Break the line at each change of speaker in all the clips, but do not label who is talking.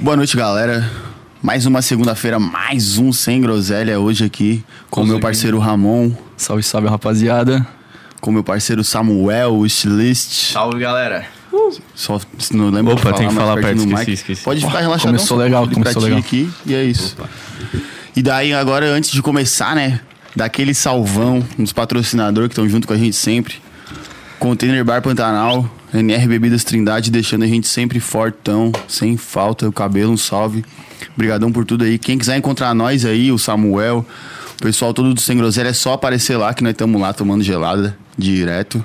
Boa noite, galera. Mais uma segunda-feira, mais um Sem Groselha hoje aqui com meu
Conseguimos.
parceiro Ramon,
Salve, salve, rapaziada.
com meu parceiro Samuel, o estilist.
Salve, galera.
Só se não lembro
Tá.
de
Opa,
falar
tem que
mais
falar
pertinho do
perto, esqueci,
mic.
esqueci.
Pode ficar
Porra,
relaxado.
começou legal, começou legal.
aqui e é isso. E daí agora, antes de começar, né, daquele salvão nos patrocinadores que estão junto com a gente sempre. Container Bar Pantanal, NR Bebidas Trindade, deixando a gente sempre fortão, sem falta, o cabelo, um salve. Obrigadão por tudo aí. Quem quiser encontrar nós aí, o Samuel, o pessoal todo do Sem Groselha, é só aparecer lá que nós estamos lá tomando gelada direto.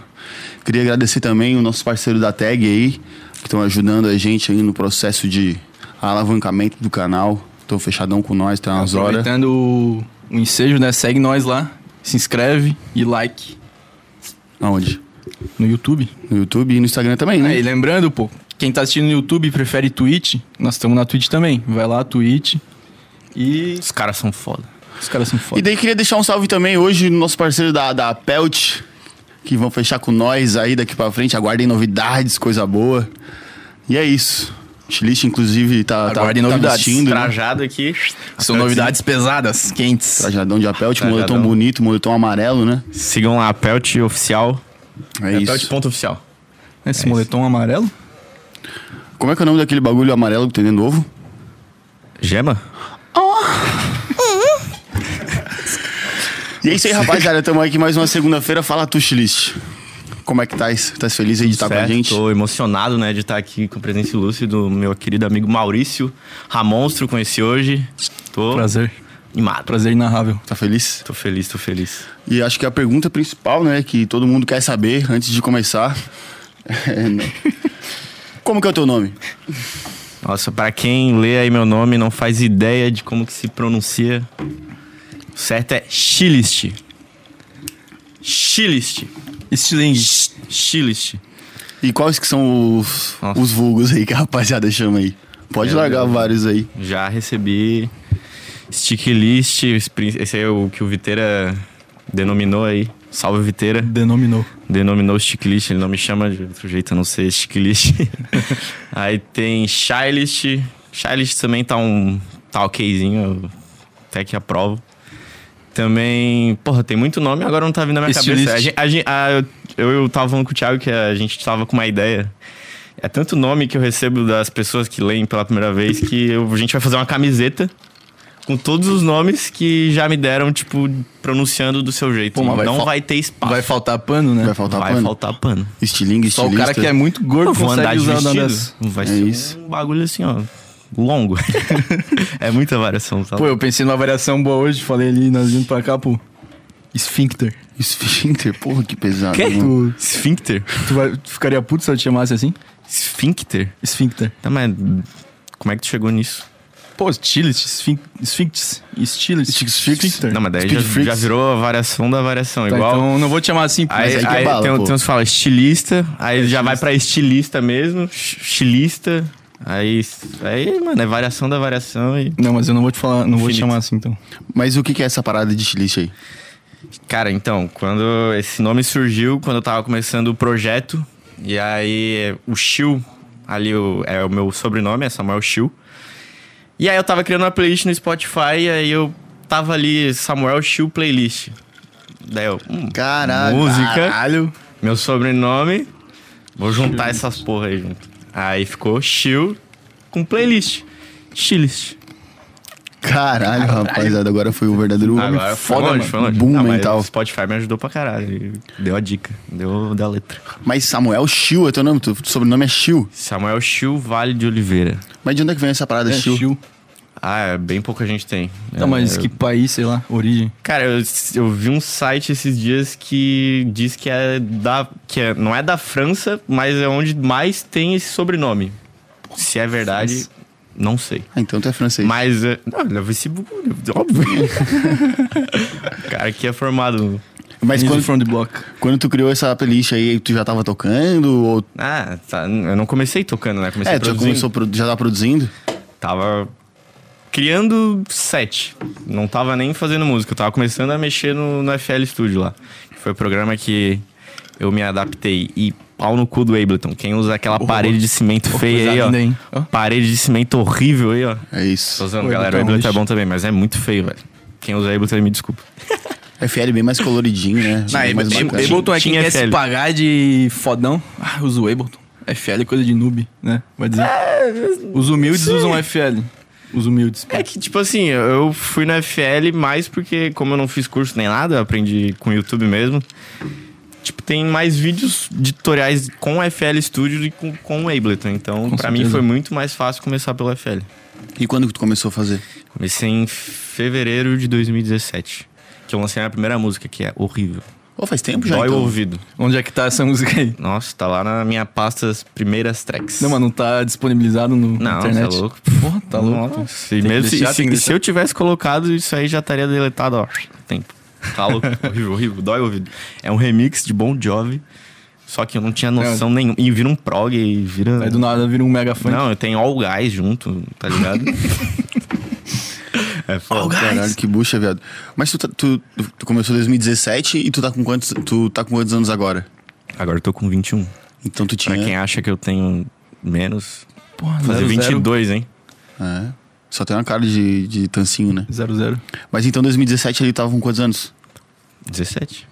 Queria agradecer também o nosso parceiro da Tag aí, que estão ajudando a gente aí no processo de alavancamento do canal. Estão fechadão com nós, tá umas horas.
Aproveitando o, o ensejo, né? Segue nós lá, se inscreve e like
Aonde?
no YouTube.
No YouTube e no Instagram também, né?
Aí, lembrando, pô, quem tá assistindo no YouTube e prefere Twitch, nós estamos na Twitch também. Vai lá, Twitch. E
Os caras são foda.
os caras são
E
foda.
daí queria deixar um salve também hoje no nosso parceiro da, da Pelt, que vão fechar com nós aí daqui pra frente. Aguardem novidades, coisa boa. E é isso. O Chilist, inclusive, tá, tá,
Aguardem
tá
novidades.
vestindo, né?
Trajado aqui.
São
Apeltezinho.
novidades pesadas, quentes.
Trajadão de Apelt,
Trajadão.
moletom bonito, moletom amarelo, né?
Sigam lá, Pelt Oficial.
É
É
isso.
Pelt ponto oficial.
É, Esse moletom amarelo.
Como é que é o nome daquele bagulho amarelo que tem dentro do ovo? Tá
Gema?
E é isso aí, rapaziada. Tamo aqui mais uma segunda-feira. Fala tu, Chilist. Como é que tais? Tás feliz aí de estar com a
Certo,
gente?
Tô emocionado, né, de estar aqui com a presença ilustre do meu querido amigo Maurício Ramonstro, conheci hoje. Tô
Prazer.
animado.
Prazer inarrável.
Tá feliz?
Tô feliz, tô feliz.
E acho que a pergunta principal, né, que todo mundo quer saber antes de começar. É, né? Como que é o teu nome?
Nossa, pra quem lê aí meu nome não faz ideia de como que se pronuncia. O certo é Chilist. Chilist.
Estiling.
Chilist.
E quais que são os,
Nossa.
os vulgos aí que a rapaziada chama aí? Pode
Meu
largar
Deus.
vários aí.
Já recebi stick list, esse prin- esse é o que o Viteira denominou aí. Salve Viteira,
Denominou.
denominou stick list, ele não me chama de outro jeito, a não ser stick list. aí tem shy list, shy list também tá um tá okzinho, eu até que aprovo. Também, porra, tem muito nome, agora não tá vindo na minha
Estilist.
cabeça. A gen- a gen- a- eu, eu tava falando com o Thiago que a gente tava com uma ideia. É tanto nome que eu recebo das pessoas que leem pela primeira vez que eu- a gente vai fazer uma camiseta com todos os nomes que já me deram, tipo, pronunciando do seu jeito.
Pô, mas vai
não
fal-
vai ter espaço.
Vai faltar pano, né?
Vai faltar
Vai
pano?
faltar pano.
Estilingue,
Só o
estilista.
cara que é muito gordo
Eu vou andar
consegue
de
usar o
vestido.
dessa.
Vai
É
ser
isso.
um bagulho assim, ó. Longo. é muita variação, tá?
Pô, eu pensei numa variação boa hoje, falei ali, nós vindo pra cá, pô. Esfíncter.
Esfíncter, porra, que pesado.
Quê?
mano.
Tu,
Esfíncter?
tu, vai- tu ficaria puto se eu te chamasse assim?
Esfíncter?
Esfíncter.
Tá, mas como é que tu chegou nisso?
Pô, Stilit, Esfínctis, Stilit,
Esfix- Esfix?
Esfíncter.
Não, mas daí já,
Speed Freaks.
já virou a variação da variação.
Tá,
igual.
Então não vou te chamar assim, pô.
aí
Aí, aí,
que é bala,
tem, um,
pô.
tem uns que falam estilista, aí já vai pra estilista mesmo, ch- estilista, aí, aí, mano, é variação da variação e...
Não, mas eu não vou te falar, não vou te
Infinito.
chamar assim, então.
Mas o que que é essa parada de estilista aí?
Cara, então, quando esse nome surgiu, quando eu tava começando o projeto, e aí o Chiu, ali o- é o meu sobrenome, é Samuel Chiu. E aí eu tava criando uma playlist no Spotify, e aí eu tava ali, Samuel Chiu Playlist. Daí eu, hum,
Caralho.
Música.
Caralho.
Meu sobrenome. Vou juntar essas porra aí junto. Aí ficou chill com playlist. Chillist.
Caralho, rapaziada. Agora foi o verdadeiro homem foda, mano. Boom
Ah, mas
mental.
o Spotify me ajudou pra caralho. Deu a dica. Deu da letra.
Mas Samuel Shiu é teu nome? Teu sobrenome é Shiu.
Samuel Chill Vale de Oliveira.
Mas de onde é que vem essa parada
É,
Shiu?
Chiu.
Ah, é, bem pouca gente tem.
Não, mas
É,
que país, sei lá, origem.
Cara, eu, eu vi um site esses dias que diz que é da. que é- não é da França, mas é onde mais tem esse sobrenome. Se é verdade, não sei.
Ah, então tu é francês.
Mas. eh, Não, leva esse bagulho, óbvio. o cara aqui é formado.
Mas
Music
quando,
from the Block.
quando tu criou essa playlist aí, tu já tava tocando? Ou...
Ah, tá. Eu não comecei tocando, né? Comecei
É, tu já
produzindo.
começou, a produ- já tá produzindo?
Tava criando set. Não tava nem fazendo música. Eu tava começando a mexer no, no FL Studio lá. Foi o programa que eu me adaptei e pau no cu do Ableton. Quem usa aquela parede de cimento feia aí,
Oh, coisa
ó.
linda, hein? Ó.
Parede de cimento horrível aí, ó.
É
Tô
isso.
usando,
O
galera. O
Ableton
Ableton é
lixo.
bom também, mas é muito feio, velho. Quem usa Ableton, me desculpa.
FL É bem mais coloridinho, né?
Não,
Bem mais
Ableton,
bacana.
Ableton é quem
Tinha
quer se
FL.
pagar de fodão. Ah, usa o Ableton. FL é coisa de noob, né? Vai dizer. Os humildes usam FL. Os humildes.
É que, tipo assim, eu fui na FL mais porque, como eu não fiz curso nem nada, eu aprendi com o YouTube mesmo. Tipo, tem mais vídeos de tutoriais com FL Studio do que com, com o Ableton. Então,
Com
pra mim
certeza.
foi muito mais fácil começar pelo FL.
E quando que tu começou a fazer?
Comecei em fevereiro de 2017. Que eu lancei a minha primeira música, que é horrível.
Pô, faz tempo já,
Dói o
então.
ouvido.
Onde é que tá essa música aí?
Nossa, tá lá na minha pasta as primeiras tracks.
Não, mas não tá disponibilizado no na
Não, você é
internet.
louco.
Porra, tá louco. pô.
Nossa, e
Tem que
mesmo se-
deixar,
se,
tem que
se eu tivesse colocado, isso aí já estaria deletado, ó. Tempo. Tá louco. horrível, horrível. Dói o ouvido. É um remix de Bon Jovi. Só que eu não tinha noção nenhuma. E vira um prog e vira.
Aí do nada vira um mega funk.
Não, eu tenho All Guys junto, tá ligado? é foda.
Caralho, que bucha, viado. Oh, Mas tu, tá- tu, tu começou em 2017 e tu tá com quantos, tu tá com quantos anos agora?
Agora eu tô com 21.
Então tu
Pra
tinha.
quem acha que eu tenho menos,
Porra,
fazer
zero,
22, hein?
É. Só tem uma cara de, de tancinho, né?
Zero, zero, zero.
Mas então 2017 ele tava com quantos anos?
17.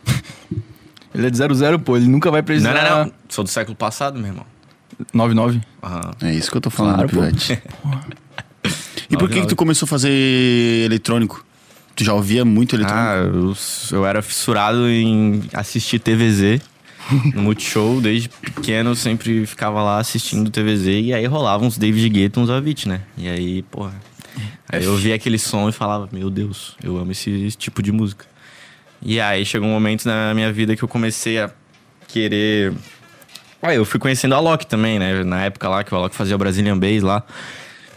Ele é de 00, pô. Ele nunca vai
Não,
precisar.
não, não. Sou do século passado, meu irmão. Ah.
99.
Aham.
É isso que eu tô falando,
Claro, pô.
Pivete. E por que, que tu começou a fazer eletrônico? Tu já ouvia muito eletrônico?
Ah, eu, eu era fissurado em assistir TVZ no Multishow. Desde pequeno eu sempre ficava lá assistindo TVZ e aí rolavam uns David Guetta, uns Avicii, né? E aí, porra. Aí eu via aquele som e falava, meu Deus, eu amo esse, esse tipo de música. E aí chegou um momento na minha vida que eu comecei a querer. Ah, eu fui conhecendo a Alok também, né? Na época lá que o Alok fazia o Brazilian Bass lá.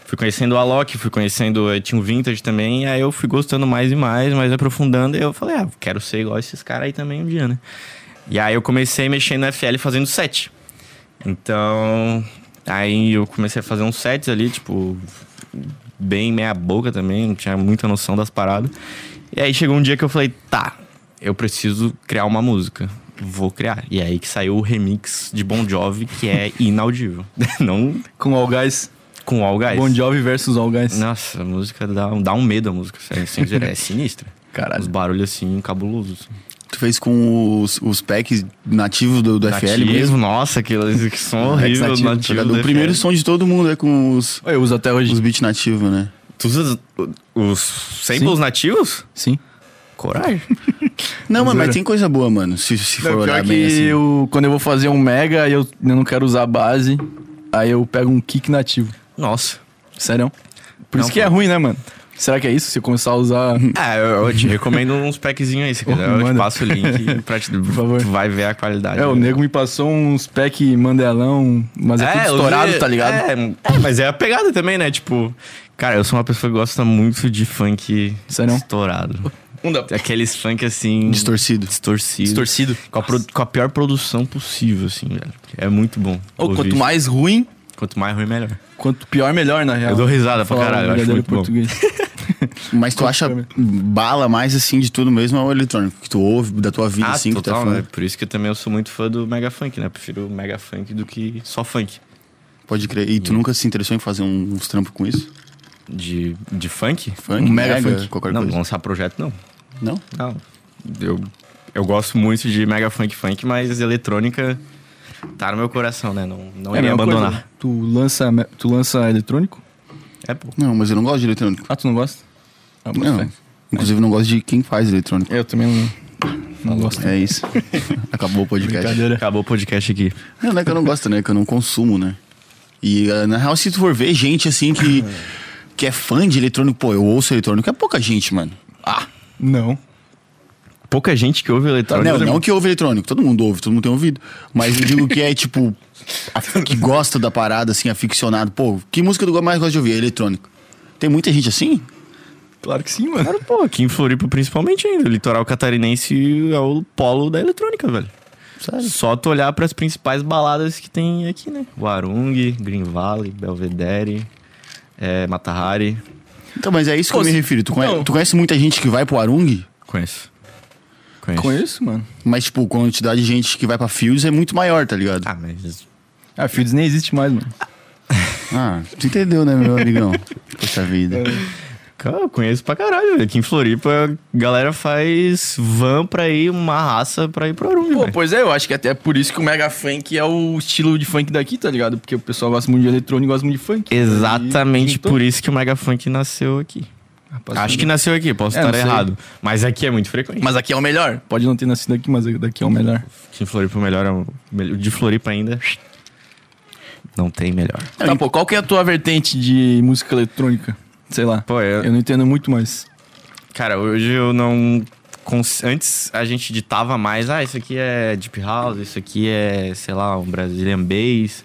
Fui conhecendo o Alok, fui conhecendo. eh, Tinha o Vintage também, e aí eu fui gostando mais e mais, mais aprofundando. E eu falei, ah, quero ser igual esses caras aí também um dia, né? E aí eu comecei mexendo no FL fazendo set. Então. Aí eu comecei a fazer uns sets ali, tipo. Bem meia-boca também, não tinha muita noção das paradas. E aí chegou um dia que eu falei, tá, eu preciso criar uma música. Vou criar. E aí que saiu o remix de Bon Jovi, que é inaudível. não
Com All Guys.
com All Guys.
Bon Jovi versus All Guys.
Nossa, a música dá, um- dá um medo a música, sério, sem dizer, é sinistra. Os
Caralho.
barulhos assim, cabulosos.
Tu fez com os, os packs nativos do, do FL
Nativo,
mesmo?
Nossa, que, que som
Packs
horrível.
nativos, tá
nativo
ligado?
do
o primeiro
FL.
som de todo mundo é com os,
Eu uso até hoje.
os beats nativos, né?
Tu usa os samples nativos?
Sim.
Coragem.
Não, mano, mas
era-
tem coisa boa, mano. Se, se for
Não, pior
olhar
que
bem assim.
eu, quando eu vou fazer um mega, eu, eu não quero usar a base, aí eu pego um kick nativo.
Nossa.
Sério? Por
Não,
isso que é
pô.
ruim, né, mano? Será que é isso? Se eu começar a usar.
Ah, eu, eu te recomendo uns packzinhos aí, se quiser. Eu te
Manda.
passo o link pra te, Por
favor.
Tu vai ver a qualidade.
É, o
né?
nego me passou uns pack mandelão, mas é, tudo
eu
estourado,
vi-
tá ligado?
É, é, mas é a pegada também, né? Tipo, cara, eu sou uma pessoa que gosta muito de funk
Sério?
estourado. Aqueles funk assim.
Distorcido.
Distorcido. Com a, pro- com a pior produção possível, assim, velho. É muito bom.
Ou
ouvir
quanto
isso.
mais ruim,
quanto mais ruim, melhor.
quanto pior, melhor, na real.
Eu dou risada pra
Falar
caralho, eu acho
verdadeiro
muito bom.
português.
Mas tu acha bala mais assim de tudo mesmo é o eletrônico que tu ouve da tua vida, assim, que tu tá
total,
falando.
né? Por isso que eu também eu sou muito fã do Mega Funk, né? Eu prefiro o Mega Funk do que só funk.
Pode crer. E tu nunca se interessou em fazer um- uns trampos com isso?
De, de funk?
Funk,
Um mega funk.
qualquer
não,
coisa.
lançar projeto não.
Não?
Não. Eu, eu gosto muito de Mega Funk Funk, mas eletrônica tá no meu coração, né? Não, não
É a
iria
mesma
abandonar.
coisa. Tu lança, me- tu lança eletrônico?
É, pô.
Não, mas eu não gosto de eletrônico.
Ah, tu não gosta? Ah, bota
Não.
fé.
Inclusive, eu não gosto de quem faz eletrônico.
Eu também não, não gosto.
É isso. Acabou o podcast.
Brincadeira.
Acabou o podcast aqui.
Não, não é que eu não gosto, né? É que eu não consumo, né? E ah, na real, se tu for ver gente assim que, que é fã de eletrônico, pô, eu ouço eletrônico, é pouca gente, mano.
Não.
Pouca gente que ouve
É
eletrônica.
Não, não que ouve eletrônico, todo mundo ouve, todo mundo tem ouvido. Mas eu digo que é tipo, a- que gosta da parada, assim, aficionado. Pô, que música tu mais gosta de ouvir? É Eletrônico. Tem muita gente assim?
Claro que sim, mano.
Pô, aqui em Floripa principalmente ainda. O litoral catarinense é o polo da eletrônica, velho.
Sério?
Só tu olhar pras principais baladas que tem aqui, né? Guarung, Green Valley, Belvedere, é, Matahari.
Então, mas é isso que
Pô,
eu me
se-
refiro. Tu, conhe-
não.
tu conhece muita gente que vai pro Arung?
Conheço. Conheço.
Conheço, mano.
Mas, tipo, a quantidade de gente que vai pra Fios é muito maior, tá ligado?
Ah, mas.
Ah, Fields nem existe mais, mano.
Ah, tu entendeu, né, meu amigão? Poxa vida.
É. Cara, eu conheço pra caralho, velho. Aqui em Floripa, a galera faz van pra ir, uma raça pra ir pro Arume,
Pô,
velho.
pois é, eu acho que até é por isso que o Mega Funk é o estilo de funk daqui, tá ligado? Porque o pessoal gosta muito de eletrônico e gosta muito de funk.
Exatamente
Então,
por isso que o Mega Funk nasceu aqui.
rapaz,
Acho que nasceu aqui, posso
É, não
estar
sei.
errado. Mas aqui é muito frequente.
Mas aqui é o melhor. Pode não ter nascido aqui, mas daqui é o melhor.
Aqui em Floripa o melhor é o melhor. De Floripa ainda. Não tem melhor.
Tá, pô, qual que é a tua vertente de música eletrônica? Sei lá.
Pô, é. eu,
Eu não entendo muito mais.
Cara, hoje eu não. cons- Antes a gente ditava mais, ah, isso aqui é Deep House, isso aqui é, sei lá, um Brazilian Bass.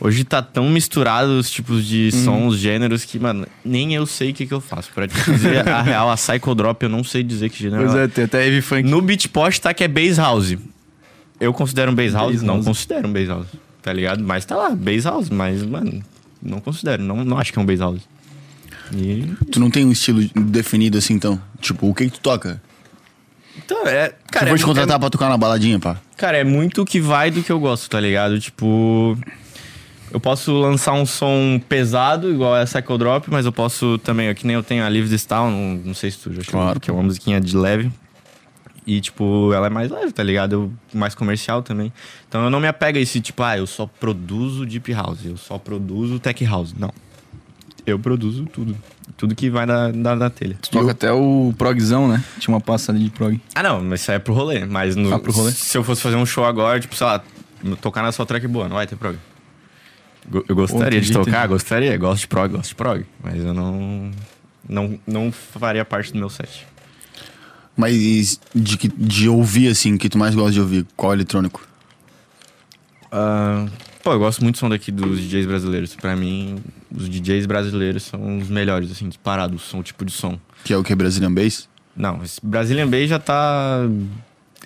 Hoje tá tão misturado os tipos de
Uhum.
sons, gêneros, que, mano, nem eu sei o que, que eu faço. Pra te dizer a real, a Psycho Drop, eu não sei dizer que gênero
Pois
ela-
é, tem até heavy funk.
No Beatport tá que é Bass House. Eu considero um Bass House?
Bass
não
house.
considero um Bass House, tá ligado? Mas tá lá, Bass House, mas, mano, não considero, não, não acho que é um Bass House. E
Tu não tem um estilo definido assim, então? Tipo, o que que tu toca?
Então, é. Cara,
tu
é,
pode contratar pra tocar na baladinha, pá.
Cara, é muito o que vai do que eu gosto, tá ligado? Tipo. Eu posso lançar um som pesado, igual é a Psycho Drop, mas eu posso também, que nem eu tenho a Live This Town, não, não sei se tu já chegou,
Claro.
que é uma musiquinha de leve. E, tipo, ela é mais leve, tá ligado? Eu- mais comercial também. Então eu não me apego a esse, tipo, ah, eu só produzo Deep House, eu só produzo Tech House. Não. Eu produzo tudo. Tudo que vai na, na, na telha.
Tu toca até o progzão, né? Tinha uma pasta ali de prog.
Ah, não, mas isso aí é pro rolê. Mas no-
Ah, pro rolê?
se eu fosse fazer um show agora, tipo, sei lá, tocar na sua track boa, não vai ter prog. Go- Eu gostaria
entendi,
de tocar,
entendi.
gostaria, gosto de prog, gosto de prog. Mas eu não. Não, não faria parte do meu set.
Mas de, que- de ouvir, assim, que tu mais gosta de ouvir? Qual eletrônico?
Ah, pô, eu gosto muito do som daqui dos DJs brasileiros. Pra mim, os DJs brasileiros são os melhores, assim, disparados, são o tipo de som.
Que é o que? Brazilian Bass?
Não, esse Brazilian Bass já tá.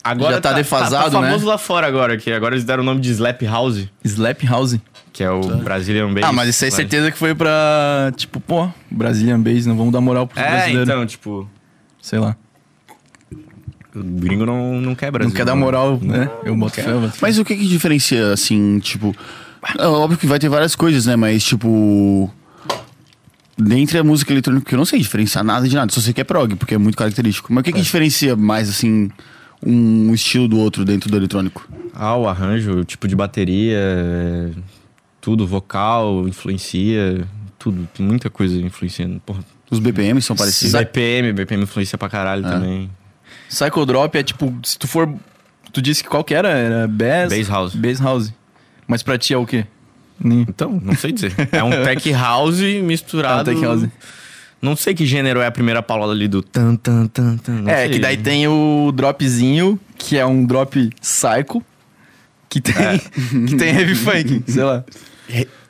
Agora
Já tá defasado,
tá
né?
famoso lá fora agora, que agora eles deram o nome de Slap House,
Slap House.
que é o Brazilian Bass.
ah, mas isso aí
Vai-
certeza que foi pra, tipo, pô, Brazilian Base, não vamos dar moral pros
É,
brasileiros.
então, tipo,
Sei lá.
o gringo não, não quer Brasil.
Não quer dar
né?
moral, né? Eu boto fé, eu boto fé.
Mas o que que diferencia, assim, tipo... é Óbvio que vai ter várias coisas, né? Mas, tipo... Dentre a música eletrônica, que eu não sei diferenciar nada de nada. Só sei que é prog, porque é muito característico. Mas o que que diferencia mais, assim, um estilo do outro dentro do eletrônico?
Ah, o arranjo, o tipo de bateria, é, tudo, vocal, influencia, tudo, tem muita coisa influenciando. Porra,
Os BPMs são parecidos?
BPM, BPM influencia pra caralho
Ah.
também.
Psycho Drop é tipo, se tu for. Tu disse que qual que era? Era Bass.
Bass House.
Bass House. Mas pra ti é o quê? Nem.
Então, não sei dizer. é um tech house misturado.
Ah, Tech House.
Não sei que gênero é a primeira palavra ali do tan tan tan tan. não
é,
sei.
que daí tem o dropzinho, que é um drop psycho, que tem,
É.
que tem heavy funk, sei lá.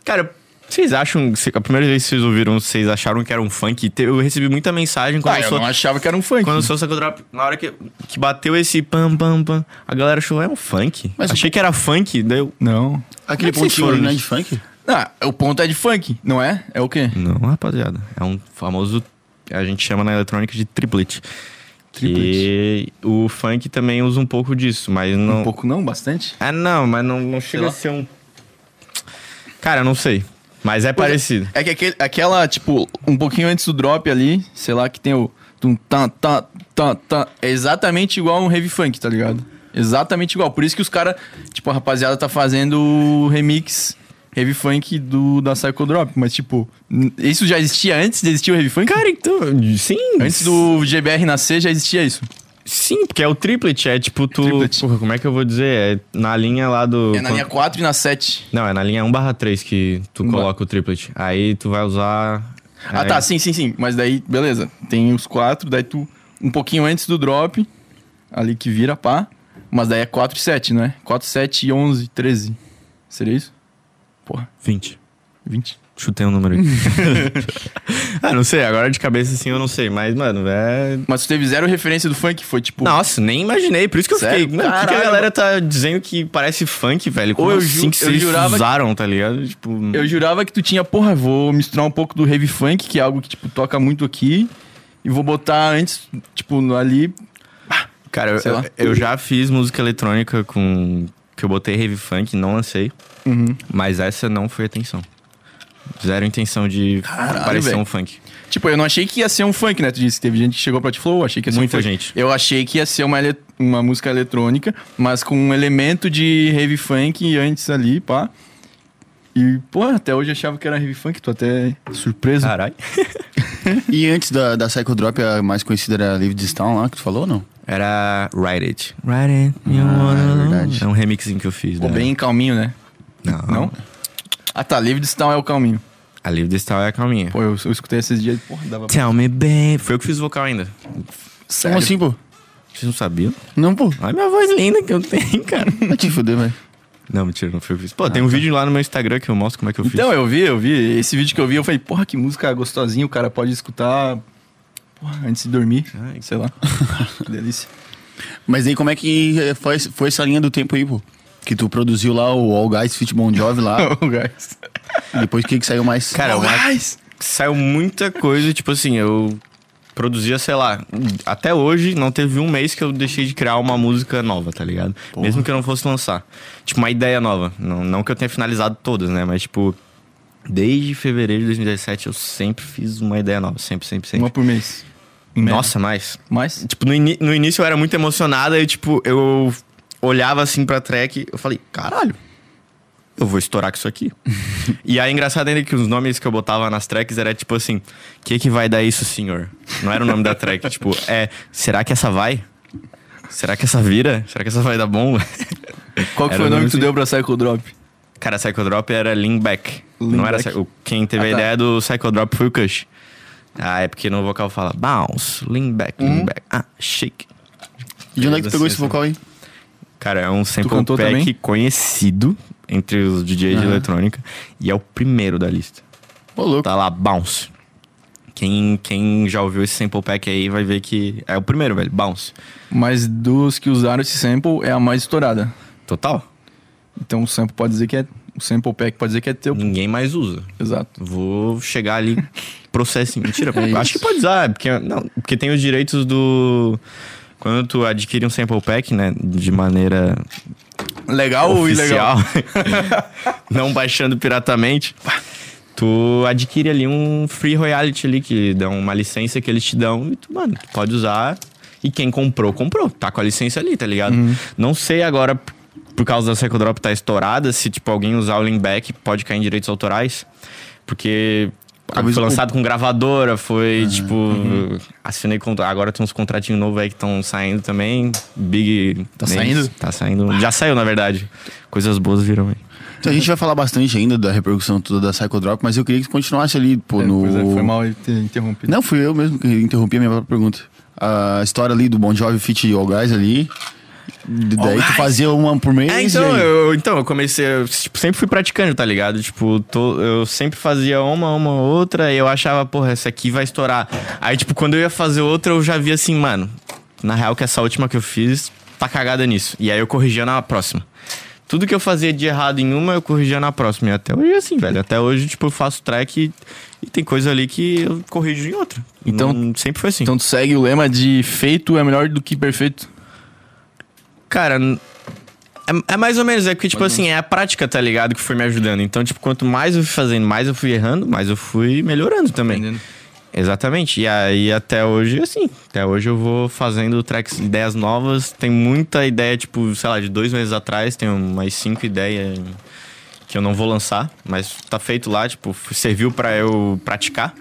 Cara, vocês acham. A primeira vez que vocês ouviram, vocês acharam que era um funk? Eu recebi muita mensagem quando
Ah,
eu
eu
sou-
não achava que era um funk.
Quando o seu Psycho Drop, na hora que, que bateu esse pam pam pam, a galera achou, é um funk.
Mas
Achei que era funk, daí eu.
Não.
Aquele
Como é que vocês
pontinho
foram
ali, né, de
nisso?
funk?
Ah, o ponto é de funk, não é? É o quê?
Não, rapaziada. É um famoso. A gente chama na eletrônica de triplet. E o funk também usa um pouco disso, mas não.
Um pouco não, bastante.
Ah, não, mas não, não chega
lá.
a ser um. Cara, eu não sei. Mas é
Pois é.
parecido.
É que aquele- aquela, tipo, um pouquinho antes do drop ali, sei lá, que tem o. Tum, tá, tá, tá, tá, é exatamente igual um heavy funk, tá ligado? Exatamente igual. Por isso que os caras, tipo, a rapaziada tá fazendo o remix heavy funk do, da Psycho Drop. Mas, tipo, n- isso já existia antes de existir o heavy funk?
Cara, então. Sim.
Antes do GBR nascer já existia isso.
Sim, porque é o triplet. É tipo tu.
Triplet.
Porra, como é que eu vou dizer? É na linha lá do.
É na linha 4 e na 7.
Não, é na linha 1 barra 3 que tu
Um
coloca o triplet. Aí tu vai usar. é,
Ah,
aí-
tá, sim, sim, sim. Mas daí, beleza. Tem os quatro, daí tu. Um pouquinho antes do drop, ali que vira pá. Mas daí é 4 e 7, não é? 4, 7 e 11, 13. Seria isso? Porra,
20.
20.
Chutei um número aqui. ah, não sei. Agora de cabeça assim eu não sei. Mas, mano, é.
Mas tu teve zero referência do funk, foi tipo.
Nossa, nem imaginei. Por isso que eu
Sério?
fiquei. Mano, por que que a
Caralho,
galera tá dizendo que parece funk, velho? Como
eu ju-
assim que
eu
vocês
jurava que-
usaram, tá ligado? Tipo.
Eu jurava que tu tinha, porra, vou misturar um pouco do heavy funk, que é algo que, tipo, toca muito aqui. E vou botar antes, tipo, ali. Ah,
Cara, eu,
Sei lá.
eu- eu já fiz música eletrônica com. que eu botei heavy funk, não lancei.
Uhum.
Mas essa não foi a intenção. Zero intenção de parecer
velho.
um funk.
Tipo, eu não achei que ia ser um funk, né? Tu disse que teve gente que chegou pra te falou, "Oh, achei que ia ser
Muita
um funk.
gente.
Eu achei que ia ser uma, ele- uma música eletrônica, mas com um elemento de heavy funk antes ali, pá. E, pô, até hoje eu achava que era heavy funk, tô até surpreso.
Caralho.
E antes da, da Psycho Drop, a mais conhecida era a Live This Town lá, que tu falou ou não?
Era Ride It. Ride It. you
Ah,
wanna
é
know.
verdade.
É um remixinho que eu fiz.
Pô,
né?
bem calminho, né?
Não.
Não? Ah tá, Livre de Town é o calminho.
A Live This Town é a calminha.
Pô, eu, eu escutei esses dias, porra, dava
Tell me, babe. Foi eu que fiz o vocal ainda.
Como assim, pô?
Vocês não sabiam?
Não, pô.
Olha minha voz linda que eu tenho, cara.
Vai te fuder, velho.
Não, mentira, não foi eu que fiz. Pô, tem um vídeo lá no meu Instagram que eu mostro como é que eu fiz.
Então, eu vi, eu vi. Esse vídeo que eu vi, eu falei, porra, que música gostosinha, o cara pode escutar porra, antes de dormir.
Ai.
Sei lá. que delícia.
Mas aí como é que eh, foi, foi essa linha do tempo aí, pô? Que tu produziu lá o All Guys Fit Bon Jovi lá.
o gás.
e depois o que que saiu mais?
Cara,
o
uma-
gás!
saiu muita coisa, tipo assim, eu produzia, sei lá, até hoje não teve um mês que eu deixei de criar uma música nova, tá ligado? Mesmo que eu não fosse lançar. Tipo, uma ideia nova. Não, não que eu tenha finalizado todas, né? Mas, tipo, desde fevereiro de 2017 eu sempre fiz uma ideia nova. Sempre, sempre, sempre.
Uma por mês. Em média.
Nossa, mais.
Mas,
Tipo, no, ini- no início eu era muito emocionada e, tipo, eu olhava assim pra track eu falei, caralho, eu vou estourar com isso aqui. e aí, engraçado ainda que os nomes que eu botava nas tracks era tipo assim, que que vai dar isso, senhor? Não era o nome da track, tipo, é, será que essa vai? Será que essa vira? Será que essa vai dar bom?
qual que foi
Era
o
um
nome que tu
nome
deu pra Psycho Drop?
Cara, Psychodrop era Lean Back.
Lean
não era
Back.
Psy- o- Quem teve
Ah,
a
tá.
ideia do Psychodrop foi o Kush. Ah, é porque no vocal fala bounce, lean back, lean
Uhum.
back. Ah, shake.
De onde é que tu pegou esse vocal aí?
Cara, é um sample
cantou
pack
também?
conhecido entre os DJs de
Aham.
eletrônica e é o primeiro da lista.
Ô, louco.
Tá lá, Bounce. Quem, quem já ouviu esse sample pack aí vai ver que é o primeiro, velho, Bounce.
Mas dos que usaram esse sample, é a mais estourada.
Total.
Então o sample pode dizer que é... O sample pack pode dizer que é teu.
Ninguém mais usa.
Exato.
Vou chegar ali, processo. Mentira,
É
acho
isso.
que pode usar, porque, não, porque tem os direitos do. Quando tu adquire um sample pack, né, de maneira
Tá. Legal ou
assim,
ilegal?
oficial, não baixando piratamente, tu adquire ali um free royalty ali, que dá uma licença que eles te dão e tu, mano, tu pode usar. E quem comprou, comprou. Tá com a licença ali, tá ligado? Não sei agora, p- por causa da Psycho Drop tá estourada, se, tipo, alguém usar o Leanback pode cair em direitos autorais. Porque...
Talvez
foi
o-
lançado com gravadora, foi tipo. Assinei contra. Agora tem uns contratinhos novos aí que estão saindo também. Big.
Tá
Names.
saindo?
Tá saindo. Já saiu, na verdade. Coisas boas viram aí.
Então a gente vai falar bastante ainda da repercussão toda da Psycho Drop, mas eu queria que tu continuasse ali, pô,
É,
no...
pois é, foi mal ele ter interrompido.
Não, fui eu mesmo que interrompi a minha própria pergunta. A história ali do Bon Jovi Fit All Guys ali. d- Daí tu
Guys?
fazia uma por mês.
É, então,
e aí?
eu, então, eu comecei, eu tipo, sempre fui praticando, tá ligado? Tipo, tô- eu sempre fazia uma, uma, outra, e eu achava, porra, essa aqui vai estourar. Aí, tipo, quando eu ia fazer outra, eu já via assim, mano, na real que essa última que eu fiz tá cagada nisso. E aí eu corrigia na próxima. Tudo que eu fazia de errado em uma, eu corrigia na próxima. E até hoje é assim, velho. Até hoje, tipo, eu faço track e, e tem coisa ali que eu corrijo em outra.
Então-
Não- sempre foi assim.
Então tu segue o lema de feito é melhor do que perfeito.
Cara, n- é, é mais ou menos. É porque, tipo assim, é a prática, tá ligado? Que foi me ajudando. Então, tipo, quanto mais eu fui fazendo, mais eu fui errando, mais eu fui melhorando também.
Entendendo?
Exatamente. E aí, até hoje, assim. Até hoje eu vou fazendo tracks, ideias novas. Tem muita ideia, tipo, sei lá, de dois meses atrás. Tem umas cinco ideias que eu não vou lançar. Mas tá feito lá, tipo, serviu pra eu praticar.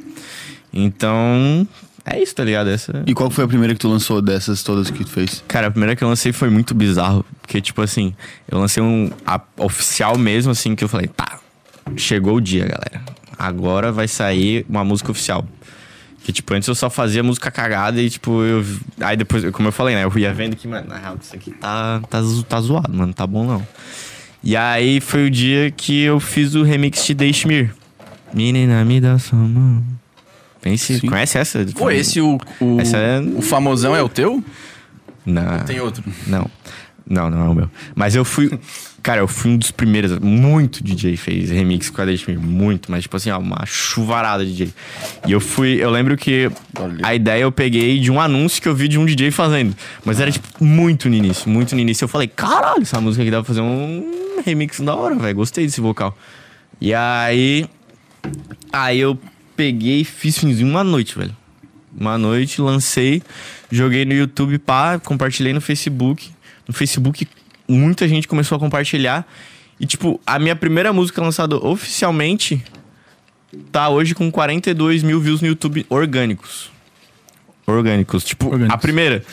Então, é isso, tá ligado? Essa...
E qual foi a primeira que tu lançou dessas todas que tu fez?
Cara, a primeira que eu lancei foi muito bizarro. Porque, tipo assim, eu lancei um a- oficial mesmo, assim, que eu falei, tá, chegou o dia, galera. Agora vai sair uma música oficial. Que, tipo, antes eu só fazia música cagada e, tipo, eu. Aí depois, como eu falei, né? Eu ia vendo que, mano, na real, isso aqui tá, tá, zo- tá zoado, mano, tá bom não. E aí foi o dia que eu fiz o remix de Deixmir. Menina, me dá sua mão. Pense,
Sim.
conhece essa?
Pô, esse o, o,
Essa é-
o famosão é o teu?
Não.
Tem outro.
Não. Não, não é o meu. Mas eu fui. Cara, eu fui um dos primeiros. Muito DJ fez remix com a Date Me. Muito, mas tipo assim, ó, uma chuvarada de DJ. E eu fui. Eu lembro que a ideia eu peguei de um anúncio que eu vi de um DJ fazendo. Mas era, tipo, muito no início. Muito no início. Eu falei, caralho, essa música aqui dá pra fazer um remix da hora, velho. Gostei desse vocal. E aí. Aí eu peguei e fiz finzinho uma noite, velho. Uma noite, lancei, joguei no YouTube, pá, compartilhei no Facebook. No Facebook, muita gente começou a compartilhar. E, tipo, a minha primeira música lançada oficialmente tá hoje com 42 mil views no YouTube orgânicos. Orgânicos. Tipo, a
Orgânicos.
primeira.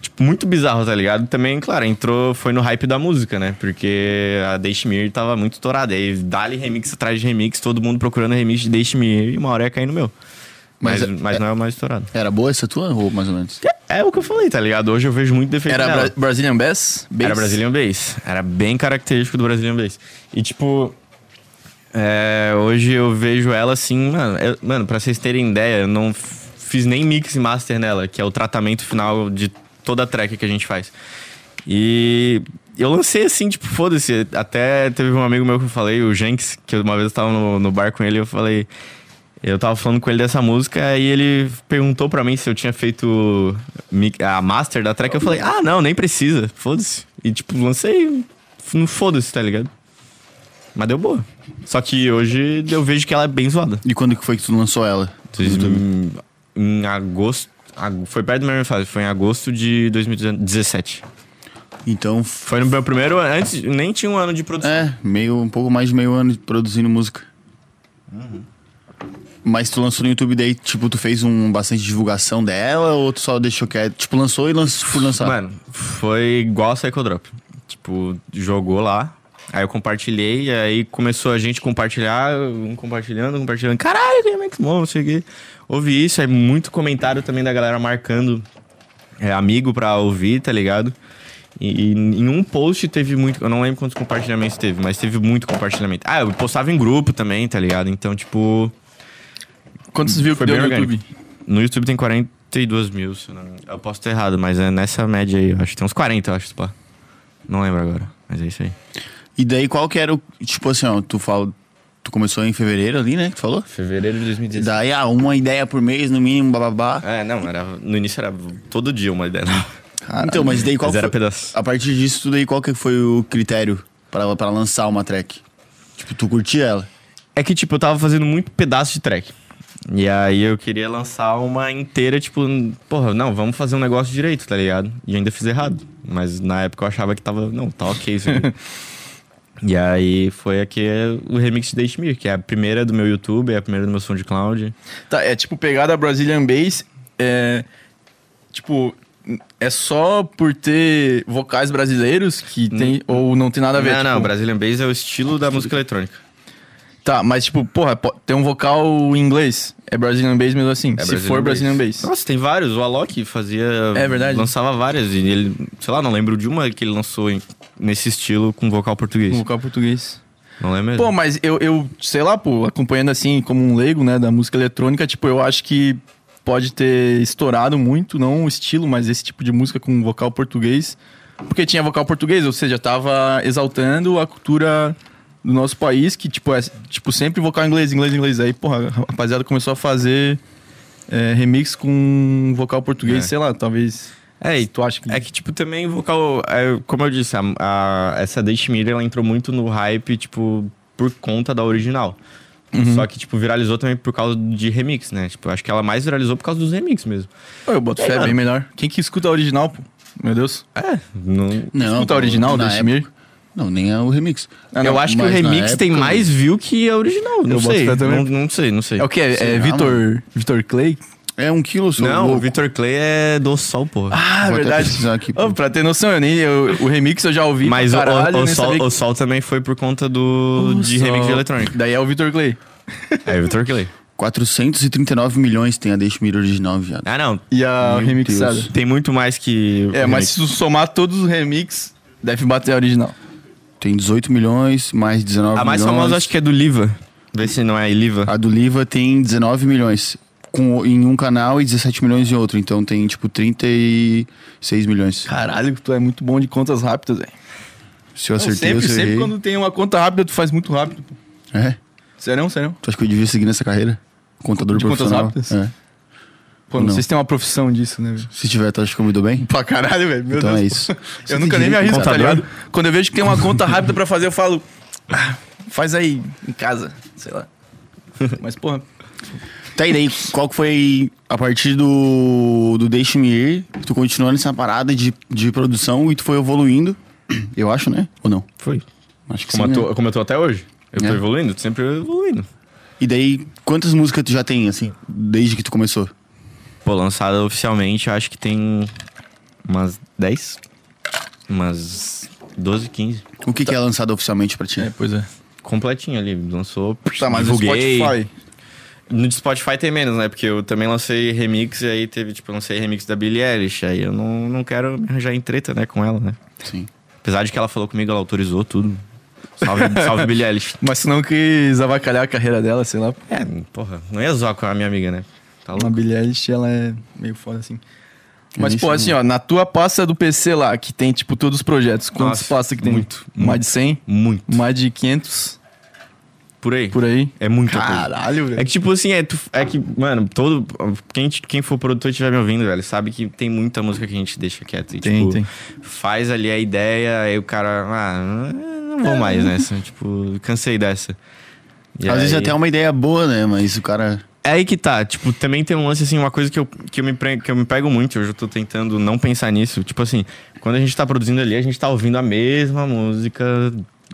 Tipo, muito bizarro, tá ligado? Também, claro, entrou, foi no hype da música, né? Porque a Dashmir tava muito estourada. Aí dali remix atrás de remix, todo mundo procurando remix de Dashmir e uma hora ia cair no meu. Mas,
Mas
mas,
é-
não é o mais estourado.
Era boa essa tua ou mais ou menos?
É, é o que eu falei, tá ligado? Hoje eu vejo muito defeito
Era
nela.
Bra- Brazilian Bass? Bass?
Era Brazilian Bass. Era bem característico do Brazilian Bass. E, tipo, é, hoje eu vejo ela assim, mano, eu- mano, pra vocês terem ideia, eu não f- fiz nem mix e master nela, que é o tratamento final de toda a track que a gente faz. E eu lancei assim, tipo, foda-se. Até teve um amigo meu que eu falei, o Jenks, que uma vez eu tava no, no bar com ele, eu falei. Eu tava falando com ele dessa música e ele perguntou pra mim se eu tinha feito mi- a master da track. Eu falei, ah, não, nem precisa, foda-se. E tipo, lancei no foda-se, tá ligado? Mas deu boa. Só que hoje eu vejo que ela é bem zoada.
E quando que foi que tu lançou ela?
Em, em agosto. ag- Foi perto do meu aniversário, foi em agosto de 2017.
Então,
Foi no meu primeiro ano, antes, nem tinha um ano de produção.
é, meio, um pouco mais de meio ano produzindo música.
Uhum.
Mas tu lançou no YouTube daí, tipo, tu fez um bastante divulgação dela ou tu só deixou quieto? Tipo, lançou e lançou por lançar.
Mano, foi igual a Psychodrop. Tipo, jogou lá, aí eu compartilhei, aí começou a gente compartilhar, um compartilhando, compartilhando. Caralho, que remix bom, não sei o quê. Ouvi isso, aí muito comentário também da galera marcando é, amigo pra ouvir, tá ligado? E, e em um post teve muito. Eu não lembro quantos compartilhamentos teve, mas teve muito compartilhamento. Ah, eu postava em grupo também, tá ligado? Então, tipo.
Quantos views
Foi
deu
bem
no
orgânico.
YouTube?
No YouTube tem 42 mil, se eu não me engano. Eu posso ter errado, mas é nessa média aí. eu Acho que tem uns 40, eu acho, pá. Não lembro agora, mas é isso aí.
E daí qual que era o. Tipo assim, ó, tu fala. Tu começou em fevereiro ali, né? Que tu falou?
Fevereiro de 2016.
Daí, ah, uma ideia por mês, no mínimo, bababá.
É, não, era, no início era todo dia uma ideia. Não.
Então, mas daí qual
Mas era
foi-
pedaço.
A partir disso, tudo aí, qual que foi o critério pra, pra lançar uma track? Tipo, tu curtia ela?
É que, tipo, eu tava fazendo muito pedaço de track. E aí eu queria lançar uma inteira, tipo, porra, não, vamos fazer um negócio direito, tá ligado? E ainda fiz errado. Mas na época eu achava que tava, não, tá ok isso aqui. e aí foi aqui é o remix de Date Me, que é a primeira do meu YouTube, é a primeira do meu SoundCloud.
Tá, é tipo pegada Brazilian Bass, é. Tipo, é só por ter vocais brasileiros que tem. Ou não tem nada a ver?
Hum. não,
tipo,
não, Brazilian Bass é o estilo da música eletrônica.
Tá, mas tipo, porra, po- tem um vocal em inglês. É Brazilian Bass mesmo assim.
É
se for Brazilian Bass.
Nossa, tem vários. O Alok fazia.
É verdade.
Lançava várias. E ele, sei lá, não lembro de uma que ele lançou em- nesse estilo com vocal português.
Um vocal português.
Não lembro mesmo.
Pô, mas eu, eu, sei lá, pô, acompanhando assim como um leigo, né, da música eletrônica, tipo, eu acho que pode ter estourado muito, não o estilo, mas esse tipo de música com vocal português. Porque tinha vocal português, ou seja, tava exaltando a cultura do nosso país, que, tipo, é tipo, sempre vocal inglês, inglês, inglês. Aí, porra, a rapaziada começou a fazer é, remix com vocal português,
É.
sei lá, talvez.
É, e
tu acha que.
É que, tipo, também o vocal. é, como eu disse, a, a- essa Deixe Me Ir, ela entrou muito no hype, tipo, por conta da original.
Uhum.
Só que, tipo, viralizou também por causa de remix, né? Tipo, acho que ela mais viralizou por causa dos remix mesmo.
Pô, eu boto fé é
mano.
bem melhor. Quem que escuta a original, pô? Meu Deus.
É, não.
Não.
escuta a original do
na época-
Shimir?
Não, nem é o remix.
Ah,
eu acho que o
mas na
remix tem
época-
mais view que a original. Não
boto
sei.
fé também.
Não, não sei, não sei.
É o que? É,
Sei lá,
Vitor, Vitor Clay?
É um quilo só.
Não,
louco.
o Victor Clay é do Sol, porra.
Ah,
Vou até pesquisar aqui, pô.
Ô, pra ter noção, eu nem, eu- o remix eu já ouvi.
Mas o,
pra
o-
caralho,
o
eu nem
sol,
sabia que-
o Sol também foi por conta do de
Só-
remix de eletrônica.
Daí é o Vitor Clay.
É, Victor Clay.
439 milhões tem a Deixmir original, viado.
Ah, não.
E a
Meu
remixada.
Deus.
Tem muito mais que.
É, mas se tu somar todos os remix, deve bater a original.
Tem 18 milhões, mais 19
A mais
milhões.
famosa acho que é do Liva. Vê se não é Liva.
A do Liva tem 19 milhões com, em um canal e 17 milhões em outro. Então tem, tipo, 36 milhões.
Caralho, tu é muito bom de contas rápidas, velho.
Se eu
Não,
acertei,
sempre,
eu
sempre
acertei.
quando tem uma conta rápida, tu faz muito rápido. pô.
É?
Serão, serão.
Tu acha que eu devia seguir nessa carreira? Contador
De contas
profissional?
rápidas?
É.
Pô, não,
Não.
sei se tem uma profissão disso, né, velho?
Se tiver, tu acha que eu me dou bem?
Pra caralho, velho. Meu
então
Deus.
é
pô.
isso.
Eu nunca nem me arrisco, tá
contador?
ligado? Quando eu vejo que tem uma conta rápida pra fazer, eu falo, "Ah, faz aí, em casa, sei lá. Mas, porra,
Tá, e daí, qual que foi, a partir do, do Deixe-me Ir, tu continuou nessa parada de, de produção e tu foi evoluindo, eu acho, né? Ou não?
Foi.
Acho que
Como,
sim,
eu
né?
tô, como eu tô até hoje. Eu
É.
tô evoluindo, tô sempre evoluindo.
E daí, quantas músicas tu já tem, assim, desde que tu começou?
Pô, lançada oficialmente, eu acho que tem umas 10, umas 12, 15.
O que,
Tá.
que é lançado oficialmente pra ti?
é, pois é.
Completinho ali, lançou,
Tá, mas o
divulguei.
Spotify.
No de Spotify tem menos, né? Porque eu também lancei remix e aí teve, tipo, eu lancei remix da Billie Eilish. Aí eu não, não quero me arranjar em treta, né, com ela, né?
Sim.
Apesar de que ela falou comigo, ela autorizou tudo. Salve, salve Billie Eilish.
Mas se não quis avacalhar a carreira dela, sei lá.
É, porra, não ia zoar com a minha amiga, né? Tá
A
louco.
Billie Eilish, ela é meio foda, assim. Mas,
nem
pô,
sei
assim, ó, na tua pasta do PC lá, que tem, tipo, todos os projetos, quantos
Nossa,
pastas que tem?
muito,
Mais de 100?
Muito.
Mais de 500?
Por aí.
Por aí?
É muita coisa.
Caralho,
É que, tipo assim, é, tu- é que, mano, todo. Quem, t- quem for produtor e estiver me ouvindo, velho, sabe que tem muita música que a gente deixa quieto. E,
Tem,
tipo,
tem.
faz ali a ideia, aí o cara. Ah, não vou mais nessa. tipo, cansei dessa. E
É. Às vezes
aí-
até é uma ideia boa, né? Mas o cara.
É aí que tá. Tipo, também tem um lance, assim, uma coisa que eu, que eu, me, pre- que eu me pego muito. Hoje eu tô tentando não pensar nisso. Tipo assim, quando a gente tá produzindo ali, a gente tá ouvindo a mesma música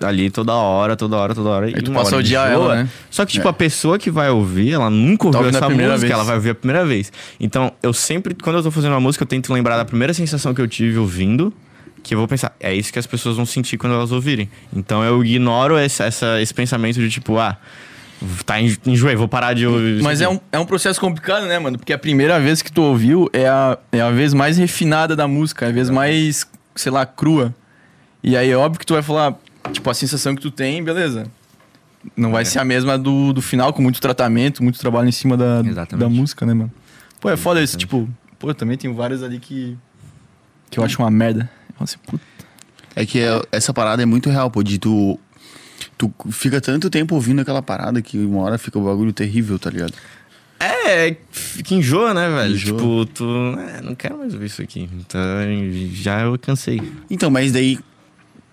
ali toda hora, toda hora, toda hora.
Aí tu
uma
passa a
hora
odiar
enjoa.
ela, né?
Só que, tipo,
É.
a pessoa que vai ouvir, ela nunca
Tá
ouviu
ouvindo a
essa
primeira
música,
vez.
ela vai ouvir a primeira vez. Então, eu sempre, quando eu tô fazendo uma música, eu tento lembrar da primeira sensação que eu tive ouvindo. Que eu vou pensar, é isso que as pessoas vão sentir quando elas ouvirem. Então eu ignoro esse, essa- esse pensamento de tipo, ah, tá enjo- enjoei, vou parar de ouvir. isso
Mas
aqui.
é um, é um processo complicado, né, mano? Porque a primeira vez que tu ouviu é a, é a vez mais refinada da música, é a vez mais, sei lá, crua. E aí é óbvio que tu vai falar, tipo, a sensação que tu tem, beleza. Não vai ser a mesma do, do final, com muito tratamento, muito trabalho em cima da,
Exatamente.
da música, né, mano? Pô, é foda isso, tipo, pô, eu também tenho várias ali que. que eu assim, acho uma merda. Nossa, puta.
É que é- essa parada é muito real, pô. De tu. Tu fica tanto tempo ouvindo aquela parada que uma hora fica o bagulho terrível, tá ligado?
É, que enjoa, né, velho?
Enjoa.
Tipo, tu. É, não quero mais ouvir isso aqui. Então, já eu cansei.
Então, mas daí.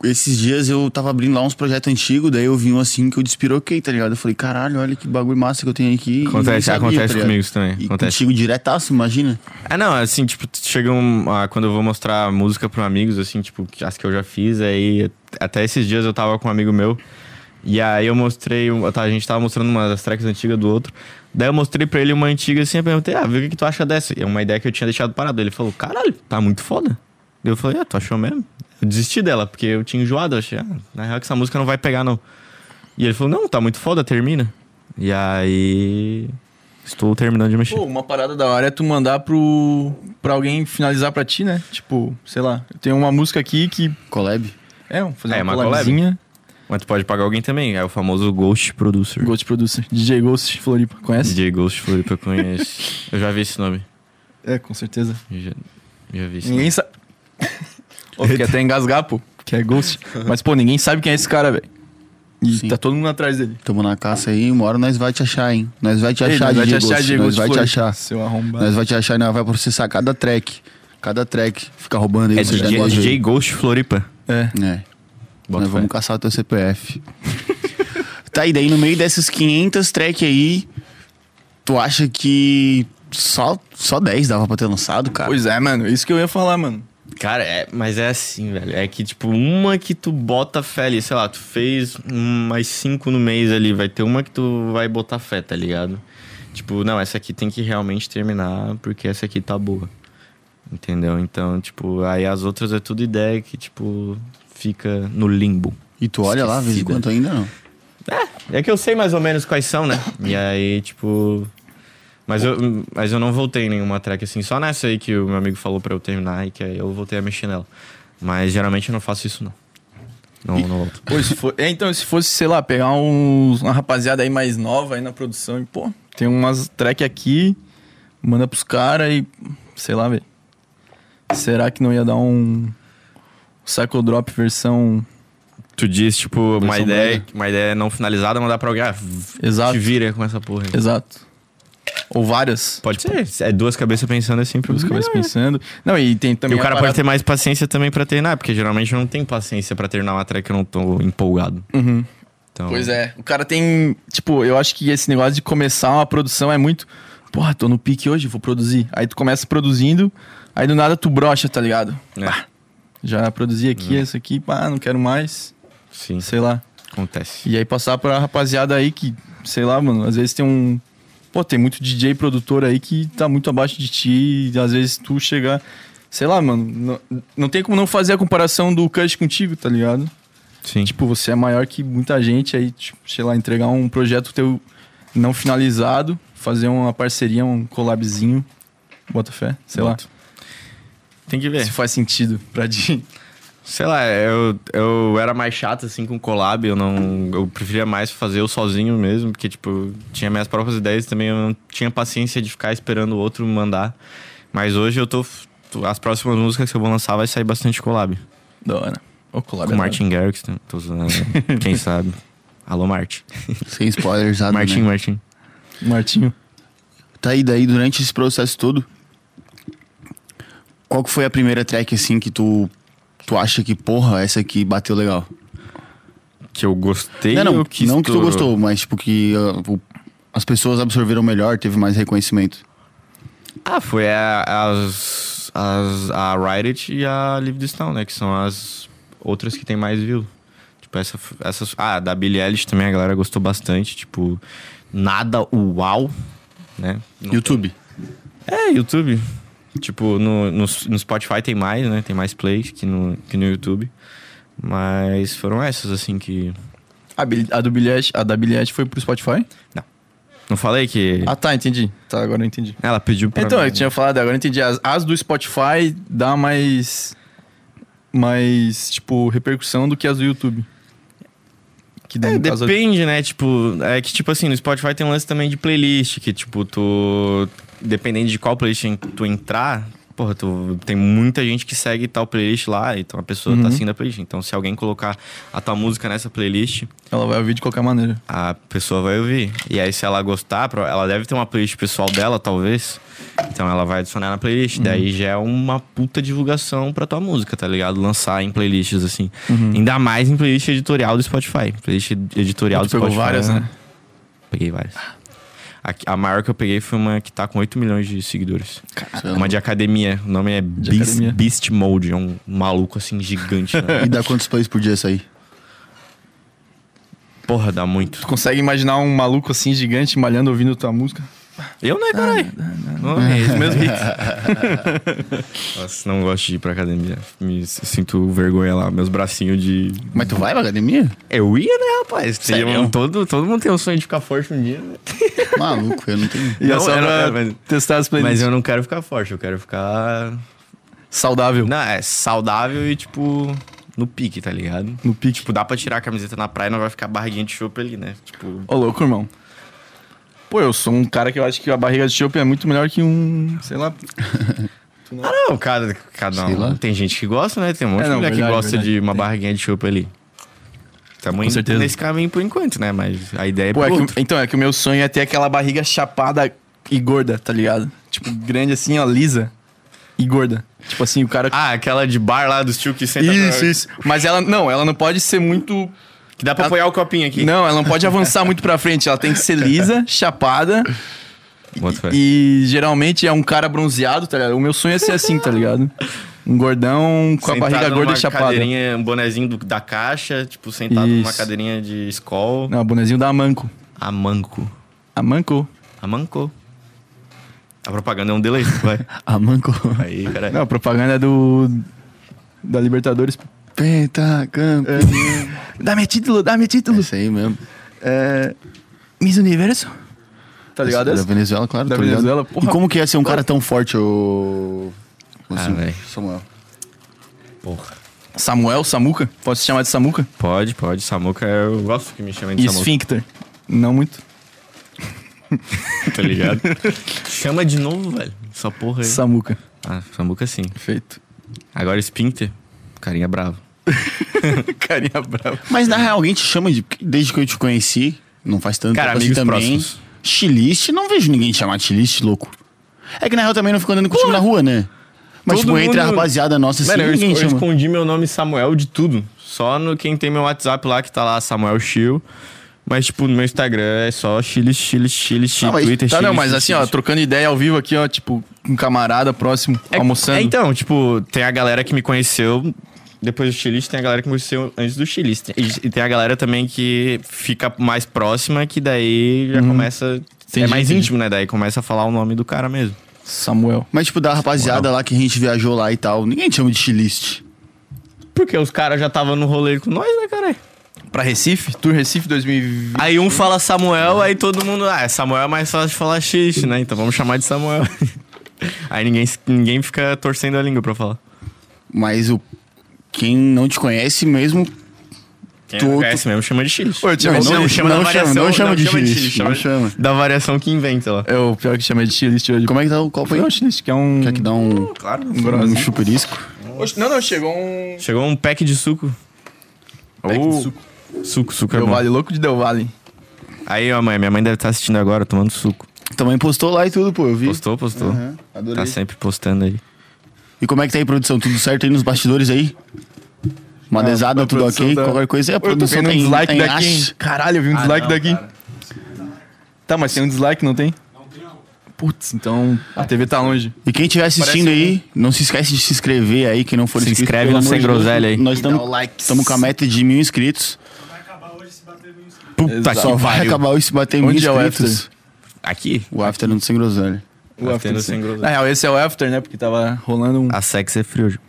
Esses dias eu tava abrindo lá uns projetos antigos, daí eu vi um assim que eu despiroquei, tá ligado? Eu falei, caralho, olha que bagulho massa que eu tenho aqui. e nem
Acontece,
sabia,
acontece
tá ligado?
comigo isso também.
E
Acontece.
contigo diretaço, imagina.
Ah, não, assim, tipo, chega um. ah, quando eu vou mostrar música pra amigos, assim, tipo, que- as que eu já fiz, aí. Até esses dias eu tava com um amigo meu. E aí eu mostrei. um- tá, a gente tava mostrando uma das tracks antigas do outro. Daí eu mostrei pra ele uma antiga assim, eu perguntei, ah, viu o que, que tu acha dessa? E é uma ideia que eu tinha deixado parado. Ele falou, caralho, tá muito foda. Eu falei, ah, tu achou mesmo? Eu desisti dela, porque eu tinha enjoado, eu achei, ah, na real que essa música não vai pegar, não. E ele falou, não, tá muito foda, termina. E aí. Estou terminando de mexer.
Pô, uma parada da hora é tu mandar pro. pra alguém finalizar pra ti, né? Tipo, sei lá, eu tenho uma música aqui que.
Collab.
É, vamos fazer
É,
uma
uma collab.
collabzinha.
Mas tu pode pagar alguém também, é o famoso Ghost Producer.
Ghost Producer. DJ Ghost Floripa. Conhece?
DJ Ghost Floripa eu conheço. eu já vi esse nome.
É, com certeza.
Eu já, já vi esse
Ninguém sabe. Ô, fiquei até engasgar, pô. Que é Ghost. Mas, pô, ninguém sabe quem é esse cara, velho. E
Sim.
tá todo mundo atrás dele.
Tamo na caça aí, uma hora nós vai te achar, hein? Nós vai te
Ei,
achar,
nós vai
DJ
te achar,
Ghost,
DJ
Nós
Ghost
vai te
Floripa.
achar.
Seu arrombado.
Nós vai te achar e nós vai processar cada track. Cada track. Fica roubando aí
nome. É
os seus
DJ,
negócios
DJ Ghost Floripa.
É.
aí. É.
Bota
nós
fé.
vamos caçar o teu CPF. tá, e daí no meio dessas 500 track aí, tu acha que só, só 10 dava pra ter lançado, cara?
Pois é, mano. Isso que eu ia falar, mano.
Cara, é- mas é assim, velho. É que, tipo, uma que tu bota fé ali, sei lá, tu fez umas cinco no mês ali, vai ter uma que tu vai botar fé, tá ligado? Tipo, não, essa aqui tem que realmente terminar, porque essa aqui tá boa. Entendeu? Então, tipo, aí as outras é tudo ideia que, tipo, fica no limbo.
E tu olha lá, vez em
Esquecida.
quando ainda não.
É que eu sei mais ou menos quais são, né? E aí, tipo. Mas eu, mas eu não voltei em nenhuma track assim, só nessa aí que o meu amigo falou pra eu terminar e que aí eu voltei a mexer nela. Mas geralmente eu não faço isso, não. Não, não volto.
Pô, se for... é, então, se fosse, sei lá, pegar uns... uma rapaziada aí mais nova aí na produção e, pô, tem umas track aqui, manda pros caras e. Sei lá, velho. Será que não ia dar um. Psycho Drop versão
Tu diz, tipo, uma
Versão
ideia,
brega.
uma ideia não finalizada, mandar pra alguém. Ah,
Exato.
Te vira com essa porra aí.
Exato. Ou várias.
Pode ser. É duas cabeças pensando assim pra
Os
buscar
caras pensando. Não, e tem
E
também.
o cara
a
pode
parada-
ter mais paciência também pra treinar, porque geralmente eu não tenho paciência pra treinar uma track que eu não tô empolgado.
Uhum.
Então,
Pois é. O cara tem. Tipo, eu acho que esse negócio de começar uma produção é muito. Porra, tô no pique hoje, vou produzir. Aí tu começa produzindo, aí do nada tu brocha, tá ligado?
É.
Bah, já produzi aqui,
Hum.
essa aqui, pá, não quero mais,
Sim,
sei lá.
acontece.
E aí passar pra rapaziada aí que, sei lá, mano, às vezes tem um. Pô, tem muito DJ produtor aí que tá muito abaixo de ti. E às vezes tu chegar. Sei lá, mano. Não, não tem como não fazer a comparação do Cush contigo, tá ligado?
Sim.
Tipo, você é maior que muita gente. Aí, tipo, sei lá, entregar um projeto teu não finalizado, fazer uma parceria, um collabzinho. Bota fé, sei
Boto. tem que
lá.
ver.
Se faz sentido pra ti.
Sei lá, eu, eu era mais chato assim com collab, eu não. Eu preferia mais fazer eu sozinho mesmo, porque, tipo, tinha minhas próprias ideias também, eu não tinha paciência de ficar esperando o outro mandar. Mas hoje eu tô. tô- As próximas músicas que eu vou lançar vai sair bastante collab.
Da hora. Ô, collab.
com
é da hora.
Martin Garrix, né? tô zoando, né? quem sabe. Alô, Martin.
Sem spoilers, nada,
Martin,
né?
Martin.
Martinho.
Tá aí, daí, durante esse processo todo, qual que foi a primeira track, assim, que tu, tu acha que, porra, essa aqui bateu legal?
Que eu gostei
Não, não,
ou que
não que tu
estourou?
gostou, mas, tipo, que ah, o- as pessoas absorveram melhor, teve mais reconhecimento.
Ah, foi a, as, as, a Riot e a Live This Town, né? Que são as outras que tem mais view. Tipo, essa, f- essas. Ah, da Billie Eilish também a galera gostou bastante. Tipo, nada uau, né? Não
YouTube.
É, YouTube. Tipo, no, no, no Spotify tem mais, né? Tem mais plays que no, que no YouTube. Mas foram essas, assim, que.
A, Bil- a do bilhete, a da bilhete foi pro Spotify?
Não falei que.
Ah, tá, entendi. Tá, agora eu entendi.
Ela pediu pra.
Então, eu tinha falado, agora eu entendi. As, as do Spotify dá mais. mais, tipo, repercussão do que as do YouTube. Que dá
É,
no caso-
depende, né? Tipo, é que, tipo assim, no Spotify tem um lance também de playlist, que, tipo, tu. Dependendo de qual playlist en- tu entrar, porra, tu tem muita gente que segue tal playlist lá, então a pessoa tá seguindo a playlist. Então, se alguém colocar a tua música nessa playlist,
Ela vai ouvir de qualquer maneira.
a pessoa vai ouvir. E aí, se ela gostar, pro- ela deve ter uma playlist pessoal dela, talvez. Então ela vai adicionar na playlist. Daí
Uhum.
já é uma puta divulgação pra tua música, tá ligado? Lançar em playlists, assim.
Uhum.
Ainda mais em playlist editorial do Spotify. Playlist ed- editorial
Tu
do
pegou
Spotify.
várias,
é-
né?
Peguei várias. A, a maior que eu peguei foi uma que tá com 8 milhões de seguidores. Uma de academia. O nome é Beast,
academia.
Beast Mode. É um maluco, assim, gigante. né?
E dá quantos plays por dia isso aí?
Porra, dá muito.
Tu consegue imaginar um maluco assim, gigante, malhando, ouvindo tua música?
Eu não, caralho. Não, é isso mesmo. Nossa, não gosto de ir pra academia. Me s- sinto vergonha lá, meus bracinhos de.
Mas tu vai pra academia?
Eu ia, né, rapaz? Tem
Sério?
um- todo, todo mundo tem o sonho de ficar forte um dia, né?
Maluco, eu não tenho...
E
Não,
é só
eu não-
pra
é, mas-
testar as playlists.
Mas eu não quero ficar forte, eu quero ficar.
Saudável.
Não, é saudável e, tipo, no pique, tá ligado?
No pique.
Tipo, dá pra tirar a camiseta na praia e não vai ficar barriguinha de chope ali, né? Tipo,
Ô, louco, irmão. Pô, eu sou um cara que eu acho que a barriga de chopp é muito melhor que um, sei lá,
Ah, não, cada, cada
Sei
um.
lá.
Tem gente que gosta, né? Tem um monte
É,
de
não,
mulher que
verdade,
gosta
verdade.
de uma
Tem.
barriguinha de chopp ali. Estamos indo
certeza.
nesse caminho por enquanto, né? Mas a ideia é
Pô,
pro
é que-
outro.
então, é que o meu sonho é ter aquela barriga chapada e gorda, tá ligado? Tipo, grande assim, ó, lisa e gorda. Tipo assim, o cara...
Ah, aquela de bar lá dos tio que senta... pra-
isso. Mas ela... Não, ela não pode ser muito...
Que dá pra apoiar o copinho aqui.
Não, ela não pode avançar muito pra frente. Ela tem que ser lisa, chapada
Boto fé.
e geralmente é um cara bronzeado, tá ligado? O meu sonho é ser assim, tá ligado? Um gordão com a
Sentado
barriga gorda
numa
e chapada.
cadeirinha, um bonezinho do- da caixa, tipo, sentado numa
Isso.
cadeirinha de escol.
Não, bonezinho da Amanco.
A manco.
Amanco?
A manco. A propaganda é um delay, vai.
A manco...
Aí, cara.
Não, a propaganda é do... Da Libertadores. É.
Pentacampeão.
Dá-me título, dá-me título.
Isso aí mesmo.
É... Miss Universo? Tá ligado?
Da Venezuela, claro.
Da
tô ligado.
Venezuela, porra.
E como que ia ser um cara tão forte, o...
Ah, velho.
Samuel.
Porra.
Samuel, Samuca? Posso te chamar de Samuca?
Pode, pode. Samuca, eu gosto que me chamem de
E
Samuca,
esfíncter? Não muito.
tá ligado? Chama de novo, velho. Essa porra aí.
Samuca.
Ah, Samuca sim.
Perfeito.
Agora Spinter, carinha bravo.
Carinha brava.
Mas na real, alguém te chama de. Desde que eu te conheci, não faz tanto
Cara,
tempo assim
amigos
também.
próximos.
Chiliste, não vejo ninguém te chamar de chiliste, louco. É que na real também não fico andando contigo na rua, né? Mas,
Todo
tipo, entre a
mundo-
rapaziada nossa, assim,
Mano, eu,
ninguém
esco- eu
chama.
escondi meu nome Samuel de tudo. Só no quem tem meu WhatsApp lá, que tá lá, Samuel Chill. Mas, tipo, no meu Instagram é só Chile, Chile, Chile, Chile,
Ah, mas-
Twitter,
Tá,
Chile.
não, mas
Chile,
assim, ó,
Chile.
trocando ideia ao vivo aqui, ó, tipo, um camarada próximo,
É-
almoçando.
é, então, tipo, tem a galera que me conheceu depois do Chile, tem a galera que me conheceu antes do Chile. E, e tem a galera também que fica mais próxima, que daí já começa. é
Uhum. Entendi,
mais
entendi.
íntimo, né? Daí começa a falar o nome do cara mesmo.
Samuel.
Mas, tipo, da rapaziada lá que a gente viajou lá e tal, ninguém te chama de chiliste.
Porque os caras já estavam no rolê com nós, né, cara?
Pra Recife? Tour Recife 2020.
Aí um fala Samuel, aí todo mundo. Ah, Samuel é mais fácil de falar xixi, né? Então vamos chamar de Samuel. aí ninguém, ninguém fica torcendo a língua pra falar.
Mas o... quem não te conhece mesmo.
Quem
Tu-
não conhece mesmo chama de xixi.
Ô, eu tinha-
não,
eu-
não chama- não chama de xixi, não chama.
né? Da variação que inventa lá.
É o pior que chamei de chiliste hoje.
Como é que tá o copo aí?
Foi um chiliste, que é um...
Quer que dá um,
Claro.
um chupirisco?
Oxe, Não, não, chegou um...
Chegou um pack de suco.
Pack de
Ou-
suco.
Suco, suco é
Del
bom.
Valle, louco de Del Valle.
Aí, ó, mãe, minha mãe deve estar assistindo agora, tomando suco.
Também postou lá e tudo, pô, eu vi.
Postou, postou.
Aham, adorei.
Tá sempre postando aí.
E como é que tá aí, produção? Tudo certo aí nos bastidores aí? Uma desada, tudo
produção
ok?
tá-
Qualquer coisa é a
Ô, Eu tô
produção
vendo um
tem,
dislike
tem
daqui,
haste.
hein? Caralho, eu vi um dislike
não,
daqui.
cara.
Tá, mas tem um dislike, não tem? Putz, então a TV tá longe.
E quem estiver assistindo
Parece um-
aí, não se esquece de se inscrever aí, quem não for
Se
inscrito.
inscreve
pelo
no
amor
Sem
de Deus,
Groselha aí.
Nós
E dá o like.
estamos com a meta de mil inscritos.
Puta
Exato.
Só
que
vai
pariu.
acabar hoje se bater mil
Onde é o
inscritos.
Aqui,
o after não do Sem Groselha.
O
After
after,
do
sim.
Sem Groselha.
Na real, esse é o after, né? Porque tava rolando um.
a sex é frio. Ju.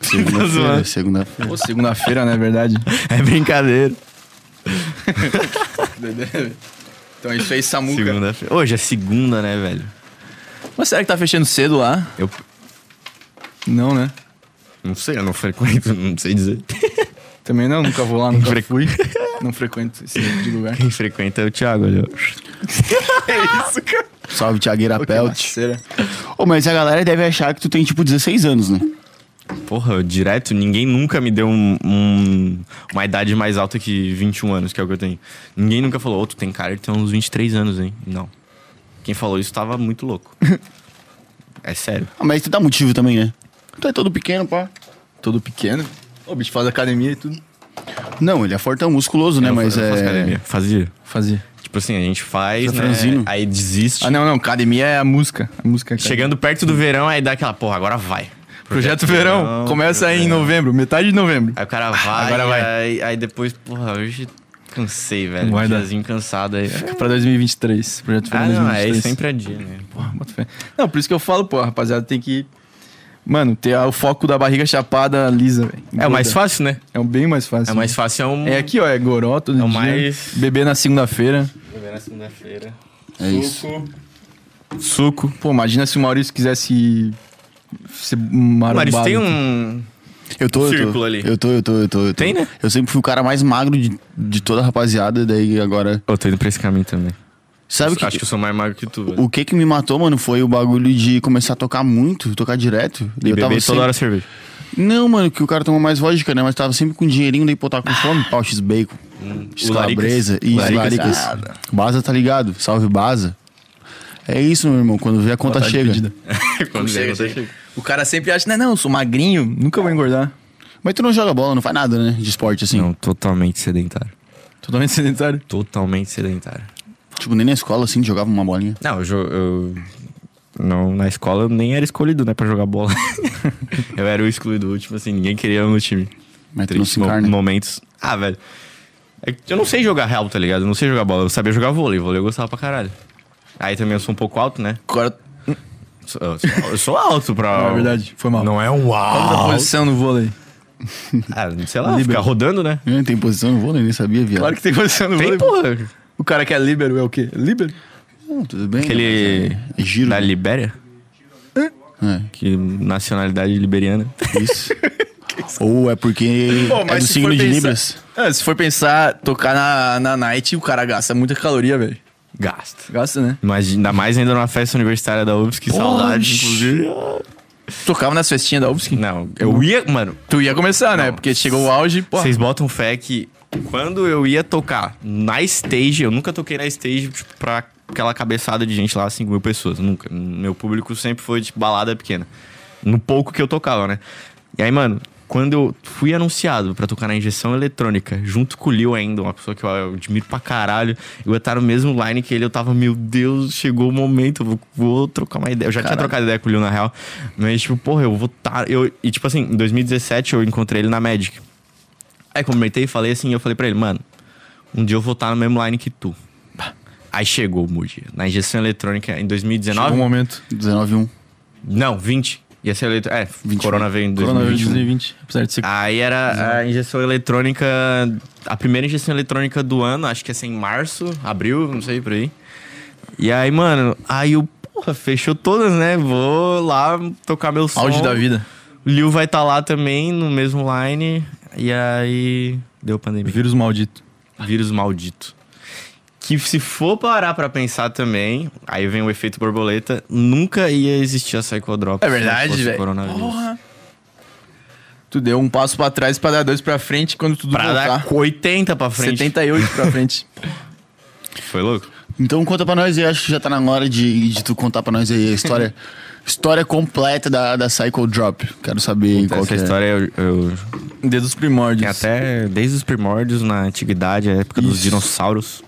Segunda-feira,
zoando.
segunda-feira.
Pô, segunda-feira, né? Verdade.
É brincadeira.
então é isso aí, Samuca.
Segunda-feira. Hoje é segunda, né, velho?
Mas será que tá fechando cedo lá?
Eu
Não, né?
não sei, eu não frequento, não sei dizer.
Também não, nunca vou lá, nunca
Fre-
fui. Não frequento esse tipo de lugar.
Quem frequenta é o Thiago ali, ó.
Salve, Thiagueira Pelt.
Parceira.
Ô, mas a galera deve achar que tu tem, tipo, 16 anos, né?
Porra, eu direto, ninguém nunca me deu um- um- uma idade mais alta que 21 anos, que é o que eu tenho. Ninguém nunca falou, ô, tu tem cara de ter uns 23 anos, hein? Não. Quem falou isso tava muito louco. é sério.
Ah, mas tu dá motivo também, né? Tu é todo pequeno, pá.
Todo pequeno. O bicho faz academia e tudo.
Não, ele é fortão, musculoso, né?
Eu
mas
fa- eu
é...
faço academia. Fazia.
Fazia.
Tipo assim, a gente faz,
Tá
né?
franzino.
Aí desiste.
Ah, não, não. Academia é a música. A música é academia.
Chegando perto do verão, aí dá aquela, porra, agora vai.
Projeto Verão. Começa aí em novembro, metade de novembro.
Aí o cara Ah, vai,
agora vai.
Aí, aí depois, porra, hoje cansei, velho.
Vai
Vai
dar.
Diazinho cansado aí.
Fica pra 2023. Projeto Verão
Ah, não, aí
2023.
sempre é dia, né?
Porra, bota fé. Não, por isso que eu falo, pô, a rapaziada tem que. Mano, ter a- o foco da barriga chapada lisa, velho.
É o mais
Gorda.
fácil, né?
É o bem mais fácil.
É mais fácil, é um.
É aqui, ó, é goró todo
É o
dia.
mais-
Beber na segunda-feira.
na segunda-feira.
É isso.
Suco.
Pô, imagina se o Maurício quisesse ser marombado.
Maurício, tem um.
Eu tô, eu tô.
Círculo ali.
Eu tô, eu tô, eu tô, eu tô.
Tem, né?
Eu sempre fui o cara mais magro de, de toda a rapaziada, daí agora...
Eu tô indo pra esse caminho também.
Sabe o que...
Acho que eu sou mais magro que tu. velho.
O que que me matou, mano, foi o bagulho de começar a tocar muito, tocar direto.
E
eu
beber
tava
toda
sempre-
hora cerveja.
Não, mano, que o cara tomou mais vodka, né? Mas tava sempre com dinheirinho, daí pô, tava
Ah.
com fome. Pau, x-bacon,
Hum,
x-calabresa e
Laricas.
laricas. Baza tá ligado, salve Baza. É isso, meu irmão, quando vê a conta chega.
Quando chega,
Chega, chega. O cara sempre acha, não, não, eu sou magrinho, nunca vou engordar.
Mas tu não joga bola, não faz nada, né? De esporte, assim.
Não, totalmente sedentário.
Totalmente sedentário.
Totalmente sedentário.
Tipo, nem na escola, assim, jogava uma bolinha.
Não, eu, jo- eu não, na escola eu nem era escolhido, né, pra jogar bola. eu era o excluído, o último, assim, ninguém queria eu no time.
Mas tu não
Triste
se encarna.
momentos. Ah, velho. É que Eu não sei jogar real, tá ligado? Eu não sei jogar bola. Eu sabia jogar vôlei. Vôlei eu gostava pra caralho. Aí também eu sou um pouco alto, né?
Agora,
Sou- Eu sou, eu sou alto pra.
É verdade, foi mal.
Não é um
a
alto.
posição no vôlei.
Ah, sei lá, fica rodando, né?
É, Tem posição, não vou, nem sabia, viado.
Claro que tem posição no
Tem
vôlei.
porra.
O cara que é líbero é o quê? Líbero?
Não, tudo bem.
Aquele.
né? Mas é- é Giro.
Da Libéria?
É.
Que nacionalidade liberiana.
Isso. Ou é porque
Pô,
é
mas
do
se
signo
for
de
pensar-
Libras.
É, se for pensar, tocar na, na night, o cara gasta muita caloria, velho.
Gasta.
Gasta, né?
Mas ainda mais ainda numa festa universitária da UFS, que saudade,
Oxi.
inclusive.
Tocava nas festinhas da UFSC?
Não, eu ia, mano,
Tu ia começar, né?
Não.
Porque chegou o auge, pô.
Vocês botam fé que quando eu ia tocar na stage, eu nunca toquei na stage tipo, pra aquela cabeçada de gente lá, 5 mil pessoas, nunca. Meu público sempre foi de balada pequena. No pouco que eu tocava, né? E aí, mano, quando eu fui anunciado pra tocar na injeção eletrônica, junto com o Lil ainda, uma pessoa que eu admiro pra caralho, eu ia estar no mesmo line que ele, eu tava, meu Deus, chegou o momento, eu vou, vou trocar uma ideia. Eu já tinha trocado ideia com o Lil, na real. Mas, tipo, porra, eu vou estar... Eu, e, tipo assim, em 2017 eu encontrei ele na Magic. Aí comentei e falei assim, eu falei pra ele, mano, um dia eu vou estar no mesmo line que tu. Pá. Aí chegou o Moody, na injeção eletrônica em
Chegou
2019.
um momento.
19 1.
Não, 20. Ia ser eletro... É,
20.
Corona veio em
Coronavírus
2021.
2020. Apesar de ser.
Aí era a injeção eletrônica, a primeira injeção eletrônica do ano, acho que ia ser em março, abril, não sei por aí. E aí, mano, aí eu, porra, fechou todas, né? Vou lá tocar meu som.
auge da vida.
O Liu vai estar lá também, no mesmo line. E aí, deu pandemia.
Vírus maldito.
Vírus maldito. Que se for parar pra pensar também, aí vem o efeito borboleta, nunca ia existir a Psychodrop.
É verdade, velho. Porra. Tu deu um passo pra trás pra dar dois pra frente quando tudo
Pra
voltar.
dar 80 pra frente.
78 pra frente.
Foi louco?
Então conta pra nós aí, acho que já tá na hora de, de tu contar pra nós aí a história, história completa da, da Cycle Drop. Quero saber qual que
Essa
é.
história eu, eu-
Dedo dos primórdios.
tem até desde os primórdios na antiguidade, a época dos
Isso.
dinossauros.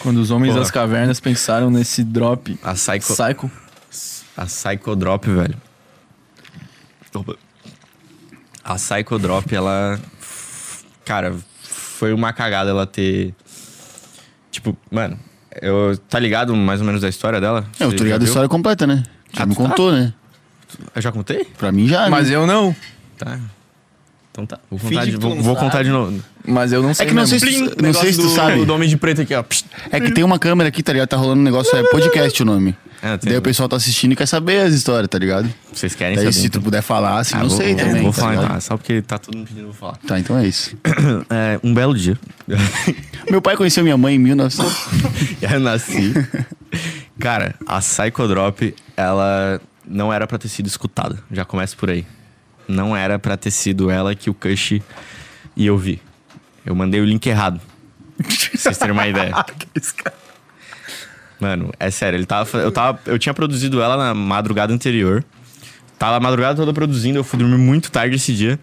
Quando os homens
Porra.
das cavernas pensaram nesse drop.
A Psycho,
Psycho.
a Psycho Drop, velho. Opa. A Psycho Drop, ela. Cara, foi uma cagada ela ter. Tipo, mano, eu, tá ligado mais ou menos da história dela?
É, eu
Você
tô
já
ligado a
viu?
história completa, né? Já
Ah,
me
tu tá?
contou, né?
Eu já contei?
Pra mim já.
Mas
né?
eu não.
Tá. Então tá. Vou
Finge
contar, de,
que tu
vou,
não
vou
sabe.
contar de novo.
Mas
É
eu não sei.
É que não
mesmo.
sei se-
Plim,
Não sei se tu
negócio do-
sabe.
Do homem de preto aqui, ó. Psst.
É que tem uma câmera aqui, tá ligado? Tá rolando um negócio, é podcast o nome.
É, tem-
Daí o pessoal tá assistindo e quer saber as histórias, tá ligado?
Vocês querem
Daí
saber?
se tu
então?
puder falar, assim,
Ah,
não
vou-
sei
vou-
também.
Vou
tá
falar,
ligado?
então, só porque tá todo mundo pedindo, eu vou falar.
Tá, então é isso.
É, um belo dia.
Meu pai conheceu minha mãe em 1900.
eu nasci. Cara, a Psychodrop, ela não era pra ter sido escutada. Já começa por aí. Não era pra ter sido ela que o Kush e eu vi. Eu mandei o link errado. Pra vocês terem uma ideia. Mano, é sério, ele tava, fa- eu, tava, eu tinha produzido ela na madrugada anterior. Tava a madrugada toda produzindo, eu fui dormir muito tarde esse dia.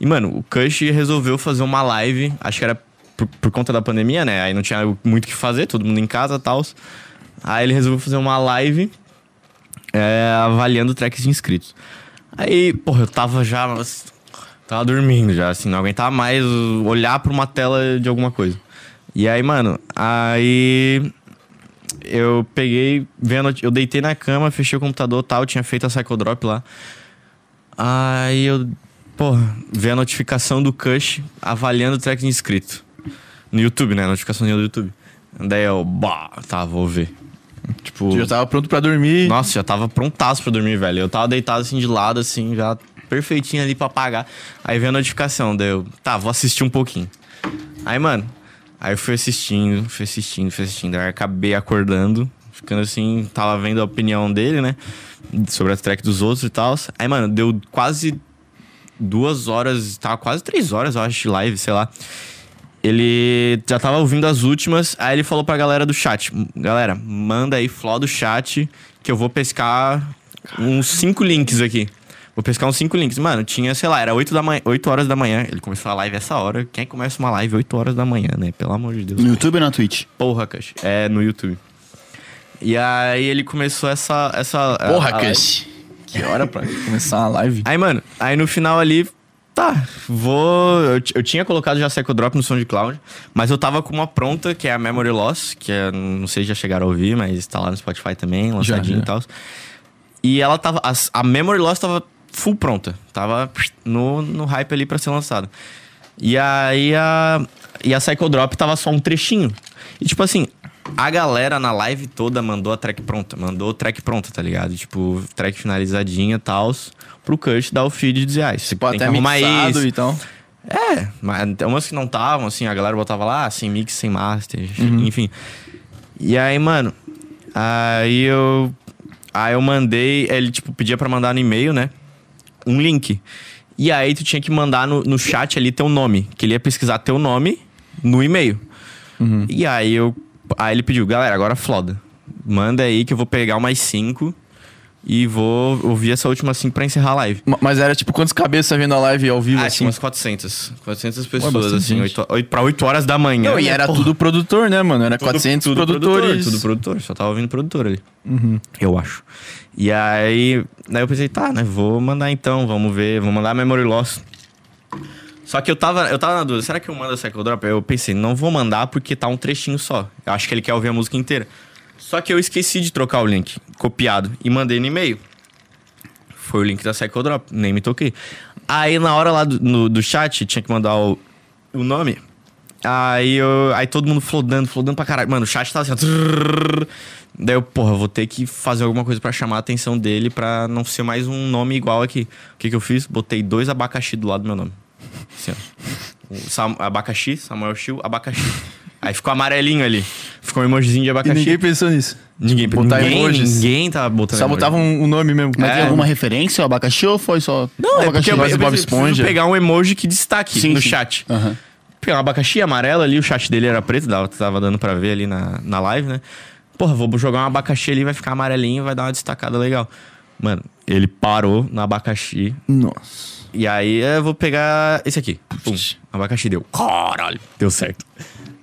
E, mano, o Kush resolveu fazer uma live, acho que era por, por conta da pandemia, né? Aí não tinha muito o que fazer, todo mundo em casa e tal. Aí ele resolveu fazer uma live é, avaliando tracks de inscritos. Aí, porra, eu tava já. Tava dormindo já, assim, não aguentava mais olhar pra uma tela de alguma coisa. E aí, mano, aí eu peguei, vendo, eu deitei na cama, fechei o computador tal, tinha feito a Psychodrop lá. Aí eu, porra, vi a notificação do Cush avaliando o track de inscrito. No YouTube, né? Notificaçãozinha do YouTube. Daí eu, bah, tá, vou ver. Tipo,
Eu já tava pronto pra dormir.
nossa, já tava prontaço pra dormir, velho. Eu tava deitado assim de lado, assim, já perfeitinho ali pra apagar. Aí veio a notificação, daí eu, tá, vou assistir um pouquinho. Aí, mano, aí eu fui assistindo, fui assistindo, fui assistindo. Aí eu acabei acordando, ficando assim, tava vendo a opinião dele, né? Sobre a track dos outros e tal. Aí, mano, deu quase duas horas, tava quase três horas, eu acho, de live, sei lá. Ele já tava ouvindo as últimas, aí ele falou pra galera do chat: Galera, manda aí fló do chat que eu vou pescar uns cinco links aqui. Vou pescar uns cinco links. Mano, tinha, sei lá, era 8, da manhã, 8 horas da manhã. Ele começou a live essa hora. Quem começa uma live 8 horas da manhã, né? Pelo amor de Deus.
No YouTube ou na Twitch?
Porra, Cush. É, no YouTube. E aí ele começou essa. essa
Ah,
a- a-
Cash. Que hora pra começar a live?
Aí, mano, aí no final ali, tá, vou. Eu, ti- eu tinha colocado já Seco Drop no SoundCloud, mas eu tava com uma pronta, que é a Memory Loss, que é, não sei se já chegaram a ouvir, mas tá lá no Spotify também, lançadinho
já.
e tal. E ela tava. A, a Memory Loss tava full pronta. Tava no, no hype ali pra ser lançada. E aí a. E a Psycho Drop tava só um trechinho. E tipo assim, a galera na live toda mandou a track pronta. Mandou o track pronta, tá ligado? Tipo, track finalizadinha e tal. Pro Kush dar o feed e dizer, ah, isso
Pô,
tem que
Tipo, até
arrumar
mixado então.
isso.
e tal.
É, mas tem umas que não estavam, assim, a galera botava lá, sem mix, sem master, enfim. E aí, mano, aí eu Aí eu mandei, ele tipo pedia pra mandar no e-mail, né? Um link. E aí tu tinha que mandar no, no chat ali teu nome, que ele ia pesquisar teu nome no e-mail. E aí eu aí ele pediu, galera, agora floda. Manda aí que eu vou pegar umas cinco e vou ouvir essa última cinco pra encerrar a live.
Ma- Mas era tipo quantas cabeças vendo a live ao vivo
Ah,
assim?
tinha umas 400. 400 pessoas,
bastante
assim,
gente.
8, 8, pra 8 horas da manhã.
Não, e era tudo produtor, né, mano? Era 400 produtores.
Produtor, tudo produtor, só tava ouvindo produtor ali.
Uhum.
Eu acho. E aí, daí eu pensei, tá, né? Vou mandar então, vamos ver, vou mandar memory loss. Só que eu tava, eu tava na dúvida, será que eu mando a Cycle Drop? Eu pensei, não vou mandar porque tá um trechinho só. Eu acho que ele quer ouvir a música inteira. Só que eu esqueci de trocar o link, copiado, e mandei no e-mail. Foi o link da Cycle Drop, nem me toquei. Aí na hora lá do, no- do chat, tinha que mandar o, o nome. Aí, eu, aí todo mundo flodando, flodando pra caralho. Mano, o chat tava assim, ó. trrr. Daí eu, porra, vou ter que fazer alguma coisa pra chamar a atenção dele pra não ser mais um nome igual aqui. O que que eu fiz? Botei dois abacaxi do lado do meu nome. Assim, ó. O Sam- abacaxi, Samuel Chiu, abacaxi. Aí ficou amarelinho ali. Ficou um emojizinho de
E
abacaxi.
ninguém pensou nisso.
Ninguém,
Botar
ninguém,
emojis.
ninguém tava botando
Só
emoji.
botava um, um nome mesmo.
Mas
Tem
É.
alguma referência ao abacaxi ou foi só.
Não, é
abacaxi?
porque eu,
Mas
eu
Bob
preciso
Esponja.
pegar um emoji que destaque
Sim,
no
sim.
chat.
Aham.
Pegar um abacaxi amarelo ali, o chat dele era preto, dava, tava dando pra ver ali na, na live, né? Porra, vou jogar um abacaxi ali, vai ficar amarelinho, vai dar uma destacada legal. Mano, ele parou no abacaxi.
Nossa.
E aí eu vou pegar esse aqui. Pum, abacaxi deu. Caralho, deu certo.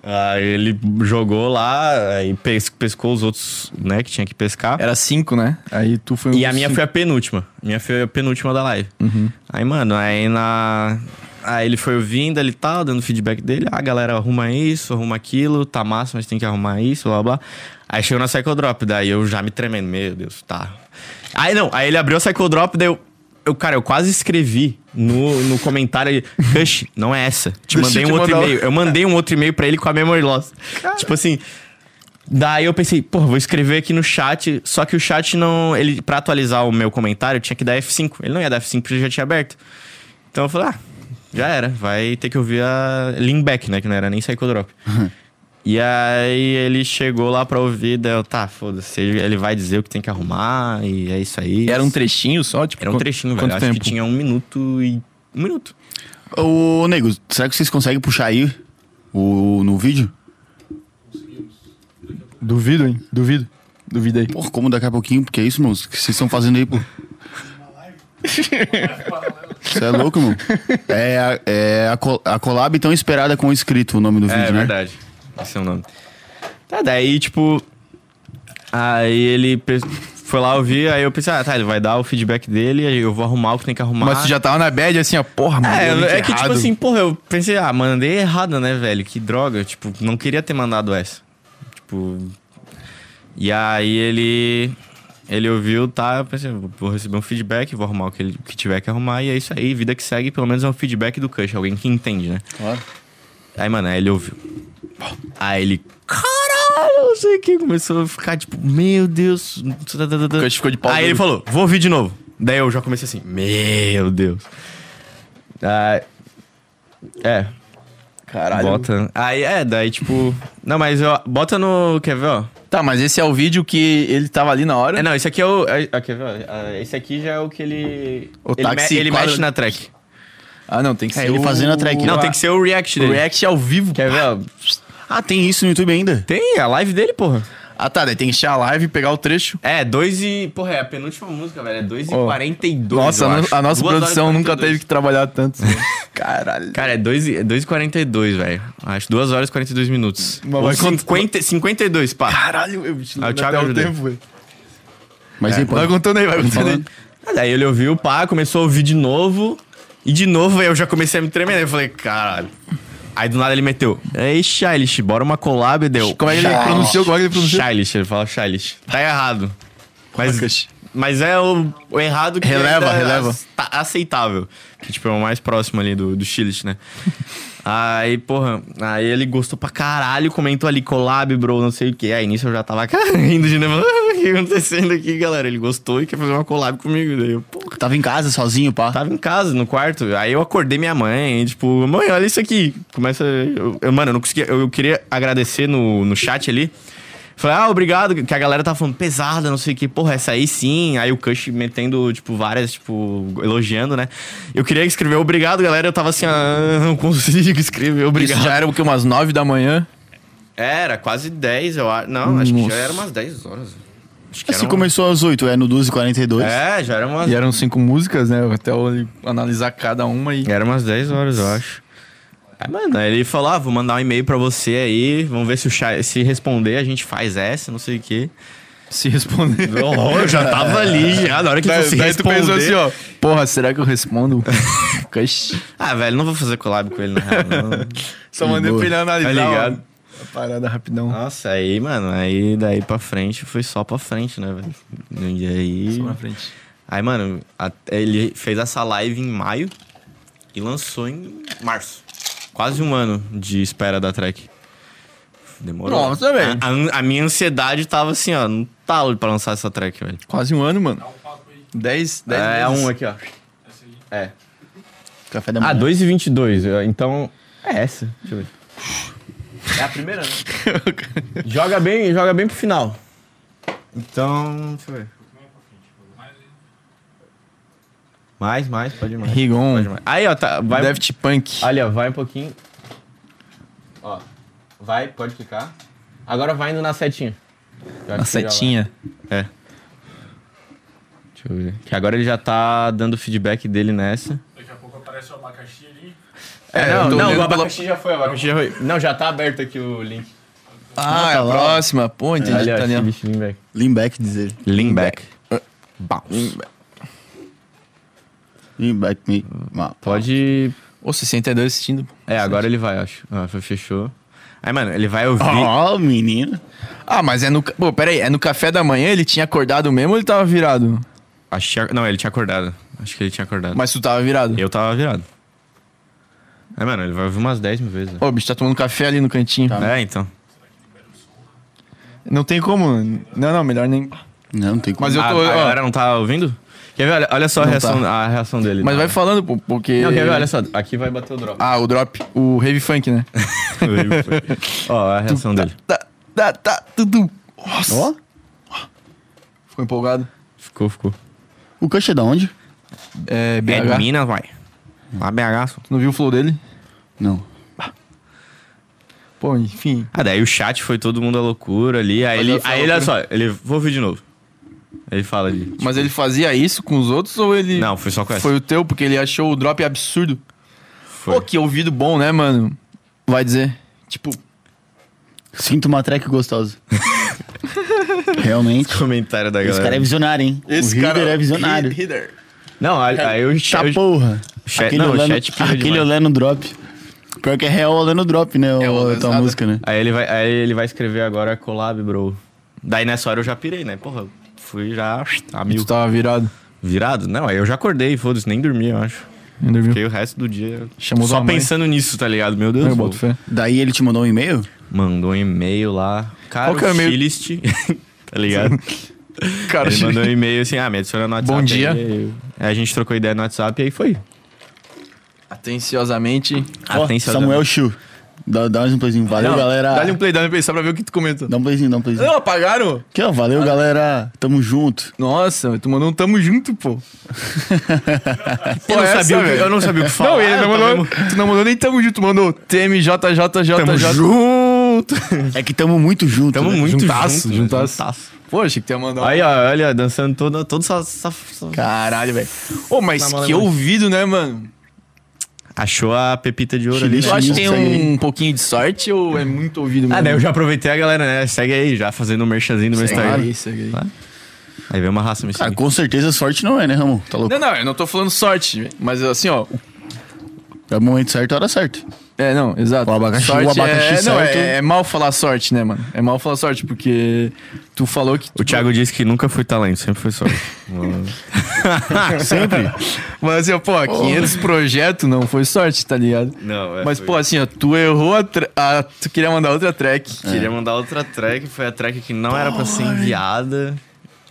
Aí ele jogou lá, aí pes- pescou os outros, né, que tinha que pescar.
Era cinco, né? Aí tu foi um Uhum.
E a minha
cinco.
foi a penúltima. Minha foi a penúltima da live. Aí, mano, aí na. Aí ele foi ouvindo ali e tal, dando feedback dele. Ah, galera, arruma isso, arruma aquilo, tá massa, mas tem que arrumar isso, blá blá. blá. Aí chegou na Cycle Drop, daí eu já me tremendo, meu Deus, tá. Aí não, aí ele abriu a Cycle Drop, daí eu. eu cara, eu quase escrevi no, no comentário ali, Hush, não é essa. Te
Deixa
mandei
eu
um
te
outro
mandar um-
e-mail. Eu mandei um outro e-mail pra ele com a memory loss. Tipo assim, Daí eu pensei, porra, vou escrever aqui no chat, só que o chat não. Ele, pra atualizar o meu comentário, eu tinha que dar F5. Ele não ia dar F5 porque ele já tinha aberto. Então eu falei, ah, já era, vai ter que ouvir a Leanback, né? Que não era nem Psychodrop. e aí ele chegou lá pra ouvir, daí eu, tá, foda-se, ele ele vai dizer o que tem que arrumar, e é isso aí.
Era um trechinho só? Tipo,
Era um
qu-
trechinho, velho.
quanto
Acho
Tempo?
que tinha um minuto e. Um minuto.
Ô, nego, será que vocês conseguem puxar aí o, no vídeo?
Duvido, hein? Duvido. Duvidei.
Pô, como daqui a pouquinho, porque é isso, moço? O que vocês estão fazendo aí, pô? Você é louco, mano? É, a, é a, col- a collab tão esperada com o escrito, o nome do vídeo,
É,
né?
verdade. Esse é o nome. Tá, daí, tipo. Aí ele pe- foi lá ouvir, aí eu pensei, ah, tá, ele vai dar o feedback dele, aí eu vou arrumar o que tem que arrumar.
Mas tu já tava na bad assim, ó. Porra, mano.
É,
deu link
é que tipo
errado.
assim, porra, eu pensei, ah, mandei errada, né, velho? Que droga. Tipo, não queria ter mandado essa. Tipo. E aí ele. Ele ouviu, tá? Eu pensei, vou receber um feedback, vou arrumar o que, ele, o que tiver que arrumar, e é isso aí, vida que segue, pelo menos é um feedback do Cush, alguém que entende, né?
Claro.
Aí, mano, aí ele ouviu. Aí ele. Caralho, não sei o que. Começou a ficar tipo, meu Deus.
O Cush ficou de pau
Aí ele
duro.
falou, vou ouvir de novo. Daí eu já comecei assim, meu Deus. Ah, é,
Caralho.
bota. Aí é, daí tipo. Não, mas ó, bota no. Quer ver, ó?
Tá, mas esse é o vídeo que ele tava ali na hora.
É, não, esse aqui é o. é, ó, quer ver, ó? Ah, Esse aqui já é o que ele.
O
ele
táxi
ele
quadra-
mexe na track.
Ah, não, tem que ser.
ele
o-
fazendo a track.
Não, tem que ser o react
o
dele.
react ao vivo.
né? Ah. Quer ver, ó?
Ah, tem isso no YouTube ainda?
Tem, a live dele, porra.
Ah, tá, daí tem que encher a live e pegar o trecho.
É, 2 e. Porra, é a penúltima música, velho. É 2 e
Ó.
42.
Nossa,
eu
a no-
acho.
a nossa
Duas
produção
horas e
nunca
42.
teve que trabalhar tanto. né? Caralho.
Cara, é 2 e, é 2 e 42, velho. Acho 2 horas e 42 minutos.
Mas
Ou
vai quanto-
50, 52, pá.
Caralho, eu te
Ah, o Thiago ajudou.
velho.
Mas aí, pô.
Vai contando aí, vai
Vamos
contando aí.
falando.
Ah, Daí ele ouviu, pá, começou a ouvir de novo. E de novo, aí eu já comecei a me tremer. né? Eu falei, caralho. Aí do nada ele meteu, ei, Shailish, bora uma collab, e deu.
Como é que ele pronunciou? Como é que ele pronunciou?
Shailish, ele fala Shailish. Tá errado. Mas,
Focus.
mas é o, o errado que
Releva,
ainda
releva.
ac- tá aceitável. Que, tipo, é o mais próximo ali do, do Chilish, né? aí, porra, aí ele gostou pra caralho, comentou ali, collab, bro, não sei o que. Aí nisso eu já tava rindo de novo. o que tá acontecendo aqui, galera? Ele gostou e quer fazer uma collab comigo. Daí eu, porra.
Tava em casa sozinho, pá.
Tava em casa, no quarto. Aí eu acordei minha mãe, e, tipo, mãe, olha isso aqui. Começa. Eu, eu- mano, eu não conseguia. Eu, eu queria agradecer no, no chat ali. Falei, ah, obrigado, que a galera tá falando pesada, não sei o que. Porra, essa aí sim. Aí o Cush metendo, tipo, várias, tipo, elogiando, né? Eu queria escrever obrigado, galera. Eu tava assim, ah, não consigo escrever
Isso
obrigado. É,
já era o que, umas 9 da manhã?
Era quase 10, eu acho. Não, acho que
Nossa.
já era umas 10 horas. Acho que
Assim
era um-
começou às 8, é no 12h42.
É, já era umas
E eram cinco músicas, né? Até eu analisar cada uma e.
Era umas 10 horas, eu acho. Aí, Mano, aí ele falou: ah, vou mandar um e-mail pra você aí, vamos ver se o chat, se responder, a gente faz essa, não sei o quê.
se responder.
Oh, eu já tava ali, já, na hora que ele
Daí,
fosse
daí tu pensou
responder-
assim, ó. Porra, será que eu respondo? Caixa.
Ah, velho, não vou fazer collab com ele, na real, não.
Só mandei
Boa.
pra ele analisar.
Tá
ó,
ligado?
A parada rapidão.
Nossa, aí, mano, aí daí pra frente foi só pra frente, né, velho? E aí.
Só na frente.
Aí, mano, a- ele fez essa live em maio e lançou em março. Quase um ano de espera da track. Demorou.
Nossa, velho.
A, a- a minha ansiedade tava assim, ó, no talo pra lançar essa track, velho.
Quase um ano, mano. 10, 10
É,
meses.
um aqui, ó. É.
Café da manhã.
Ah, 2,22. Então, é essa. Deixa eu ver. É a primeira, né? joga, bem, joga bem pro final. Então, deixa eu ver. Mais, mais, pode ir mais.
Rigon,
Pode mais. Aí, ó, tá, vai.
Daft Punk.
Ali, ó, vai um pouquinho. Ó, vai, pode clicar. Agora vai indo na setinha. Eu
Na
acho que já vai.
setinha.
É. Deixa eu ver. Que agora ele já tá dando feedback dele nessa.
Daqui a pouco aparece o abacaxi ali.
É, eu tô olhando pela-
já foi, o abacaxi já foi. Não, já tá aberto aqui o link.
Ah, é a próxima. Pô, entendi.
Ali, ó,
tá ali, ó.
esse bicho Leanback.
Limbeck dizer.
Leanback. Bounce.
Limbeck me. Ah,
Pode...
Ô, 62 assistindo.
É, agora ele vai, eu acho. Ah, foi- fechou. Aí, mano, ele vai ouvir...
Ó, menino.
Ah, mas é no. ca- Pô, peraí, é no café da manhã ele tinha acordado mesmo ou ele tava virado?
Acho que- Não, ele tinha acordado. Acho que ele tinha acordado.
Mas tu tava virado.
Eu tava virado. É, mano, ele vai ouvir umas 10 mil vezes. né?
Ô, o bicho tá tomando café ali no cantinho.
É, então.
Não tem como. Não, não, melhor nem.
Não, não tem como.
Mas eu
a,
tô.
a
ó,
galera não tá ouvindo? Quer ver? Olha, olha só a
Não tá.
reação, a reação dele.
mas
Tá.
vai falando, pô, porque.
Não, quer ver? Olha só. Aqui vai bater o drop.
Ah, o drop. O heavy funk, né?
Ó, a reação dele.
tá, tá, tá, tudo. Nossa.
Ó.
Ficou empolgado.
Ficou, ficou.
O Cush é da onde?
É, BH.
É de Minas, vai. Lá BH. só.
Tu não viu o flow dele?
Não.
Pô, enfim.
Ah, daí o chat foi todo mundo à loucura ali. Aí
Mas
ele.
foi a
Aí ele, olha só,
loucura.
ele. Vou ouvir de novo. Ele fala ali.
Mas ele fazia isso com os outros ou ele.
Não, foi só com essa.
Foi o teu, porque ele achou o drop absurdo.
Foi.
Pô, que ouvido bom, né, mano? Vai dizer. Tipo,
Sinto uma track gostosa. Realmente.
Comentário da
Esse cara é visionário, hein?
esse
o Reader
cara.
é visionário.
He- header.
Não, aí, aí o
Tá
chat.
porra.
Chat-
aquele
não, o
olhando,
chat pira
aquele
demais.
olhando drop. Pior que é real olhando drop, né?
É,
o- a tua
olhando-
música, né?
Aí ele, vai, aí ele vai escrever agora collab, bro. Daí nessa hora eu já pirei, né? Porra, fui já a mil.
Tu tava virado.
Virado? Não, aí eu já acordei, foda-se, nem dormi, eu acho.
Ainda viu?
Fiquei o resto do dia
Chamou
só
tua mãe.
pensando nisso, tá ligado? Meu Deus,
Eu
pô.
boto fé.
Daí ele te mandou um e-mail?
mandou um e-mail lá. Cara,
Qual que é o
o
e-mail?
Chilist, tá ligado?
Cara,
Ele mandou um e-mail assim, ah, me adiciona no WhatsApp.
Bom dia.
Aí, aí a gente trocou ideia no WhatsApp e aí foi.
atenciosamente.
Ah,
Ó, Samuel Chu. Dá, dá mais um playzinho. Valeu,
Não,
galera.
Dá-lhe um play, dá-lhe um play, só pra ver o que tu comentou.
Dá um playzinho, dá um playzinho.
Não, apagaram?
Aqui, ó. Valeu, galera. Tamo junto.
Nossa, tu mandou um tamo junto, pô.
Eu não, sabia o que-
velho?
eu não sabia o que falar. Ah, tá
Não, ele não
eu tava
mandou. Tu não mandou nem tamo junto, mandou
Tamo
TMJJJJ.
junto.
É que tamo muito junto.
Tamo
né?
muito
Juntasso,
junto. né?
juntasso. Pô, achei que tu ia mandar. um-
Aí, ó, olha, dançando toda, toda essa, essa- essa-
Caralho, velho. Ô, mas
Na moral,
que
mano.
ouvido, né, mano?
Achou a pepita de ouro ali.
Chilist.
Tu
né?
acha que tem
isso aí.
um pouquinho de sorte ou é muito ouvido mesmo?
Ah, daí eu já aproveitei a galera, né? Segue aí, já fazendo um merchanzinho do meu
Segue
Instagram.
aí, segue aí.
Claro. Aí veio uma raça me
Cara,
seguir.
Ah, com certeza sorte não é, né, Ramon? Tá louco?
Não, não, eu não tô falando sorte, mas assim, ó. o-
É o momento certo, a hora certa.
É, não, exato.
O abacaxi-
sorte
o abacaxi
é, não,
certo.
é, é mal falar sorte, né, mano? É mal falar sorte, porque tu falou que.
O Thiago disse que nunca foi talento, sempre foi sorte.
Sempre.
Mas assim, ó, pô, 500 projetos não foi sorte, tá ligado?
Não, é.
Mas,
foi-
pô, assim, ó, tu errou a, tra- a- Tu
É.
queria mandar outra track.
Queria mandar outra track, foi a track que não era pra ser enviada.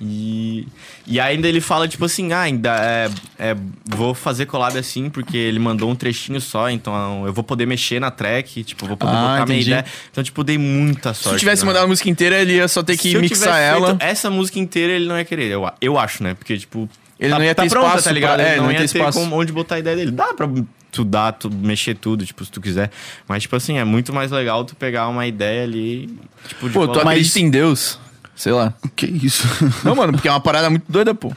E, e ainda ele fala, tipo assim, ah, ainda é, é, vou fazer collab assim, porque ele mandou um trechinho só, então eu vou poder mexer na track, tipo, vou poder
Ah,
botar minha
entendi.
ideia. Então, tipo, dei muita
Se
sorte.
tu tivesse
né?
mandado a música inteira, ele ia só ter que
Se eu
mixar
tivesse
ela.
feito Essa música inteira ele não ia querer, eu, a- eu acho, né? Porque, tipo.
Ele não ia ter espaço
tá ligado?
pra-
Ele
é,
não,
não ia
ia,
ter
ter
espaço.
como- onde botar a ideia dele. Dá pra tu dar, tu mexer tudo, tipo, se tu quiser. Mas, tipo assim, é muito mais legal tu pegar uma ideia ali, tipo, de
Pô, tu
colar.
acredita em Deus? Sei lá.
Que isso?
Não, mano, porque é uma parada muito doida, pô.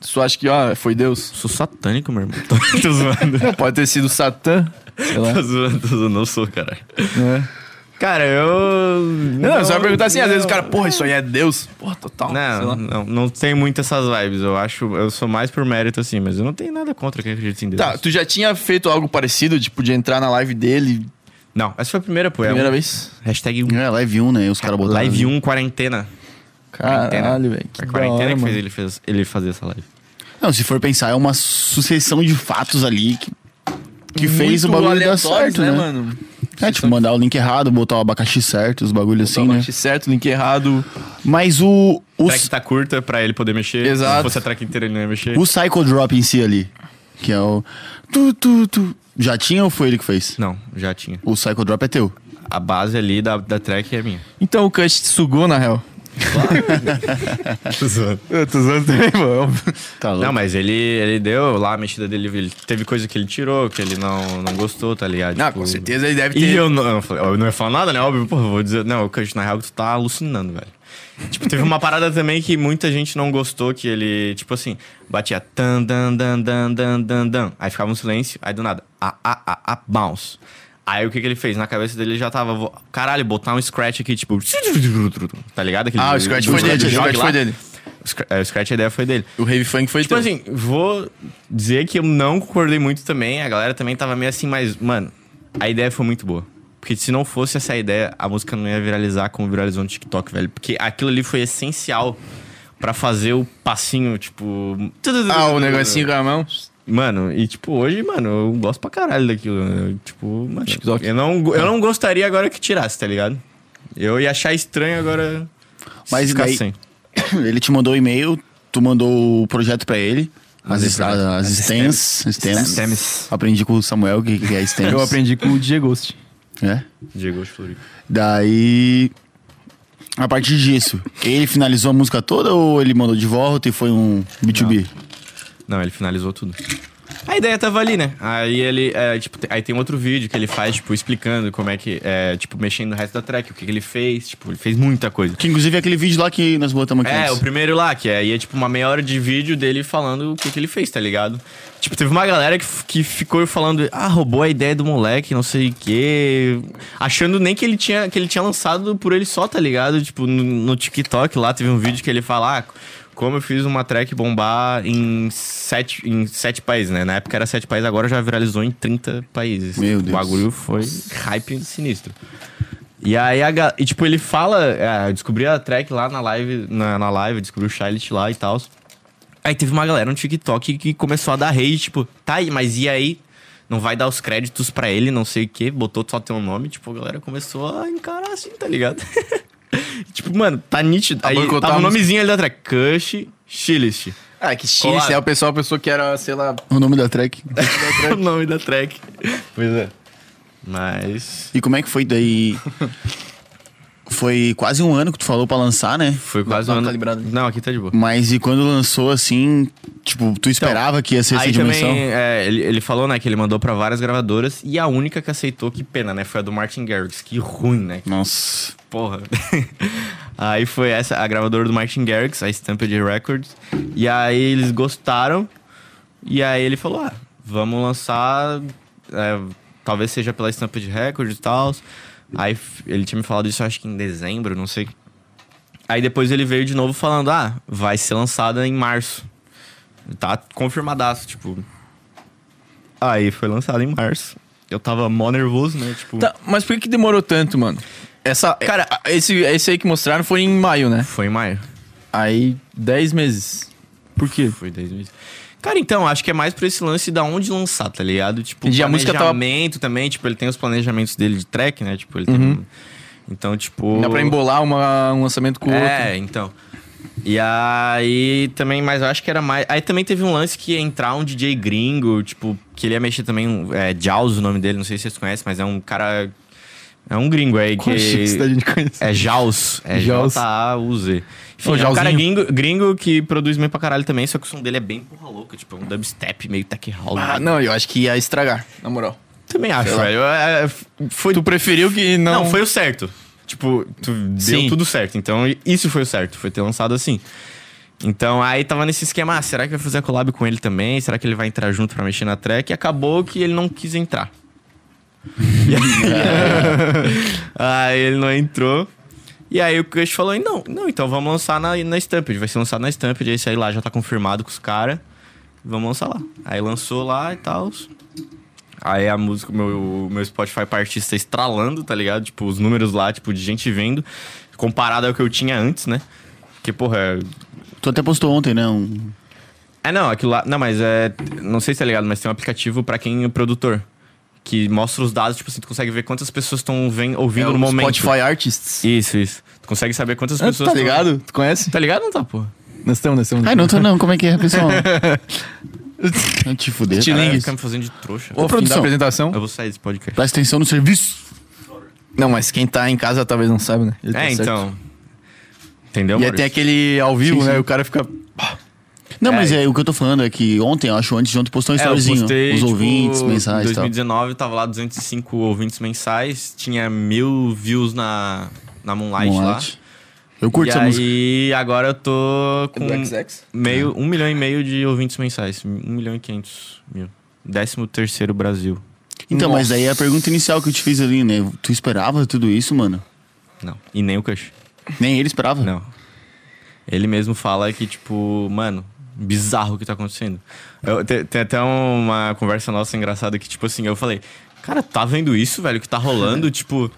Se Tu acha que, ó, foi Deus?
Sou satânico, meu irmão. Tô, tô zoando.
Não, pode ter sido Satã. Sei lá.
tô zoando, tô zoando. Não sou, cara.
né?
Cara, eu...
Não, você vai perguntar assim, às vezes o cara,
não.
porra, isso aí é Deus? Porra, total. sei
Não,
lá.
não, não tem muito essas vibes. Eu acho, eu sou mais por mérito assim, mas eu não tenho nada contra quem acredita em Deus.
Tá, tu já tinha feito algo parecido, tipo, de entrar na live dele
Não, essa foi a primeira, pô. é
primeira
um-
vez?
Hashtag um-
É, live 1, né? Os caras botaram.
live 1 quarentena.
Caralho, velho.
Foi a quarentena que
mano.
fez ele, fez ele fazer essa live.
Não, se for pensar, é uma sucessão de fatos ali que, que fez o
Muito
bagulho dar
aleatórios,
certo, né?
mano?
É, tipo, mandar o link errado, botar o abacaxi certo, os bagulhos assim,
Sim,
né?
link certo, link errado.
Mas o, o,
Track tá curta pra ele poder mexer.
Exato.
Se fosse a track inteira, ele não ia mexer.
o Psycho Drop em si ali, que é o... Tu, tu, tu. Já tinha ou foi ele que fez?
Não, já tinha.
O Psycho Drop é teu.
A base ali da, da track é minha.
Então o Cush te sugou, na real. Eu tô usando também, mano.
Tá louco.
Não, mas ele, ele deu lá a mexida dele. Ele teve coisa que ele tirou, que ele não, não gostou, tá ligado?
Não,
Tipo,
Ah, com certeza ele deve ter.
E eu não, eu falei, eu não ia falar nada, né? Óbvio, pô, eu vou dizer. Não, Cush, na real, tu tá alucinando, velho. Tipo, teve uma parada também que muita gente não gostou, que ele, tipo assim, batia tan, dan, dan, dan, dan, dan, dan. Aí ficava um silêncio, aí do nada, a, a, a, a, bounce. Aí o que que ele fez? Na cabeça dele ele já tava, vou- caralho, botar um scratch aqui, tipo, tá ligado? Aquele-
Ah, o Scratch foi dele, o
joga
Scratch
lá.
foi dele.
O scra- é, o scratch a ideia foi dele.
O Rave Funk foi
Tipo
teu.
assim, vou dizer que eu não concordei muito também. A galera também tava meio assim, mas, mano, a ideia foi muito boa. Porque se não fosse essa ideia, a música não ia viralizar como viralizou no TikTok, velho. Porque aquilo ali foi essencial pra fazer o passinho, tipo.
Ah, o negocinho com a mão.
Mano, e tipo, hoje, mano, eu gosto pra caralho daquilo. né? Eu, Tipo, mano,
TikTok.
Eu, não, go- eu não gostaria agora que tirasse, tá ligado? Eu ia achar estranho agora.
Mas
ficar
daí-
sem.
Ele te mandou o e-mail, tu mandou o projeto pra ele. As, as, as stems, stems.
stems.
Aprendi com o Samuel que, que é stems.
Eu aprendi com o DJ Ghost.
É.
Diego Floripa.
Daí, a partir disso, ele finalizou a música toda ou ele mandou de volta e foi um B2B?
Não, ele finalizou tudo. A ideia tava ali, né? Aí ele, é, tipo, te- aí tem outro vídeo que ele faz, tipo, explicando como é que, é, tipo, mexendo no resto da track, o que, que ele fez, tipo, ele fez muita coisa.
Que inclusive é aquele vídeo lá que nós botamos aqui
É,
antes.
o primeiro lá, que aí é, tipo, uma meia hora de vídeo dele falando o que, que ele fez, tá ligado? Tipo, teve uma galera que, f- que ficou falando, ah, roubou a ideia do moleque, não sei o quê, achando nem que ele tinha, que ele tinha lançado por ele só, tá ligado? Tipo, no, no TikTok lá teve um vídeo que ele fala, ah, como eu fiz uma track bombar em sete, em sete países, né? Na época era sete países, agora já viralizou em 30 países.
Meu Deus.
O bagulho foi hype sinistro. E aí, a, ga- e, tipo, ele fala. É, eu descobri a track lá na live, na, na live, eu descobri o Charlotte lá e tal. Aí teve uma galera no TikTok que começou a dar rage, tipo, tá aí, mas e aí? Não vai dar os créditos pra ele, não sei o quê, botou só teu nome, tipo, a galera começou a encarar assim, tá ligado? tipo, mano, tá nítido.
A
Aí
boicotar
tava
a
o
música.
nomezinho ali da track, Cush Chilist.
Ah, que chique.
Colado.
É o pessoal, a pessoa que era, sei lá.
O nome da track.
o nome da track. Pois é. Mas.
E como é que foi daí? foi quase um ano que tu falou pra lançar, né?
Foi quase
dá
um
uma
ano.
calibrada.
Não, aqui tá de boa.
Mas e quando lançou assim, tipo, tu esperava que ia ser essa
Então, Aí
dimensão?
também, é, ele, ele falou, né, que ele mandou pra várias gravadoras e a única que aceitou, que pena, né, foi a do Martin Garrix. Que ruim, né? Que
Nossa.
porra. aí foi essa, a gravadora do Martin Garrix, a Stampede Records. E aí eles gostaram e aí ele falou, ah, vamos lançar, é, talvez seja pela Stampede Records e tal. Aí f- ele tinha me falado isso, acho que em dezembro, não sei. Aí depois ele veio de novo falando, ah, vai ser lançada em março. Tá confirmadaço, tipo. Aí foi lançado em março. Eu tava mó nervoso, né? Tipo,
Tá, mas por que, que demorou tanto, mano? Essa. Cara, esse, esse aí que mostraram foi em maio, né?
foi em maio.
Aí, 10 meses. Por quê?
Foi 10 meses. Cara, então, acho que é mais por esse lance da onde lançar, tá ligado? Tipo,
Entendi, a música tá- tava-
planejamento também, tipo, ele tem os planejamentos dele de track, né?
Uhum.
Tipo, ele tem. um- Então, tipo.
Dá pra embolar uma, um lançamento com o
É, então. E aí também, mas eu acho que era mais. Aí também teve um lance que ia entrar um DJ gringo, tipo, que ele ia mexer também. um- É Jaws o nome dele, não sei se vocês conhecem, mas é um cara. É um gringo aí que.
Qual a chance da gente conhecer?
É Jaws. É
Jaws.
J-A-U-Z. Enfim,
Ô,
é um cara
Jauzinho.
gringo, gringo que produz meio pra caralho também, só que o som dele é bem porra louca, tipo, é um dubstep meio tech house.
Ah, não, eu acho que ia estragar, na moral.
também acho, velho. É, é, foi,
Tu preferiu que não.
não, foi o certo. Tipo, tu deu
Sim.
tudo certo. Então, isso foi o certo. Foi ter lançado assim. Então, aí tava nesse esquema. Ah, será que vai fazer a collab com ele também? Será que ele vai entrar junto pra mexer na track? E acabou que ele não quis entrar. e aí, aí ele não entrou. E aí o Kush falou, não, não, então vamos lançar na, na Stampede. Vai ser lançado na Stampede. Aí isso aí lá já tá confirmado com os caras. Vamos lançar lá. Aí lançou lá e tal. Aí a música, o meu, o meu Spotify pra artista estralando, tá ligado? Tipo, os números lá, tipo, de gente vendo. Comparado ao que eu tinha antes, né? Que, porra. é-
Tu até postou ontem, né? Um...
É, não, aquilo lá. Não, mas é. Não sei se tá ligado, mas tem um aplicativo pra quem é produtor. Que mostra os dados, tipo assim, tu consegue ver quantas pessoas estão ouvindo
É
no
o
momento.
Spotify Artists.
Isso, isso. Tu consegue saber quantas
Ah, tu
pessoas.
tá
tão-
ligado? Tu conhece?
Tá ligado ou não tá, porra?
Nós estamos, nós estamos.
Ai, não tô não. Como é que é, pessoal? Não te fuder. tá?
Te
cara.
liga.
Caralho,
isso.
fica me fazendo de trouxa.
Ô, fim da
produção.
apresentação.
Eu vou sair desse podcast.
Presta atenção no serviço.
Não, mas quem tá em casa talvez não saiba, né? Ele tá
É,
certo.
então. Entendeu?
E aí
Maurício?
tem aquele ao vivo,
Sim,
né?
sim.
O cara fica.
Não,
É.
mas é, o que eu tô falando é que ontem, eu acho, antes de ontem, postou um
É, eu
storyzinho.
postei,
os
tipo,
ouvintes, mensagens
Em
e tal.
2019 tava lá 205 ouvintes mensais, tinha mil views na, na Moonlight,
Moonlight.
lá.
Eu curto
e
essa
aí
música. É.
agora eu tô com
XX?
meio, um milhão e meio de ouvintes mensais, um milhão e quinhentos mil. Décimo terceiro Brasil.
Então, mas aí é a pergunta inicial que eu te fiz ali, né? Tu esperava tudo isso, mano?
Não, e nem o Cush.
Nem ele esperava.
Não. Ele mesmo fala que, tipo, mano, bizarro o que tá acontecendo. Eu- te- tem até uma conversa nossa engraçada que, tipo assim, eu falei, cara, tá vendo isso, velho, que tá rolando? tipo.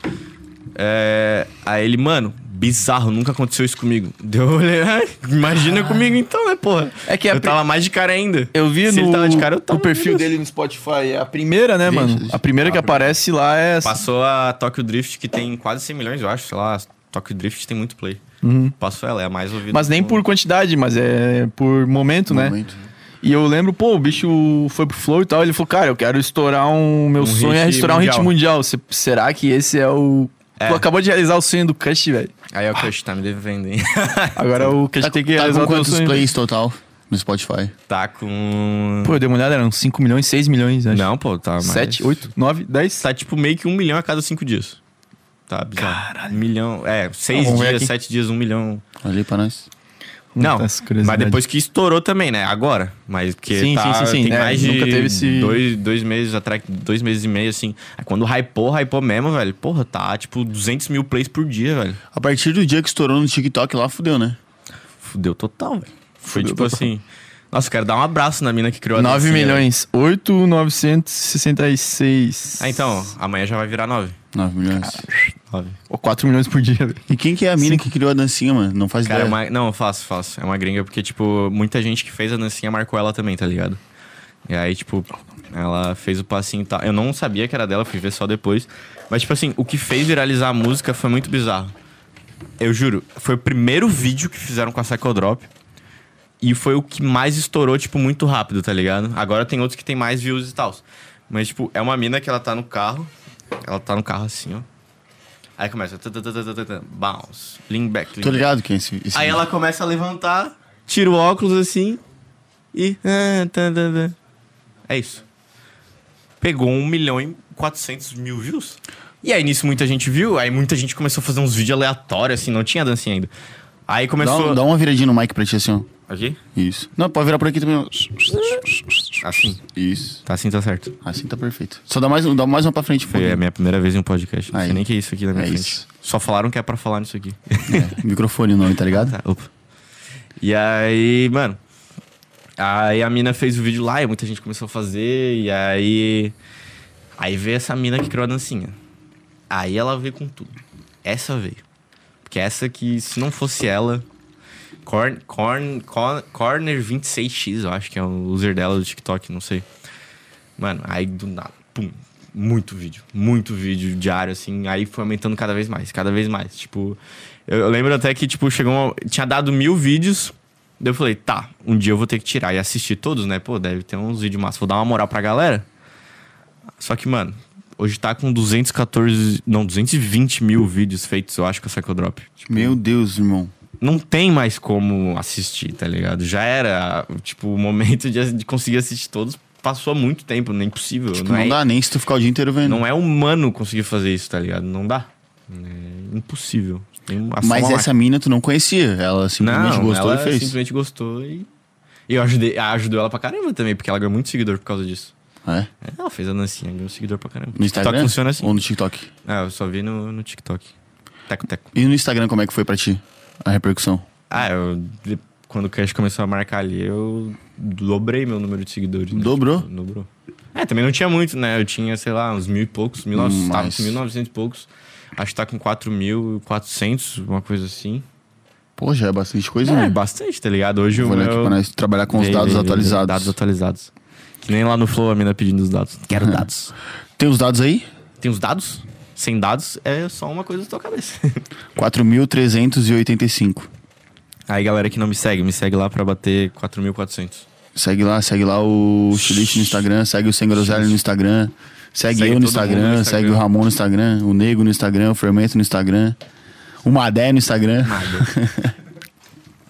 É... Aí ele, mano, bizarro, nunca aconteceu isso comigo. Deu, olhei, "Ah, imagina comigo então, né, porra?
É que a
eu
pri-
tava mais de cara ainda.
Eu vi
Se
no
ele tava de cara, eu tava,
o perfil
meu Deus.
dele no Spotify. É a primeira, né,
Deixa,
mano?
deixa.
A primeira que aparece lá é. essa.
Passou a Tokyo Drift, que tem quase 100 milhões, eu acho, sei lá. Tokyo Drift tem muito play. Passou ela, é a mais ouvida.
Uhum. Mas nem
do-
por quantidade, mas é por momento, né?
Momento.
E eu lembro, pô, o bicho foi pro flow e tal. Ele falou, cara, eu quero estourar um. Meu
Um
sonho é
hit
estourar um hit
mundial.
mundial. Se- será que esse é o.
É.
Tu acabou de realizar o sonho do Cush, velho.
Aí é o
Ah.
Cush tá me devendo, hein?
Agora o Cush
Tá,
tem que
tá
realizar
com
o teu
quantos
sonho.
plays total no Spotify?
Tá com.
Pô, eu dei uma olhada, eram 5 milhões, 6 milhões, acho.
não, pô, tá mais.
7, 8, 9, 10.
Tá tipo meio que um milhão a cada cinco dias. Tá bizarro. Caralho. Um milhão. É, seis
Vamos ver
dias,
aqui.
sete dias, um milhão.
Olha aí pra nós.
Não,
Muitas
mas
curiosidades.
depois que estourou também, né? Agora. Mas porque
Sim, sim,
tá,
sim, sim.
tem
É,
mais de
nunca teve esse-
dois, dois meses atrás, dois meses e meio, assim. Aí quando hypou, hypou mesmo, velho. Porra, tá tipo 200 mil plays por dia, velho.
A partir do dia que estourou no TikTok lá, fudeu, né?
Fudeu total, velho. Foi
Fudeu
tipo
total.
assim... Nossa, quero dar um abraço na mina que criou a
9
dancinha,
milhões, 8,966.
velho. Ah, então, amanhã já vai virar nove.
9 milhões.
Nove.
Ou 4 milhões por dia, velho.
E quem que é a mina que criou a dancinha, mano? Não faz
Cara, é
ideia.
uma- não, eu faço, faço. É uma gringa, porque, tipo, muita gente que fez a dancinha marcou ela também, tá ligado? E aí, tipo, ela fez o passinho e tal. Eu não sabia que era dela, fui ver só depois. Mas, tipo assim, o que fez viralizar a música foi muito bizarro. Eu juro, foi o primeiro vídeo que fizeram com a Psycho Drop. E foi o que mais estourou, tipo, muito rápido, tá ligado? Agora tem outros que tem mais views e tal. Mas, tipo, é uma mina que ela tá no carro. Ela tá no carro assim, ó. Aí começa. tã, tã, tã, tã, tã, tã, Bounce. Lean back. Lean
Tô
back.
ligado quem é esse. esse
Aí ela começa a levantar, tira o óculos assim e. ah, tá, tá, tá. É isso. Pegou 1 milhão e 400 mil views. E aí nisso muita gente viu, aí muita gente começou a fazer uns vídeos aleatórios, assim, não tinha dancinha ainda. Aí
Dá, um-
começou.
dá uma viradinha no mic pra ti assim, ó.
Aqui?
Isso. Não, pode virar por aqui também. ó.
Assim.
Isso.
Tá assim, tá certo.
Assim tá perfeito. Só dá mais, um- dá mais uma pra frente. um
Foi a
pouquinho.
minha primeira vez em um podcast. Não
Aí.
sei nem o que é isso aqui na minha
É
frente.
isso.
Só falaram que é pra falar nisso aqui.
É, microfone o nome, tá ligado?
Tá, opa. E aí, mano. Aí a mina fez o vídeo lá e muita gente começou a fazer. E aí. Aí veio essa mina que criou a dancinha. Aí ela veio com tudo. Essa veio. Porque essa que, se não fosse ela. Corn, corn, corn, Corner26x, eu acho que é o user dela do TikTok, não sei. Mano, aí do nada. Pum. muito vídeo, muito vídeo diário, assim. Aí foi aumentando cada vez mais, cada vez mais. Tipo, eu, eu lembro até que, tipo, chegou. uma- tinha dado mil vídeos. Daí eu falei, tá, um dia eu vou ter que tirar e assistir todos, né? Pô, deve ter uns vídeos massa. Vou dar uma moral pra galera. Só que, mano, hoje tá com 214. Não, 220 mil vídeos feitos, eu acho, com a Psycho Drop. Tipo,
Meu Deus, irmão.
não tem mais como assistir, tá ligado? Já era, tipo, o momento de, de conseguir assistir todos passou há muito tempo, não é impossível.
Tipo,
não,
não
é,
dá nem se tu ficar o dia inteiro vendo.
não é humano conseguir fazer isso, tá ligado? Não dá. É impossível. Tem uma- só
Mas
uma
essa mina tu não conhecia. Ela simplesmente
não,
gostou
ela
e fez.
simplesmente gostou e... E eu ajudei, ah, ajudou ela pra caramba também, porque ela ganhou muito seguidor por causa disso.
É.
É, Ela fez a dancinha, ganhou seguidor pra caramba.
No Instagram?
TikTok funciona assim.
Ou no TikTok?
Ah, eu só vi no, no TikTok. Teco, teco.
E no Instagram, como é que foi pra ti a repercussão?
Ah, eu... de- Quando o Cash começou a marcar ali, eu dobrei meu número de seguidores. né?
Dobrou?
Tipo, dobrou. É, também não tinha muito, né? Eu tinha, sei lá, uns mil e poucos. Mil,
Hum,
Tava
mas-
com 1.900 e poucos. Acho que tá com 4.400, uma coisa assim.
Pô, já é bastante coisa,
É,
né?
bastante, tá ligado? Hoje
Vou
o
olhar
meu...
aqui pra nós trabalhar com os
Vem,
dados
vem, vem,
atualizados.
Dados atualizados. Que nem lá no Flow a mina pedindo os dados. Quero dados.
Tem os dados aí?
Tem os dados? Sem dados é só uma coisa da tua cabeça.
4.385.
Aí galera que não me segue, me segue lá pra bater 4.400.
Segue lá, segue lá o Chilite no Instagram, segue o Sem Groselha no Instagram, segue,
Segue
eu no
todo mundo no
Instagram,
Instagram.
segue o Ramon no Instagram, o Nego no Instagram, o Fermento no Instagram, o Madé no Instagram.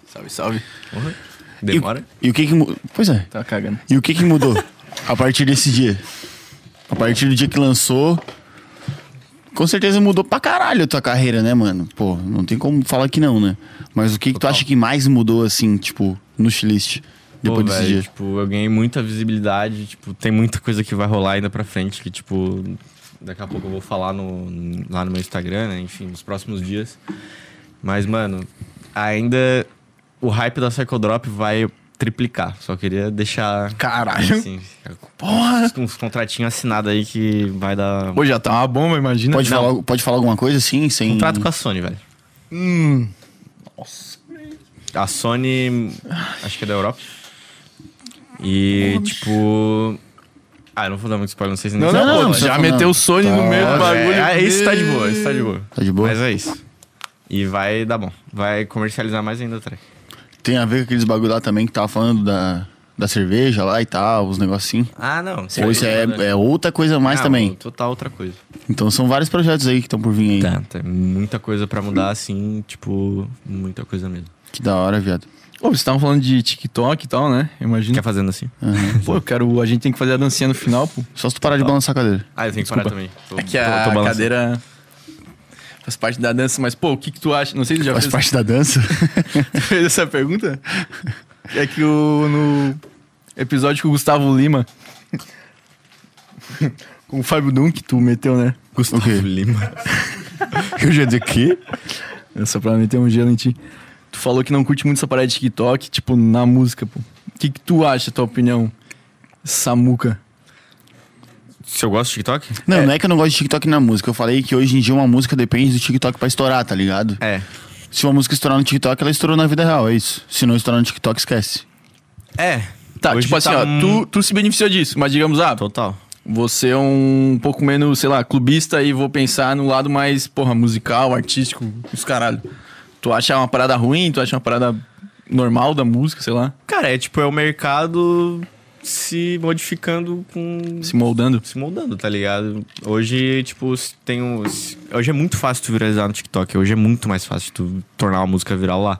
Salve, salve.
Porra.
E-
Demora?
E, o que que. mu- Pois é.
Tá cagando.
E o que que mudou a partir desse dia? A partir do dia que lançou. Com certeza mudou pra caralho a tua carreira, né, mano? Pô, não tem como falar que não, né? Mas o que, que tu acha que mais mudou, assim, tipo, no Chilist? Depois
Pô,
desse
velho,
dia?
Tipo, eu ganhei muita visibilidade, tipo, tem muita coisa que vai rolar ainda pra frente, que, tipo, daqui a pouco eu vou falar no, lá no meu Instagram, né? Enfim, nos próximos dias. Mas, mano, ainda o hype da Cycle Drop vai triplicar. Só queria deixar.
Caralho.
Assim, Porra! Uns contratinhos assinados aí que vai dar.
Pô, já tá uma bomba, imagina.
Pode falar, pode falar alguma coisa, assim, sem...
Contrato com a Sony, velho.
Hum,
A Sony, acho que é da Europa. E, tipo. Ah, eu não vou dar muito spoiler, não sei se
Não,
não, não,
não,
pô,
não,
já
tá
meteu
falando.
o Sony
Tá.
no meio do
É,
bagulho.
É, isso tá de boa, isso tá de boa.
Tá de boa?
Mas é isso. E vai dar bom. Vai comercializar mais ainda a track.
Tem a ver com aqueles bagulho lá também que tava falando da, da cerveja lá e tal, os negocinhos.
Ah, não.
Ou isso é, é outra coisa a
Ah,
mais também.
Total outra coisa.
Então são vários projetos aí que estão por vir aí.
Tá, tem muita coisa pra mudar, assim, tipo, muita coisa mesmo.
Que da hora, viado.
Ô, vocês estavam falando de TikTok e tal, né? Imagina.
Quer fazendo assim?
Pô, eu quero. A gente tem que fazer a dancinha no final, pô.
Só se tu parar de balançar a cadeira.
Ah, eu tenho que parar também. Tô-
É que
tô-
a
tô balançando.
cadeira faz parte da dança, mas, pô, o que, que tu acha? Não sei se já
Faz
fez,
parte da dança?
fez essa pergunta. É que o, no episódio com o Gustavo Lima. Com o Fábio Dum, que tu meteu, né?
O
Gustavo
quê?
Lima.
Eu já disse que...
É Só pra meter um gelo em ti. Tu falou que não curte muito essa parada de TikTok, tipo, na música, pô. O que, que tu acha, tua opinião? Samuca.
Se eu gosto de TikTok?
Não, não é que eu não gosto de TikTok na música. Eu falei que hoje em dia uma música depende do TikTok pra estourar, tá ligado?
É.
Se uma música estourar no TikTok, ela estourou na vida real, é isso. Se não estourar no TikTok, esquece.
É.
Tá,
Hoje
tipo assim,
tá
ó,
mu-
tu, tu se beneficiou disso, mas digamos, ah,
Total.
você é um pouco menos, sei lá, clubista e vou pensar no lado mais, porra, musical, artístico, os caralho. Tu acha uma parada ruim, tu acha uma parada normal da música, sei lá,
Cara, é tipo, é o mercado se modificando com
se moldando.
se moldando, tá ligado? Hoje, tipo, se tem um. se- Hoje é muito fácil tu viralizar no TikTok. Hoje é muito mais fácil tu tornar uma música viral lá.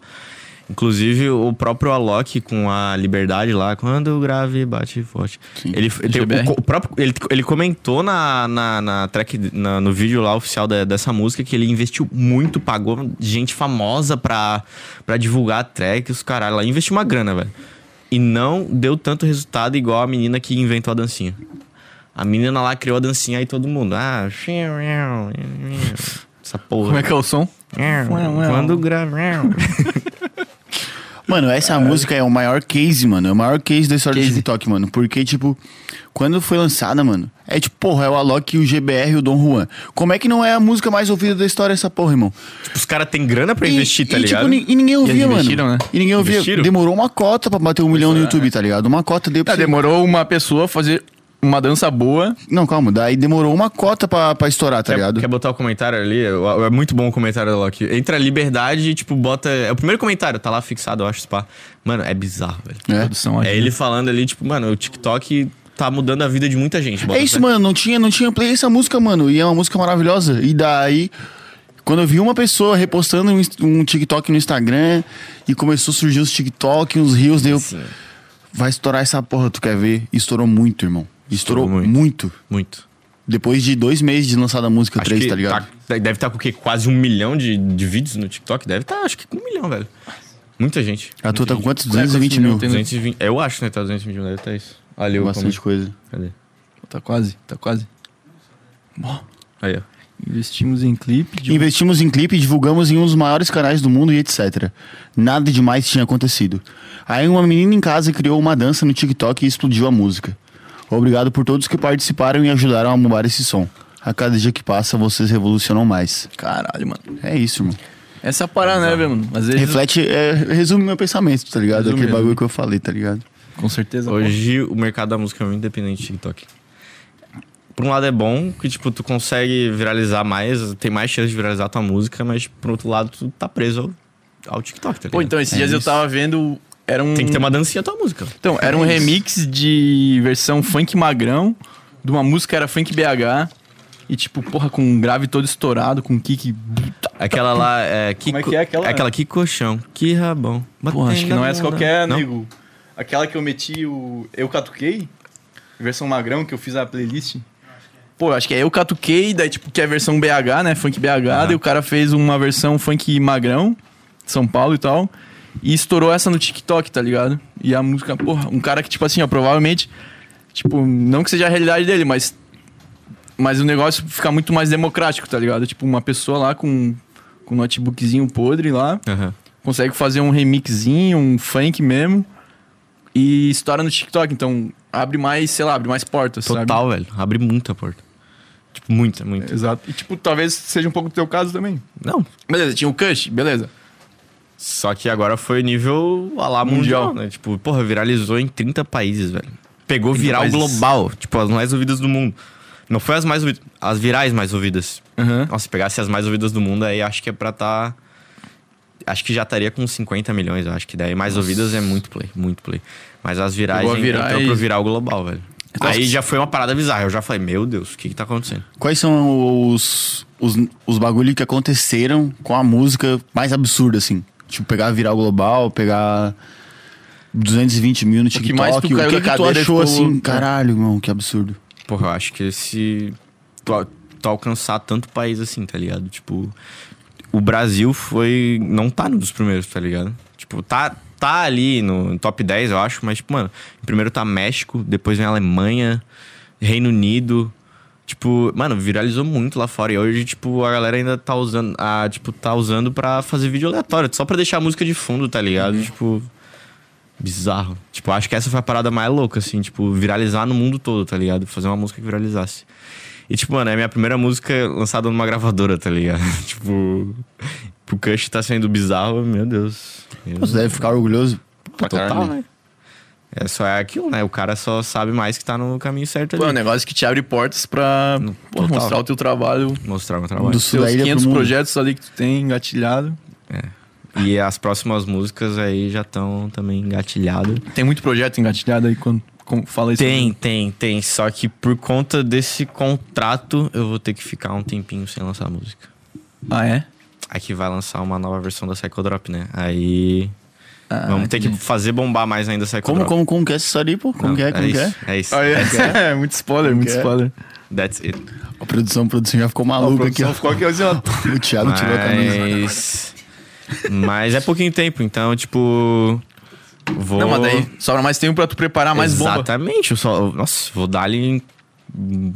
Inclusive, o próprio Alok com a Liberdade lá, quando o grave bate forte. Ele, ele tem-
GBR.
o, co- o próprio, ele, ele comentou na, na, na track, na- no vídeo lá oficial da- dessa música que ele investiu muito, pagou gente famosa pra, pra divulgar a track, os caralho lá. Investiu uma grana, velho. E não deu tanto resultado igual a menina que inventou a dancinha. A menina lá criou a dancinha aí todo mundo. Ah, essa porra.
Como é que é o som?
Quando grava.
Mano, essa música é o maior case, mano. É o maior case da história do
Case.
TikTok, mano. Porque, tipo, quando foi lançada, mano, é tipo, porra, é o Alok, o GBR e o Dom Juan. Como é que não é a música mais ouvida da história essa porra, irmão?
Tipo, os caras têm grana pra investir,
e,
tá
e, Tipo,
ligado?
ni- e ninguém ouvia,
investiram,
mano.
né?
E ninguém ouvia.
Investiram?
Demorou uma cota pra bater um milhão no YouTube, tá ligado? Uma cota deu pra
Tá,
você-
demorou uma pessoa fazer uma dança boa.
Não, calma. Daí demorou uma cota pra, pra estourar, tá
Quer,
ligado?
quer botar o comentário ali? O- É muito bom o comentário da Loki. Entra a liberdade e, tipo, bota. É o primeiro comentário, tá lá fixado, eu acho, pá. Mano, é bizarro, velho.
É.
Produção ótima.
É ele falando ali, tipo, mano, o TikTok tá mudando a vida de muita gente. bota
É isso,
fé.
mano. Não tinha, não tinha play essa música, mano. E é uma música maravilhosa. E daí, quando eu vi uma pessoa repostando um, inst- um TikTok no Instagram e começou a surgir os TikTok, uns rios, deu.
Sim.
Vai estourar essa porra, tu quer ver? E estourou muito, irmão. E Estourou,
Estourou
muito.
muito. Muito.
Depois de dois meses de lançada a música
Acho
3,
que
tá ligado?
tá- deve estar com o quê? Quase um milhão de, de vídeos no TikTok? Deve estar, acho que com um milhão, velho. Muita gente.
A tua tá com quantos?
Quantos
um
220
milhões
mil.
tem?
220. Eu acho, né? Tá 220 mil, deve estar isso. Olha o
Bastante
comentário.
coisa.
Cadê?
Tá quase, tá quase. Bom,
Aí, ó.
investimos em clipe de
Investimos em clipe, divulgamos em um dos maiores canais do mundo e etc. Nada demais tinha acontecido. Aí uma menina em casa criou uma dança no TikTok e explodiu a música. Obrigado por todos que participaram e ajudaram a mudar esse som. A cada dia que passa, vocês revolucionam mais.
Caralho, mano.
É isso, irmão.
Essa é a parada, né, velho, mano? Às vezes.
Reflete, é, resume meu pensamento, tá ligado?
Resume,
Aquele
resume.
bagulho que eu falei, tá ligado?
Com certeza.
Hoje o mercado da música é muito independente de TikTok. Por um lado é bom que, tipo, tu consegue viralizar mais, tem mais chance de viralizar a tua música, mas por outro lado tu tá preso ao, ao TikTok, tá
Pô,
ligado?
então, esses
É
dias eu
isso.
tava vendo. Era um.
Tem que ter uma dancinha à tua música.
Então, era um remix de versão funk magrão, de uma música era funk BH. E tipo, porra, com um grave todo estourado, com um kick.
Aquela lá, é... Que
Como é que é aquela?
Aquela que colchão, que rabão.
Porra, acho que não é essa qualquer,
Não?
amigo. Aquela que eu meti o Eu Catuquei, versão magrão, que eu fiz a playlist. Pô, acho que é Eu Catuquei, daí tipo, que é a versão BH, né? Funk BH, daí o cara fez uma versão funk magrão, de São Paulo e tal. E estourou essa no TikTok, tá ligado? E a música, porra, um cara que, tipo assim, ó, provavelmente, tipo, não que seja a realidade dele, mas. Mas o negócio fica muito mais democrático, tá ligado? Tipo, uma pessoa lá com, com um notebookzinho podre lá,
Aham.
consegue fazer um remixinho, um funk mesmo. E estoura no TikTok, então abre mais, sei lá, abre mais portas, sabe?
Total, velho. Abre muita porta. Tipo, muita, muita.
Exato. E tipo, talvez seja um pouco do teu caso também.
Não.
Beleza, tinha o Cush, beleza.
Só que agora foi nível a lá mundial,
Mundial.
né? Tipo, porra, viralizou em 30 países, velho. Pegou
30
viral
países.
global, tipo, as mais ouvidas do mundo. Não foi as mais ouvidas, as virais mais ouvidas.
Aham.
Nossa, se pegasse as mais ouvidas do mundo, aí acho que é pra tá. Acho que já estaria com 50 milhões, eu acho que daí mais ouvidas é muito play, muito play. Mas as virais
Pegou a
ainda
virais.
entrou pro viral global, velho.
Nossa.
Aí já foi uma parada bizarra. Eu já falei, meu Deus, o que que tá acontecendo?
Quais são os, os, os bagulhos que aconteceram com a música mais absurda, assim? Tipo, pegar viral global, pegar 220 mil no
que
TikTok.
mais tu
o
caiu
que, que
da
tu
cadeira e
achou,
ficou-
assim? Caralho, irmão, que absurdo.
Porra, eu acho que se tu, al- tu alcançar tanto país assim, tá ligado? Tipo, o Brasil foi. Não tá num dos primeiros, tá ligado? Tipo, tá, tá ali no top 10, eu acho, mas, tipo, mano, em primeiro tá México, depois vem Alemanha, Reino Unido. Tipo, mano, viralizou muito lá fora. E hoje, tipo, a galera ainda tá usando. Ah, tipo, tá usando pra fazer vídeo aleatório, só pra deixar a música de fundo, tá ligado? Tipo. Bizarro. Tipo, acho que essa foi a parada mais louca, assim, tipo, viralizar no mundo todo, tá ligado? Fazer uma música que viralizasse. E, tipo, mano, é a minha primeira música lançada numa gravadora, tá ligado? tipo, pro Cush tá sendo bizarro, meu Deus. Eu-
Você deve ficar orgulhoso. Pra
total,
caralho.
né? É só é aquilo, né? O cara só sabe mais que tá no caminho certo
Pô, é um
ali.
negócio que te abre portas pra pô,
total.
mostrar o teu trabalho,
Mostrar o meu trabalho.
Do sul da
seus
ilha pro
500
mundo.
projetos ali que tu tem engatilhado.
E as próximas músicas aí já estão também engatilhadas.
Tem muito projeto engatilhado aí quando como fala isso.
Tem, tem, tem. Só que por conta desse contrato, eu vou ter que ficar um tempinho sem lançar a música.
Ah, é?
Aí que vai lançar uma nova versão da Psycho Drop, né? Aí
Ah,
vamos ter que
entendi.
fazer bombar mais ainda a Psycho
Como,
Drop.
como, como que é essa história aí, pô? Como
Não,
que é, como
é
que é?
isso, é isso.
Ah, é? é, muito spoiler, muito
É.
spoiler.
That's it.
A produção, a produção já ficou
A
maluca aqui,
produção
ó.
ficou aqui, assim, ó.
O Thiago tirou a camisa.
Mas... Mas é pouquinho tempo, então, tipo... Vou...
Não, mas daí sobra mais tempo pra tu preparar mais bomba.
Exatamente. Eu só... Nossa, vou dar ali em-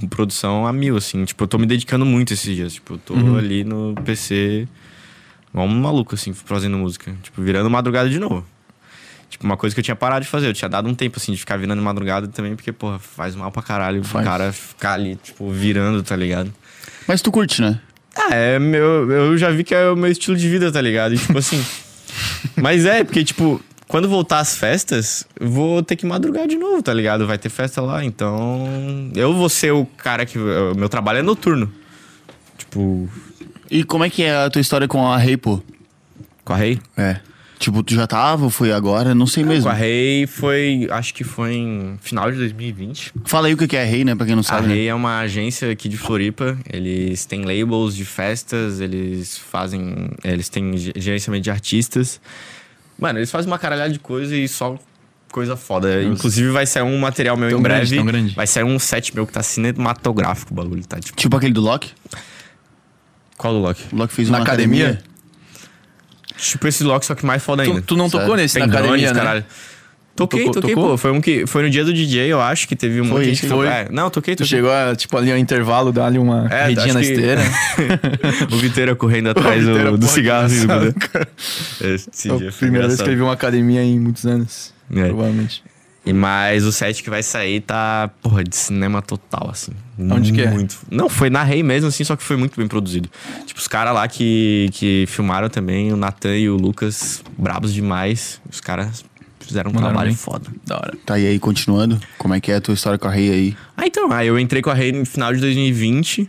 em produção a mil, assim. Tipo, eu tô me dedicando muito esses dias. Tipo, eu tô
Uhum.
ali no PC... Igual um maluco, assim, fazendo música. Tipo, virando madrugada de novo. Tipo, uma coisa que eu tinha parado de fazer. Eu tinha dado um tempo, assim, de ficar virando madrugada também, porque, porra, faz mal pra caralho
Faz.
o cara ficar ali, tipo, virando, tá ligado?
Mas tu curte, né?
Ah, é meu, eu já vi que é o meu estilo de vida, tá ligado? E, tipo assim. mas é, porque, tipo, quando voltar às festas, vou ter que madrugar de novo, tá ligado? Vai ter festa lá, então. Eu vou ser o cara que. o Meu trabalho é noturno. Tipo.
E como é que é a tua história com a Rei, pô?
Correi?
É. Tipo, tu já tava, foi agora, não sei mesmo.
Com a Rei foi, acho que foi em final de 2020.
Fala aí o que que é a Rei, né, pra quem não
A
Ah,
sabe. né?
Rei é uma agência aqui de Floripa. Eles têm labels de festas, eles fazem. Eles têm ge- gerenciamento de artistas. Mano, eles fazem uma caralhada de coisa e só coisa foda. Inclusive, vai sair um material meu
Tão
em
grande,
breve.
tão grande.
Vai sair um set meu que tá cinematográfico o bagulho, tá? Tipo,
Tipo aquele do Loki.
qual o Loki?
O Loki fez
Na
uma
academia?
Tipo esse Loki, só que mais foda ainda.
Tu, tu não
Sabe?
tocou nesse
Tem
na
drones,
academia, né?
caralho. Toquei,
Tocou-
toquei,
tocou?
pô. Foi, um que, foi no dia do DJ, eu acho, que teve um monte de gente que
foi.
tocou. É, não, toquei,
Tu
toquei.
chegou, a, tipo, ali ao intervalo, dar ali uma
É,
corridinha
acho
na
que-
esteira.
O Viteira correndo atrás
Viteira,
do, do
porra,
cigarro.
que
assim,
é engraçado,
né? Esse
É
dia
a primeira
foi
vez que
engraçado.
ele viu uma academia em muitos anos.
É.
Provavelmente.
E Mas o set que vai sair tá, porra, de cinema total, assim.
Onde que é?
muito... Não, foi na Rei mesmo, assim, só que foi muito bem produzido. Tipo, os caras lá que, que filmaram também, o Natan e o Lucas, brabos demais. Os caras fizeram um
Mandaram
trabalho
bem.
foda.
Da hora.
Tá, e aí, continuando, como é que é a tua história com a Rei aí?
Ah, então, aí eu entrei com a Rei no final de 2020.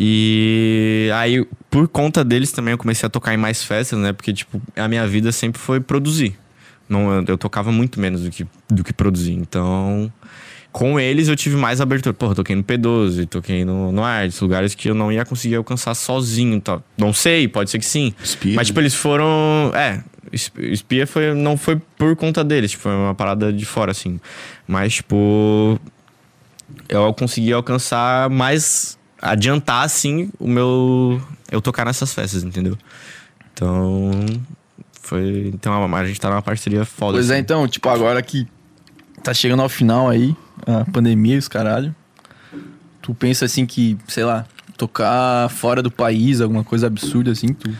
E aí, por conta deles também, eu comecei a tocar em mais festas, né? Porque, tipo, a minha vida sempre foi produzir. Não, eu, eu tocava muito menos do que, do que produzir. Então, com eles eu tive mais abertura. Porra, eu toquei no P12, toquei no, no Arts, lugares que eu não ia conseguir alcançar sozinho. Tá? Não sei, pode ser que sim.
Espia, né?
Mas, tipo, eles foram. É, es- espia foi, não foi por conta deles, tipo, foi uma parada de fora, assim. Mas, tipo. Eu consegui alcançar mais. Adiantar, assim, o meu. Eu tocar nessas festas, entendeu? Então. Foi. Então, a a gente tá numa parceria foda.
Pois é,
assim.
então, tipo, agora que tá chegando ao final aí, a pandemia e os caralho, tu pensa assim que, sei lá, tocar fora do país, alguma coisa absurda assim, tu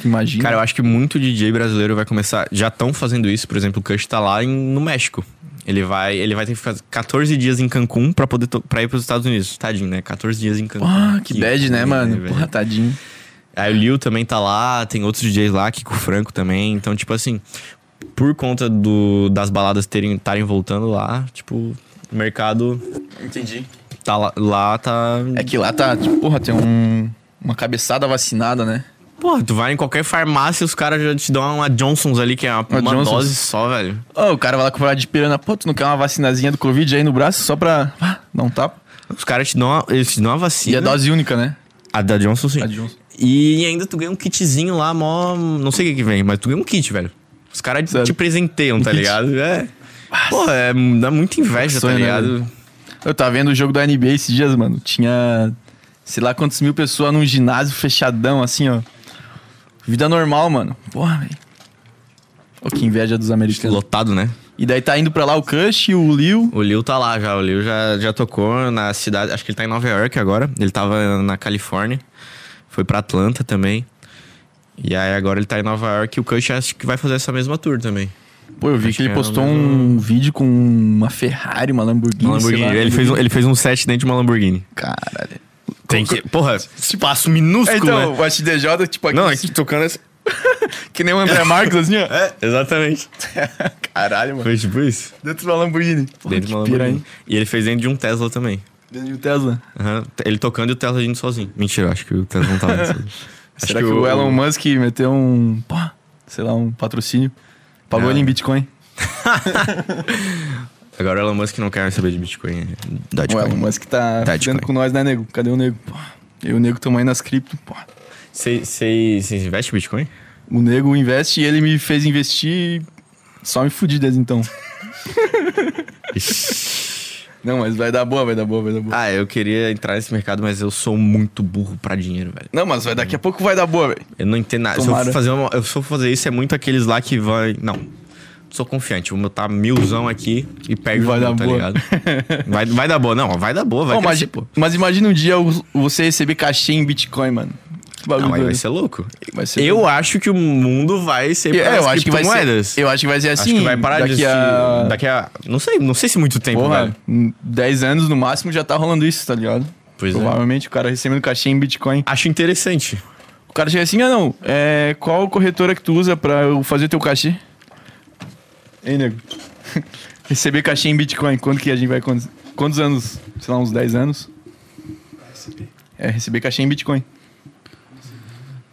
tu imagina?
Cara, eu acho que muito DJ brasileiro vai começar. Já estão fazendo isso, por exemplo, o Kush tá lá em- no México. Ele vai, ele vai ter que ficar 14 dias em Cancún pra poder to- pra ir pros Estados Unidos. Tadinho, né? 14 dias em Cancún.
Ah, que bad, né,
ruim,
mano?
é, velho?
Porra, tadinho.
Aí o Liu também tá lá, tem outros DJs lá, Kiko Franco também. Então, tipo assim, por conta do, das baladas terem estarem voltando lá, tipo, o mercado
Entendi.
tá lá, lá tá.
É que lá tá, tipo, porra, tem um, uma cabeçada vacinada, né?
Porra, tu vai em qualquer farmácia e os caras já te dão uma Johnson's ali, que é uma,
Uma
uma
Johnson's.
dose só, velho.
Ô, o cara vai lá comprar de pirana, pô, tu não quer uma vacinazinha do Covid aí no braço só pra ah, dar um tapa?
Os caras te dão uma, eles te dão uma
E
vacina.
é dose única, né? Tá um
A da Johnson, sim.
A Johnson.
E ainda tu ganha um kitzinho lá, mó. Não sei o que que vem, mas tu ganha um kit, velho. Os caras
Sério?
te presenteiam, tá
kit.
ligado? É. Pô, é, dá muita inveja,
Sonho,
tá
né,
ligado?
Eu tava vendo o jogo da NBA esses dias, mano. Tinha sei lá quantos mil pessoas num ginásio fechadão, assim, ó. Vida normal, mano. Porra, velho. Ô, que inveja dos americanos.
Lotado, né?
E daí tá indo pra lá o Cush, o Liu.
O Liu tá lá já. O Liu já, já tocou na cidade. Acho que ele tá em Nova York agora. Ele tava na Califórnia. Foi pra Atlanta também. E aí agora ele tá em Nova York e o Kush acho que vai fazer essa mesma tour também.
Pô, eu vi
Acho
que ele
que era
postou
o mesmo-
um vídeo com uma Ferrari, uma Lamborghini.
Uma Lamborghini.
sei lá.
ele, fez um, ele um- fez um set dentro de uma Lamborghini.
Caralho.
Tem que. Porra, espaço minúsculo.
Então,
né?
o XDJ, tipo, aqui,
Não, é que tocando essa.
que nem o André Marques, assim, ó.
É, exatamente.
Caralho, mano.
Foi tipo isso.
Dentro da Lamborghini. Porra,
dentro de uma
que pira,
Lamborghini.
hein?
E ele fez dentro de um Tesla também.
Dentro de um Tesla.
Aham. Ele tocando e o Tesla indo sozinho. Mentira, eu acho que o Tesla não tava indo sozinho. Acho
Será que, o, Elon Musk meteu um, pô, sei lá, um patrocínio? Pagou
É.
ele em Bitcoin.
Agora o Elon Musk não quer mais saber de Bitcoin. né?
O
Dogecoin.
Elon Musk tá
Tá,
fudendo
Bitcoin.
com nós, né, nego? Cadê o nego? Pô, e o nego tamanho nas cripto, pô.
Vocês investem em Bitcoin?
O nego investe e ele me fez investir e só me fudi desde então. Não, mas vai dar boa, vai dar boa, vai dar boa.
ah, eu queria entrar nesse mercado, mas eu sou muito burro pra dinheiro, velho.
Não, mas vai, daqui a pouco vai dar boa, velho.
Eu não entendo nada. Se eu,
Tomara.
for fazer uma- eu- se eu for fazer isso, é muito aqueles lá que vai. Não. Sou confiante, vou botar milzão aqui e perde
Vai
o
dar
jogo, tá
boa.
ligado? Vai, vai dar boa, não, vai dar boa, vai
Ô, mas,
crescer, pô.
mas imagina um dia o- você receber cachê em Bitcoin, mano. Que bagulho
Não, aí vai
doido.
ser louco.
Vai ser
eu
doido.
acho que o mundo vai ser
É,
pelas
eu acho que vai
criptomoedas.
ser. Eu acho que vai ser assim.
acho que vai parar
daqui
de
a...
existir daqui a não sei, não sei se muito tempo,
Porra,
velho.
em 10 anos no máximo já tá rolando isso, tá ligado?
Pois é.
Provavelmente o cara recebendo cachê em Bitcoin.
Acho interessante.
O cara chega assim, ah não, é, qual corretora que tu usa pra eu fazer teu cachê? Hein, nego? Receber caixinha em Bitcoin, quanto que a gente vai. Quantos, quantos anos? Sei lá, uns 10 anos? É, receber caixinha em Bitcoin.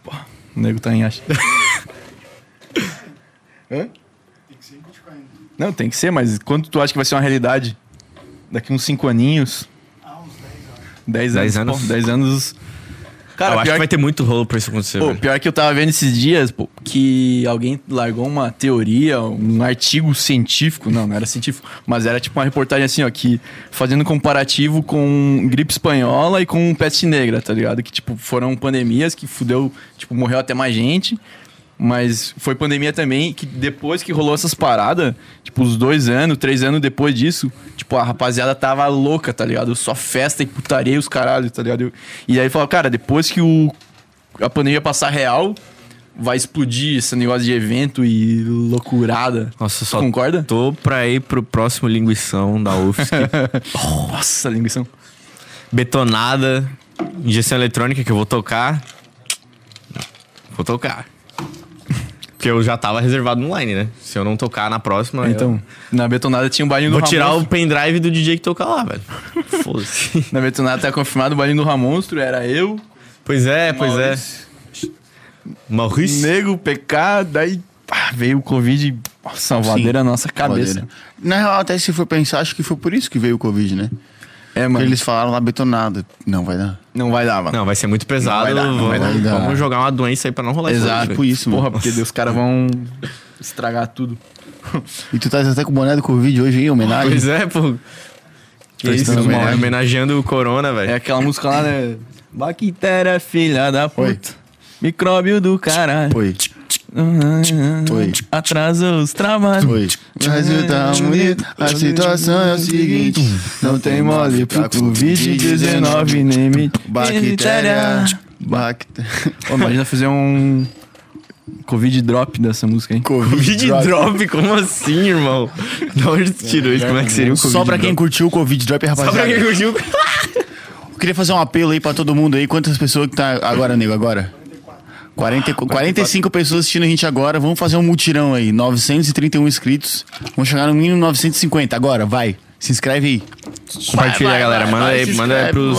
Pô, o nego tá em acha. Hã? Não, tem que ser, mas quanto tu acha que vai ser uma realidade? Daqui uns 5 aninhos? Ah, uns 10 anos. 10
Dez
anos?
anos?
10 anos. Cara,
eu acho
pior
que vai ter muito rolo pra isso acontecer.
Pô,
velho.
pior que eu tava vendo esses dias, pô, que alguém largou uma teoria, um artigo científico, não, não era científico, mas era tipo uma reportagem assim, ó, que fazendo comparativo com gripe espanhola e com peste negra, tá ligado? Que tipo foram pandemias que fudeu, tipo, morreu até mais gente. Mas foi pandemia também, que depois que rolou essas paradas, tipo, uns dois anos, três anos depois disso, tipo, a rapaziada tava louca, tá ligado? Só festa e putaria e os caralho, tá ligado? E aí falou, cara, depois que o a pandemia passar real, vai explodir esse negócio de evento e loucurada.
Nossa, só
Concorda?
tô pra ir pro próximo linguição da UFSC.
Nossa, linguição.
Betonada, injeção eletrônica que eu vou tocar. Vou tocar. Porque eu já tava reservado no line, né? Se eu não tocar na próxima,
Então, na betonada tinha um baile
eu...
do
vou
Ramon.
tirar o pendrive do DJ que tocar lá, velho. Foda-se.
Na betonada tá confirmado o baile do Ramonstro, era eu,
Pois é, pois
Maurício.
é. Maurício.
Nego, PK, daí pá, veio o Covid, ó, salvadeira na nossa cabeça.
Madeira. Na real, até se for pensar, acho que foi por isso que veio o Covid, né?
É,
Porque
mano,
eles falaram lá betonado. Não vai dar.
não vai dar, mano.
Não, vai ser muito pesado.
Não vai dar, não vai
vamos,
dar.
vamos jogar uma doença aí pra não rolar isso aí,
Exato.
velho.
Tipo isso,
Porra,
mano.
porque os caras vão estragar tudo.
E tu tá até com o boné do Covid hoje, hein? Homenagem.
Pois é, pô. Que
Prestando
isso,
homenagem.
mano. Homenageando o Corona, velho.
Tá né? É aquela música lá, né? Bactéria, filha da puta.
Oi.
Micróbio do caralho.
Foi. Foi.
Atrasou os trabalhos.
Foi. Mas eu tá bonito. A situação é o seguinte: não tem mole pra Covid-19.
nem me...
tipo, Bactéria. Bactéria.
Pô, imagina fazer um Covid drop dessa música, hein?
Covid drop. como assim, irmão? Da onde tu tirou isso? Como é que seria o Covid
Só pra quem
drop?
curtiu o Covid Drop,
Só pra quem
rapaziada.
curtiu.
Eu queria fazer um apelo aí pra todo mundo aí. Quantas pessoas que tá agora, nego, agora? 40, 45 pessoas assistindo a gente agora. Vamos fazer um mutirão aí. 931 inscritos. Vamos chegar no mínimo 950. Agora, vai. Se inscreve aí.
Compartilha, galera. Manda aí, manda aí pros,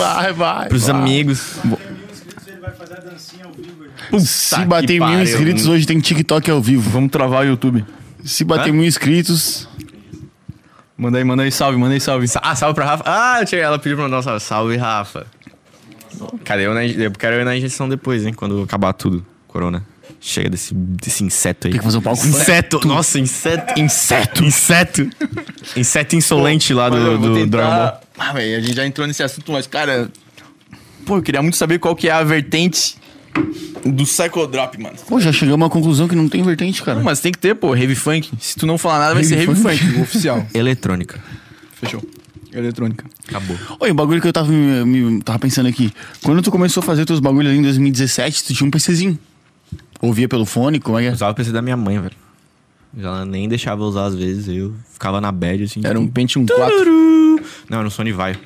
pros amigos.
Ele vai fazer a dancinha ao vivo. gente.
Se bater
que
mil
pariu.
inscritos, hoje tem TikTok ao vivo.
Vamos travar o YouTube.
Se bater
Hã?
mil inscritos,
Manda aí, manda aí salve, manda aí salve.
Ah, salve pra Rafa. Ah, eu tinha- ela pediu pra nós. Salve, salve, Rafa. Cadê eu, na, inje- eu quero ir na injeção depois, hein? Quando acabar tudo. Corona. Chega desse, desse inseto aí.
Tem que fazer um palco
Inseto. Nossa, inseto. Inseto. Inseto. Inseto insolente lá
Mano, eu
do,
vou
do
tentar-
Dragon Ball.
Ah, velho, a gente já entrou nesse assunto, mas, cara... Pô, eu queria muito saber qual que é a vertente do Psychodrop, mano.
pô, já chegamos a uma conclusão que não tem vertente, cara.
Não, mas tem que ter, pô, Heavy Funk. Se tu não falar nada, vai
Heavy
ser Heavy
funk?
Funk, oficial.
Eletrônica.
Fechou. Eletrônica.
Acabou.
Oi, o bagulho que eu tava, me- me- tava pensando aqui. Quando tu começou a fazer teus bagulhos ali em 2017, tu tinha um PCzinho. Ouvia pelo fone, como é que é?
Usava o PC da minha mãe, velho. Ela nem deixava eu usar às vezes, eu ficava na bad, assim.
Era um
tipo,
Pentium 4.
"Tururu". Não, era um Sony Vaio.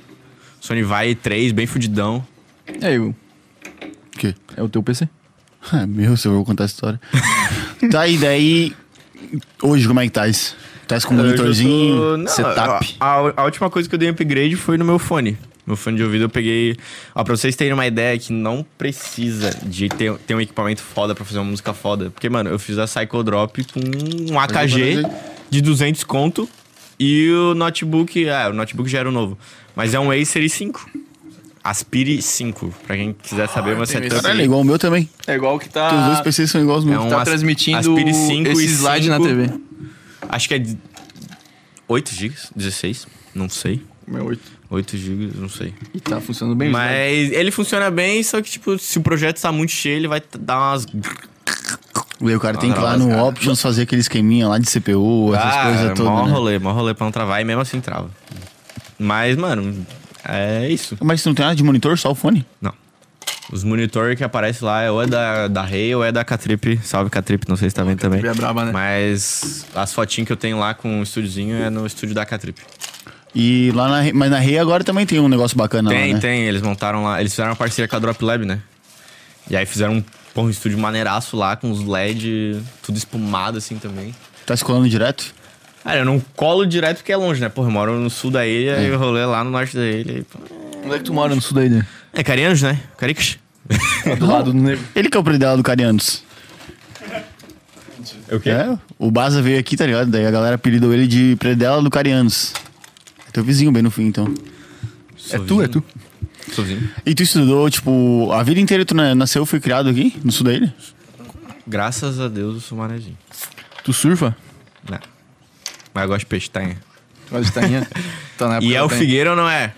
Sony Vaio 3, bem fudidão.
É, eu-
O quê?
é o teu PC?
Ah, meu, se eu vou contar a história. tá, e daí... Hoje, como é que tá isso? Tá com monitorzinho,
Eu já tô-
setup.
A, a- a última coisa que eu dei upgrade foi no meu fone. Meu fone de ouvido eu peguei. Ó, pra vocês terem uma ideia que não precisa de ter, ter um equipamento foda pra fazer uma música foda. Porque, mano, eu fiz a Psycho Drop com um AKG de 200 conto e o notebook. É, o notebook já era o novo. Mas é um Acer i5. Aspire 5, pra quem quiser saber, é uma
tem
setup.
esse.
Caralho, igual o meu também.
É igual que tá.
Os dois PCs são iguais aos meus.
É um
tá
as-
transmitindo
Aspire 5
esse
e
slide
5.
na TV.
Acho que é 8 GB, 16, não sei. 8 GB, não sei.
E tá funcionando
né?
bem o slide.
Mas ele funciona bem, só que, tipo, se o projeto tá muito cheio, ele vai t- dar umas.
Daí o cara tem que ir lá
É um Nossa,
no
cara. Ah,
Options fazer aquele esqueminha lá de CPU, essas coisas
mó
todas. Né?
rolê, mó rolê pra não travar e mesmo assim trava. Mas, mano, é isso.
Mas não tem nada de monitor, só o fone?
Não. Os monitores que aparecem lá é ou é da, da Rei ou é da Catrip. Salve Catrip, não sei se tá vendo também.
Catrip é braba, né?
Mas as fotinhas que eu tenho lá com o estúdiozinho é no estúdio da Catrip.
E lá na, Re- mas na Rei agora também tem um negócio bacana
Tem,
lá, né?
tem. Eles montaram lá. Eles fizeram uma parceria com a Drop Lab, né? E aí fizeram um, porra, um estúdio maneiraço lá, com os LED, tudo espumado assim também.
Tá se colando direto?
Cara, eu não colo direto porque é longe, né? Porra, eu moro no sul da ilha e o rolê é lá no norte da ilha. e, pô.
Onde é que tu mora no sul da ilha?
É Carianjo, né? Caricas?
Do lado do negro.
Ele que é o predela do Carianos.
O quê?
É, o Baza veio aqui, tá ligado? Daí a galera apelidou ele de predela do Carianos. É teu vizinho bem no fim, então.
É tu, é tu.
Sozinho.
E tu estudou, tipo, a vida inteira tu na- nasceu, foi criado aqui, no sul da ilha?
Graças a Deus eu sou manezinho.
Tu surfa?
Não. É. Mas eu gosto de pestainha.
Tu faz tainha? tá na época
E é
da
o
tainha.
Figueira ou não é?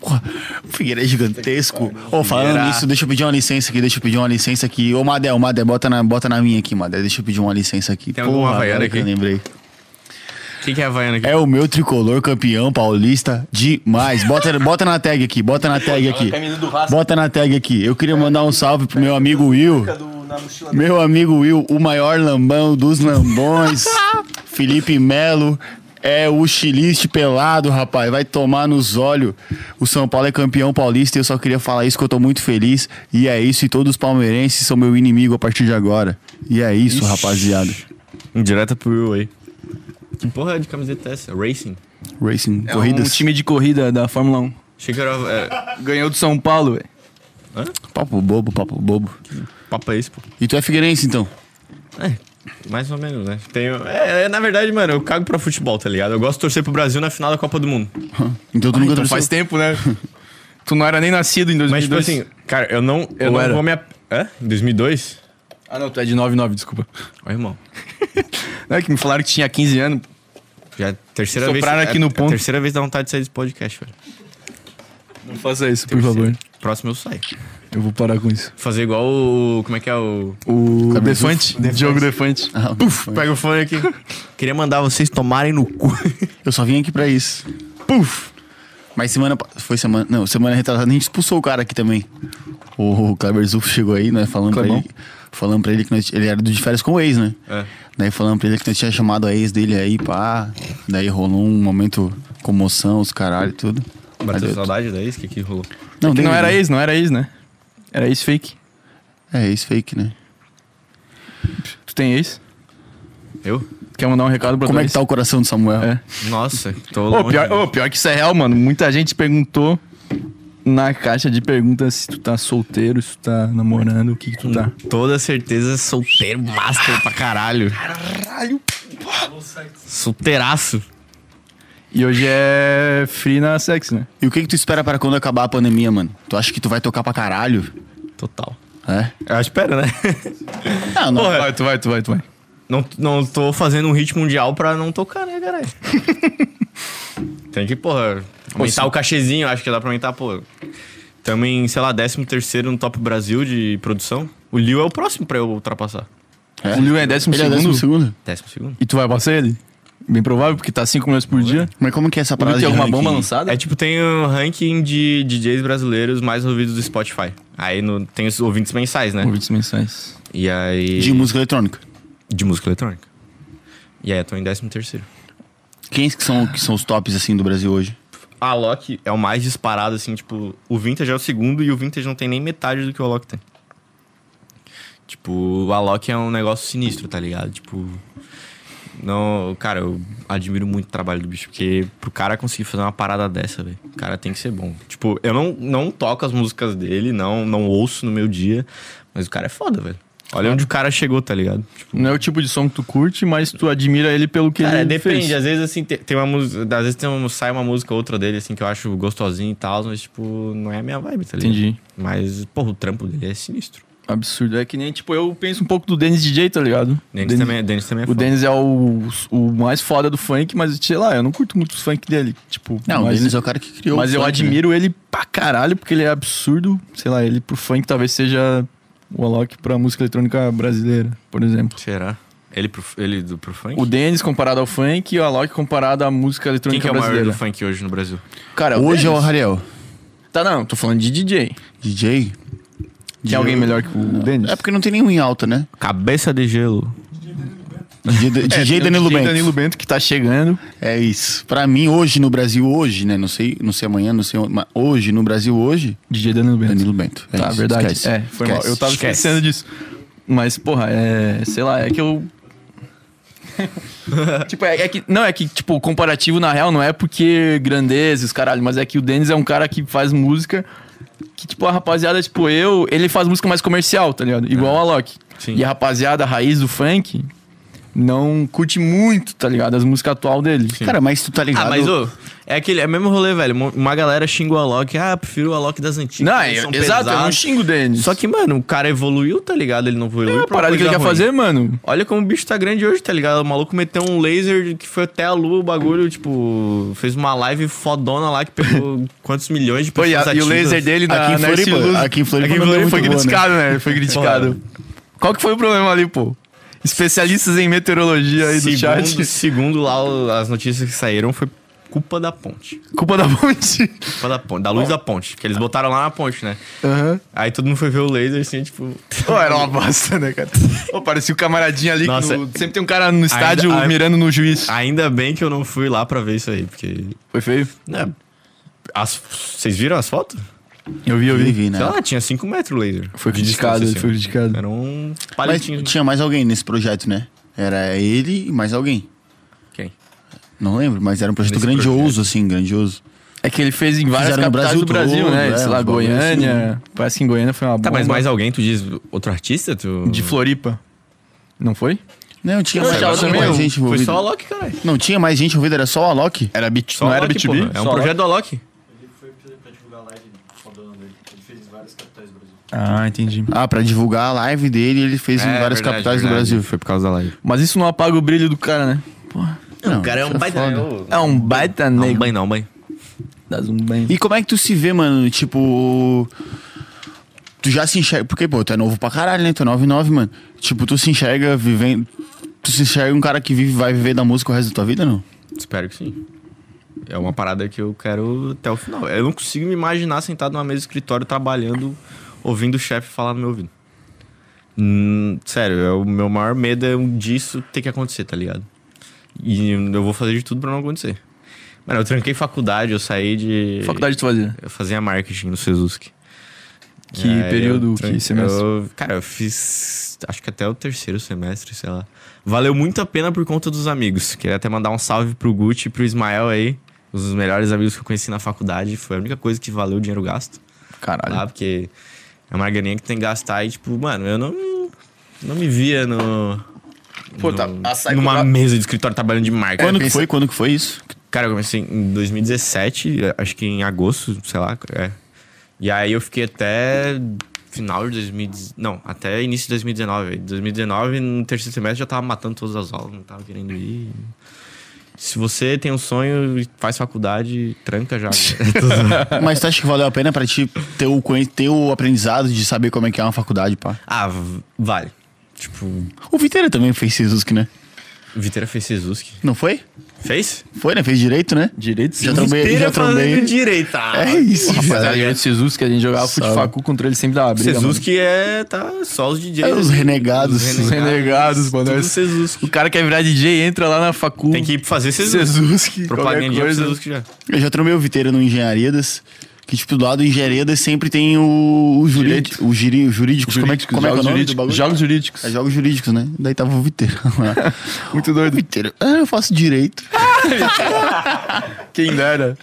Porra, o Figueira é gigantesco. Ô, falando
Figueira.
nisso, deixa eu pedir uma licença aqui, deixa eu pedir uma licença aqui. Ô, Madel, Madel, bota na, bota na minha aqui, Madel. Deixa eu pedir uma licença aqui.
Tem alguma
agora
Havaiana
que eu
aqui?
lembrei.
O que, que é Havaiana aqui?
É o meu tricolor campeão paulista demais. Bota, bota na tag aqui, bota na tag aqui.
camisa do Vasco.
Bota na tag aqui. Eu queria mandar um salve pro meu amigo Will. Meu amigo Will, o maior lambão dos lambões. Felipe Melo. É o chiliste pelado, rapaz. Vai tomar nos olhos. O São Paulo é campeão paulista e eu só queria falar isso que eu tô muito feliz. E é isso. E todos os palmeirenses são meu inimigo a partir de agora. E é isso, rapaziada.
Indireta pro Will aí. Que porra de camiseta é essa? Racing.
Racing,
É
corridas.
um time de corrida da Fórmula 1.
Achei que era. É,
Ganhou do São Paulo, velho.
Papo bobo, papo bobo.
papo é esse, pô.
E tu é figueirense, então?
É, mais ou menos, né? Tenho, é, é, na verdade, mano, eu cago pra futebol, tá ligado? Eu gosto de torcer pro Brasil na final da Copa do Mundo.
Então tu nunca
Então faz tempo, né? tu não era nem nascido em 2002.
Mas, tipo assim, cara, eu não, eu
Ou
não
era?
vou me. ap- Hã? Em 2002?
Ah, não, tu é de 99, desculpa.
Ó, irmão.
Não é que me falaram que tinha 15 anos.
Já é a terceira
Sopraram
vez.
aqui
é-
no
é a
ponto.
terceira vez dá vontade de sair desse podcast, velho.
Não faça isso, por favor.
Próximo eu saio.
Eu vou parar com isso.
Fazer igual o. Como é que é o.
O
Cabeça-
Defante, Diogo Defante.
Ah, puf,
Pega o fone aqui. Queria mandar vocês tomarem no cu.
eu só vim aqui pra isso. Puf! Mas semana. pa- Foi semana. Não, semana retrasada a gente expulsou o cara aqui também. O, o Kleber Zufo chegou aí, né? Falando pra
Clebão.
ele. Falando pra ele que nós- ele era do de férias com o ex, né?
É.
Daí falando pra ele que nós tinha chamado a ex dele aí, pá. Daí rolou um momento comoção, os caralho e tudo. Mas
Bateu
eu-
saudade daí? O que que rolou?
Não,
É Que
dele,
não era
né?
ex, não era ex, né? Era ex fake.
É, ex fake, né?
Tu tem ex?
Eu?
Quer mandar um recado pra
Como
tua
é que
ex?
tá o coração do Samuel?
É.
Nossa, tô
Ô,
longe.
pior, ô, pior que isso é real, mano. Muita gente perguntou na caixa de perguntas se tu tá solteiro, se tu tá namorando, o que, que tu tá.
Toda certeza solteiro master pra caralho. Caralho. Solteiraço.
E hoje é free na sex, né?
E o que que tu espera pra quando acabar a pandemia, mano? Tu acha que tu vai tocar pra caralho?
Total.
É?
Eu espero, né?
Ah, não.
Porra.
Vai, tu vai, tu vai, tu vai.
Não, não tô fazendo um hit mundial pra não tocar, né, caralho? Tem que, porra, aumentar o cachezinho. Acho que dá pra aumentar, pô. Tamo em, sei lá, 13 terceiro no Top Brasil de produção. O Liu é o próximo pra eu ultrapassar.
É?
O Lil é décimo
Ele é
segundo.
décimo segundo?
Décimo segundo.
E tu vai passar ele? Bem provável, porque tá 5 milhões por dia.
Mas como que é essa
O Lil
parada
tem
de
alguma
ranking?
bomba lançada?
É tipo, tem o ranking de DJs brasileiros mais ouvidos do Spotify. Aí no, tem os ouvintes mensais, né?
Ouvintes mensais.
E aí.
De música eletrônica.
de música eletrônica. E aí, eu tô em décimo terceiro.
Quem que são, que são os tops, assim, do Brasil hoje?
A Alok é o mais disparado, assim, tipo, o Vintage é o segundo e o Vintage não tem nem metade do que o Alok tem. Tipo, o Alok é um negócio sinistro, tá ligado? Tipo. Não, cara, eu admiro muito o trabalho do bicho, porque pro cara conseguir fazer uma parada dessa, velho, o cara tem que ser bom. Tipo, eu não, não toco as músicas dele, não, não ouço no meu dia, mas o cara é foda, velho. Olha onde o cara chegou, tá ligado? Tipo,
Não é o tipo de som que tu curte, mas tu admira ele pelo que
Cara,
ele
depende.
fez.
Às vezes, assim, te- tem, uma música. Às vezes tem uma, sai uma música ou outra dele, assim, que eu acho gostosinho e tal, mas, tipo, não é a minha vibe, tá ligado?
Entendi.
Mas, porra, o trampo dele é sinistro.
Absurdo. É que nem, tipo, eu penso um pouco do Dennis DJ, tá ligado?
Dennis,
Dennis-
também, Dennis também é
O
foda.
Dennis é o, o mais foda do funk, mas sei lá, eu não curto muito os funk dele. Tipo,
Não,
mas,
o Denis é o cara que criou
mas
o
eu
funk, né?
admiro ele pra caralho, porque ele é absurdo. Sei lá, ele pro funk talvez seja o Alok pra música eletrônica brasileira, por exemplo.
Será? Ele, pro, ele do, pro funk?
O Dennis comparado ao funk e o Alok comparado à música
Quem
eletrônica
que é o maior
brasileira.
do funk hoje no Brasil?
Cara,
Hoje é o
Dennis.
Ariel.
Tá, não, tô falando de DJ.
DJ?
Tem é alguém melhor que o Dennis?
É porque não tem nenhum em alta, né?
Cabeça de gelo.
DJ, da- DJ
tem o
Danilo Bento.
Danilo Bento que tá chegando.
É isso. Pra mim, hoje no Brasil, hoje, né? Não sei, não sei amanhã, não sei onde, mas hoje no Brasil, hoje,
DJ Danilo Bento.
Danilo Bento. É
tá,
isso.
verdade.
Esquece.
É, foi mal.
Esquece.
Eu tava
Esquece.
esquecendo disso. Mas, porra, é. Sei lá, é que eu. tipo, é, é que. Não, é que, tipo, o comparativo, na real, não é porque grandeza, os caralho, mas é que o Denis é um cara que faz música. Que, tipo, a rapaziada, tipo, eu, ele faz música mais comercial, tá ligado? Igual o Alok.
É. Sim.
E a rapaziada, a raiz do funk, não curte muito, tá ligado? As músicas atual dele.
Cara, mas tu tá ligado.
Ah, mas ô, é aquele, é o mesmo rolê, velho. Uma- Uma galera xinga o Alok, ah, prefiro o Alok das antigas.
Não,
eles
eu,
são
exato, eu não
pesados.
xingo o Denis.
Só que, mano, o cara evoluiu, tá ligado? Ele não evoluiu.
é a
pra uma
parada que ele
coisa
quer
ruim.
fazer, mano.
Olha como o bicho tá grande hoje, tá ligado? O maluco meteu um laser que foi até a lua, o bagulho, tipo, fez uma live fodona lá que pegou quantos milhões de
Pô, e,
pessoas
a- e o
ativas.
laser dele na,
Aqui em
na
Floripa-
Estilus-
aqui em Floripa
Aqui
não deu
foi
muito boa,
criticado, né? Foi criticado. Qual que foi o problema ali, pô? Especialistas em meteorologia aí do
Segundo,
chat.
segundo lá o- as notícias que saíram foi culpa da ponte.
Culpa da ponte.
Culpa da ponte, da luz da ponte, que eles botaram lá na ponte, né?
Aham.
Aí todo mundo foi ver o laser assim, tipo,
Pô, era uma bosta, né, cara? Pô, parecia o camaradinho ali. que
Nossa.
no- sempre tem um cara no estádio
ai-
mirando no juiz.
ainda bem que eu não fui lá pra ver isso aí, porque
Foi feio?
né? As, vocês viram as fotos?
Eu vi, eu vi.
Vivi, né?
Sei lá, tinha 5 metros o laser.
É. Foi
De
criticado,
distância, assim.
foi criticado.
Era um
Mas
palitinho.
tinha mais alguém nesse projeto, né? Era ele e mais alguém.
Quem?
Não lembro, mas era um projeto
Nesse
grandioso,
projeto.
assim, grandioso.
É que ele fez em várias
Fizeram no
capitais do
Brasil
Brasil,
todo,
né?
é,
Sei lá,
uns bagulho assim.
Goiânia. Parece que em Goiânia foi uma bomba.
Tá, mas mais alguém, tu diz outro artista? Tu...
De Floripa. Não foi?
Não, tinha
Não,
mais,
Tá
tava
tinha
também
mais
um-
gente
é Foi
envolvida.
só o Alok, caralho.
Não tinha mais gente envolvida, era só o Alok?
Era bit,
Só
não
o
era
Alok,
B2B?
porra. É um projeto do Alok.
Ele foi pra, pra divulgar a live fodona dele. Ele fez em várias capitais do Brasil.
Ah, entendi.
Ah, pra divulgar a live dele, ele fez em
É,
várias
verdade,
capitais
verdade.
do Brasil.
Foi por causa da live.
Mas isso não apaga o brilho do cara, né?
Não,
um baita.
É um baita
Não, um
negro.
banho não, um banho.
Das um banho.
E como é que tu se vê, mano? Tipo. Tu já se enxerga. Porque, pô, tu é novo pra caralho, né? Tu é 99, mano. Tipo, tu se enxerga vivendo. Tu se enxerga um cara que vive, vai viver da música o resto da tua vida, não?
Espero que sim. É uma parada que eu quero até o final. Eu não consigo me imaginar sentado numa mesa de escritório trabalhando, ouvindo o chefe falar no meu ouvido. Hum, sério, é o meu maior medo é um disso ter que acontecer, tá ligado? E eu vou fazer de tudo pra não acontecer. Mano, eu tranquei faculdade, eu saí de.
Faculdade tu fazia?
Eu fazia marketing no Sezuski.
Que
E aí
período,
eu
que
tran-
semestre?
eu- cara, eu fiz. Acho que até o terceiro semestre, sei lá. Valeu muito a pena por conta dos amigos. Queria até mandar um salve pro Gucci e pro Ismael aí. Os melhores amigos que eu conheci na faculdade. Foi a única coisa que valeu o dinheiro gasto.
Caralho.
Lá, porque é uma graninha que tem que gastar e, tipo, mano, eu não. Não me via no.
Pô,
no-
tá- açaí
numa
comprar-
mesa de escritório trabalhando de marketing.
Quando que
pensa-
foi? Quando que foi isso?
Cara, eu comecei em 2017, acho que em agosto, sei lá. É. E aí eu fiquei até final de 2019. Não, até início de 2019. 2019, no terceiro semestre, já tava matando todas as aulas, não tava querendo ir. Se você tem um sonho e faz faculdade, tranca já.
Mas tu acha que valeu a pena pra ti ter o, conhe- ter o aprendizado de saber como é que é uma faculdade, pá?
ah, v- vale. Tipo,
O Viteira também fez Sisusk, né?
Viteira fez Sezuski.
Não foi?
Fez?
Foi, né? Fez direito, né?
Direito
Já trombei, já trombei.
direita.
É isso,
Rapaziada,
cara.
direito Cezus, que a gente jogava
Sabe.
futfacu contra ele sempre dava briga. mano.
Sezuski é. tá só os DJs.
É, os renegados. É
Os renegados, mano.
Tudo Sezuski.
O cara quer virar DJ, entra lá na facu.
Tem que ir fazer Sezuski.
Cezus.
Propagandinha pro
coisa.
Sezuski já.
Eu já trombei o Viteira no Engenharidas. Que, tipo, do lado do Engenharidas sempre tem o, o, jurídico, o, juri, o jurídico. Como é, que- como é que é o
jogos,
nome do
jurídicos,
bagulho?
jogos jurídicos.
É jogos jurídicos, né? Daí tava o Viteira. Muito doido. Viteira. Ah, eu faço direito.
É, Quem dera.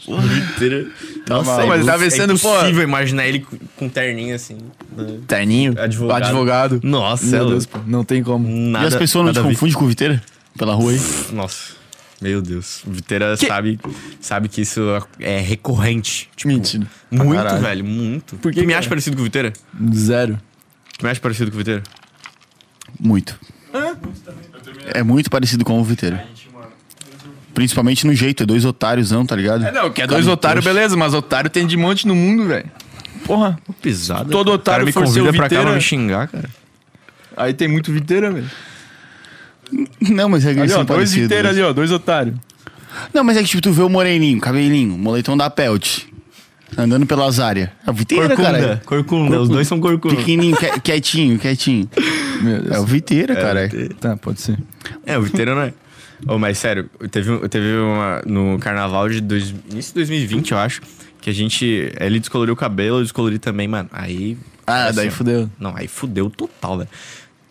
Nossa,
Não, mas
é
tá pensando, pô-
É impossível imaginar ele com- com terninho assim. né?
Terninho.
Advogado.
Advogado.
Nossa, é
Meu Deus,
louco.
pô, não tem como.
Nada,
e as pessoas não te
nada a ver.
confundem com o Viteira? Pela rua aí?
Nossa. Meu Deus. O Viteira
Que-
sabe, sabe que isso é recorrente. Tipo,
Mentira.
Muito,
Caralho.
velho. Muito.
Por que,
tu me
cara?
acha parecido com o Viteira?
Zero.
Tu me acha parecido com o Viteira?
Muito. É muito parecido com o Viteira. Principalmente no jeito, é dois otários, não, tá ligado?
É, não, que é dois otários, beleza, mas otário tem de monte no mundo, velho. Porra,
Pisada.
Todo
cara.
otário
o cara me
for ser o
convida pra cá pra
Viteira.
me xingar, cara.
aí tem muito viteira, velho.
Não, mas é que eles
Ali, ó,
são
dois
parecidos.
viteiros ali, ó, dois otários.
Não, mas é que tipo, tu vê o moreninho, cabelinho, moletom da Pelt. Andando pelas áreas. É o Viteira, cara.
Corcunda. Os dois são corcunda.
Pequenininho, que- quietinho, quietinho.
Meu
É o
Deus.
Viteira, cara.
Tá, pode ser.
É, o Viteira não é. Ô, mas sério, teve, um- teve uma. No carnaval de dois, início de 2020, eu acho, que a gente. Ele descoloriu o cabelo, eu descolori também, mano. Aí.
Ah,
assim,
daí
ó,
fudeu.
Não, aí fudeu total, velho.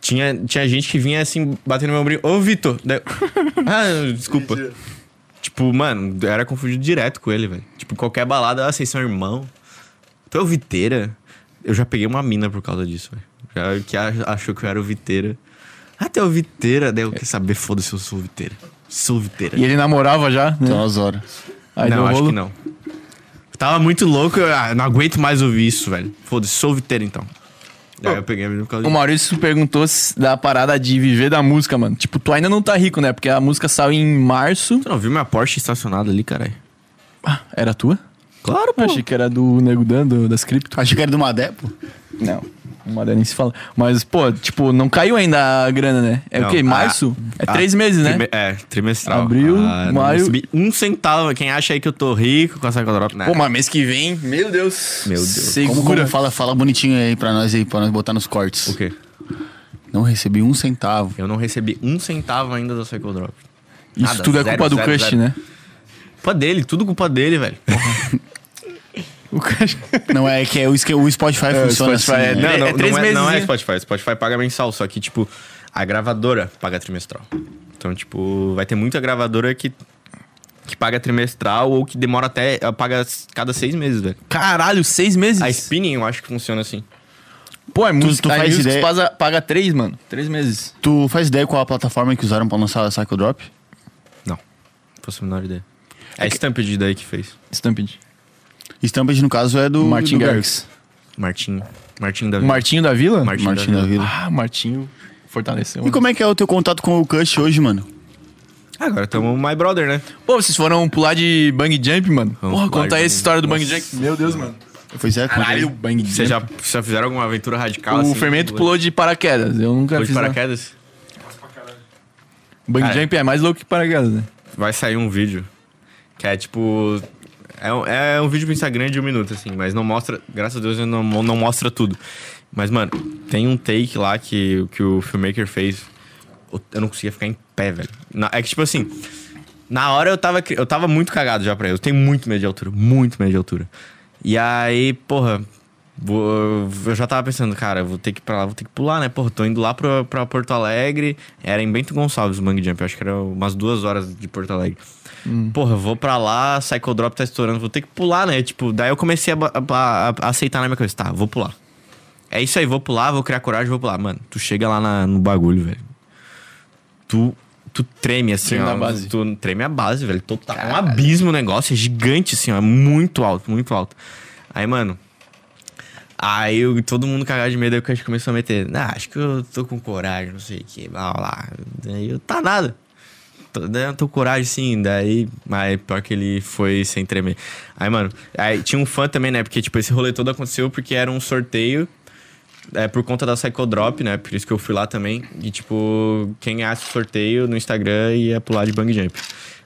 Tinha, tinha gente que vinha assim, batendo no meu ombro. Ô, Vitor! Daí eu, ah, desculpa. Tipo, mano, eu era confundido direto com ele, velho. Tipo, qualquer balada, ah, vocês são irmão. Tu é o Viteira? Eu já peguei uma mina por causa disso, velho. Já- Que a- achou que eu era o Viteira. Ah, tu é o Viteira? Daí eu quer saber, foda-se, eu sou o Viteira. Sou o Viteira.
E ele namorava já? né?
Então, as horas.
Aí
não,
deu
acho
rolo.
que não. Eu tava muito louco, eu ah, não aguento mais ouvir isso, velho. Foda-se, sou viteiro então. Daí eu peguei a menina por causa
O Maurício perguntou se- da parada de viver da música, mano. Tipo, tu ainda não tá rico, né? Porque a música saiu em março.
Tu não viu minha Porsche estacionada ali, caralho?
Ah, era tua?
Claro, pô.
Achei que era do Nego Dan, do- das cripto.
Achei que era do Madé, pô.
Não. Uma nem se fala. Mas, pô, tipo, não caiu ainda a grana, né? É
Não,
o quê?
a-
Março? é
Ah,
três meses, né?
trime- É, trimestral.
Abril,
não
maio.
recebi um centavo. Quem acha aí que eu tô rico com essa codorop? Né?
Pô, mas mês que vem, meu Deus.
Meu Deus.
Segura.
Como, como fala, fala bonitinho aí pra nós aí, pra nós botar nos cortes.
O quê?
Não recebi um centavo.
Eu não recebi um centavo ainda da Cycle Drop.
Isso
Nada,
tudo é
zero,
culpa do
zero,
crush,
zero.
né?
Culpa dele, tudo culpa dele, velho.
O crush.
Não, é que é o, esque- o Spotify
É, o
funciona
Spotify
assim. né?
é-
Não,
É
não,
três
não, é, não é
meses, né?
Spotify. Spotify paga mensal, só que, tipo, a gravadora paga trimestral. Então, tipo, vai ter muita gravadora que, que paga trimestral ou que demora até. eh, paga s- cada seis meses, velho.
Caralho, seis meses?
A spinning eu acho que funciona assim.
Pô, é muito.
tu
a
faz
Music
ideia-
Paga, paga três, mano. Três meses.
Tu faz ideia qual a plataforma que usaram pra lançar a Cycle Drop?
Não. Não Fosse a menor ideia. É a Stampede daí que fez.
Stampede.
Stampede, no caso, é do.
Martin
do
Garrix.
Martinho. Martinho da
O
Vila.
Martinho da Vila?
Martinho
Martin da Vila.
Ah, Martinho fortaleceu.
E como é que é o teu contato com o Cush hoje, mano?
Ah, Agora tamo My Brother, né?
Pô, vocês foram um pular de bang jump, mano?
Vamos
Porra,
pular
conta aí
de-
essa história do bang
Nossa.
jump. Meu Deus, mano.
Pois é, conta aí.
Caralho, bang jump.
Vocês já, vocês já fizeram alguma aventura radical assim?
O fermento pulou de paraquedas. Eu nunca
Pulou de
fiz. nada.
paraquedas?
Bang
Cara.
jump é mais louco que paraquedas, né?
vai sair um vídeo que é tipo. É um, é um vídeo pro Instagram de um minuto, assim, mas não mostra. Graças a Deus ele não, não mostra tudo. Mas, mano, tem um take lá que, que o filmmaker fez. Eu não conseguia ficar em pé, velho. Na- é que, tipo assim, na hora eu tava, cri- eu tava muito cagado já pra ele. Eu tenho muito medo de altura, muito medo de altura. E aí, porra, vou- eu já tava pensando, cara, eu vou ter que ir pra lá, vou ter que pular, né? Porra, tô indo lá pra, pra Porto Alegre. Era em Bento Gonçalves o Bang Jump, eu acho que era umas duas horas de Porto Alegre. Porra, eu vou pra lá, Psycho Drop tá estourando, vou ter que pular, né? Tipo, daí eu comecei a, ba- a- a- a aceitar na minha cabeça, tá, vou pular. É isso aí, vou pular, vou criar coragem, vou pular. Mano, tu chega lá na- no bagulho, velho. Tu, tu treme assim,
Treme
ó.
na base.
Tu treme a base, velho. Total. É um abismo o negócio, é gigante assim, ó. É muito alto, muito alto. Aí, mano. Aí eu- todo mundo cagado de medo, aí o Cante começou a meter. Ah, acho que eu tô com coragem, não sei o que, blá blá, blá. Daí eu, tá nada. Tô, daí eu tô com coragem sim, daí. Mas pior que ele foi sem tremer. Aí, mano, aí tinha um fã também, né? Porque, tipo, esse rolê todo aconteceu porque era um sorteio é por conta da Psycho Drop, né? Por isso que eu fui lá também. E, tipo, quem ganhasse o sorteio no Instagram ia pular de bang jump.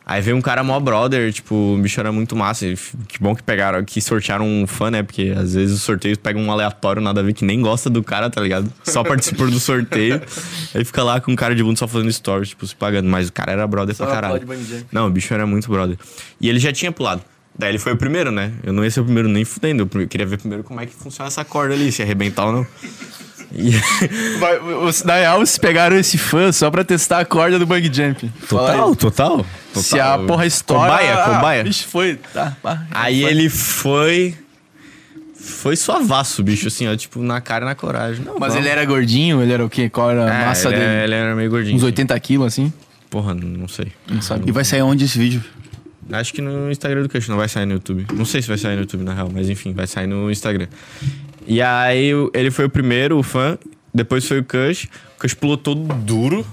Aí veio um cara mó brother, tipo, o bicho era muito massa. e f- Que bom que pegaram, que sortearam um fã, né? Porque às vezes os sorteios pegam um aleatório, nada a ver, que nem gosta do cara, tá ligado? Só participou do sorteio. Aí fica lá com um cara de bunda só fazendo stories, tipo, se pagando. Mas o cara era brother pra caralho. Não, o bicho era muito brother. E ele já tinha pulado. Daí ele foi o primeiro, né? Eu não ia ser o primeiro nem fudendo. Eu prime- queria ver primeiro como é que funciona essa corda ali, se arrebentar ou não. E-
Vai, os, na real, vocês pegaram esse fã só pra testar a corda do bang jump. Fala aí.
total.
Se a porra estoura.
Cobaia,
ah,
cobaia.
Bicho, foi. Tá, pá.
Aí ele foi. Foi suavaço, bicho, assim, ó, tipo, na cara e na coragem. Não,
Mas
vamos.
ele era gordinho, ele era o quê? Qual era a
É,
massa
ele,
dele?
é- ele era meio gordinho.
Uns
assim.
80 quilos, assim?
Porra, não sei.
Não sabe.
E vai sair onde esse vídeo?
Acho que no Instagram do Crush, não vai sair no YouTube. Não sei se vai sair no YouTube, na real, mas enfim, vai sair no Instagram. E aí o- ele foi o primeiro, o fã, depois foi o Cush. O Cush pulou todo duro.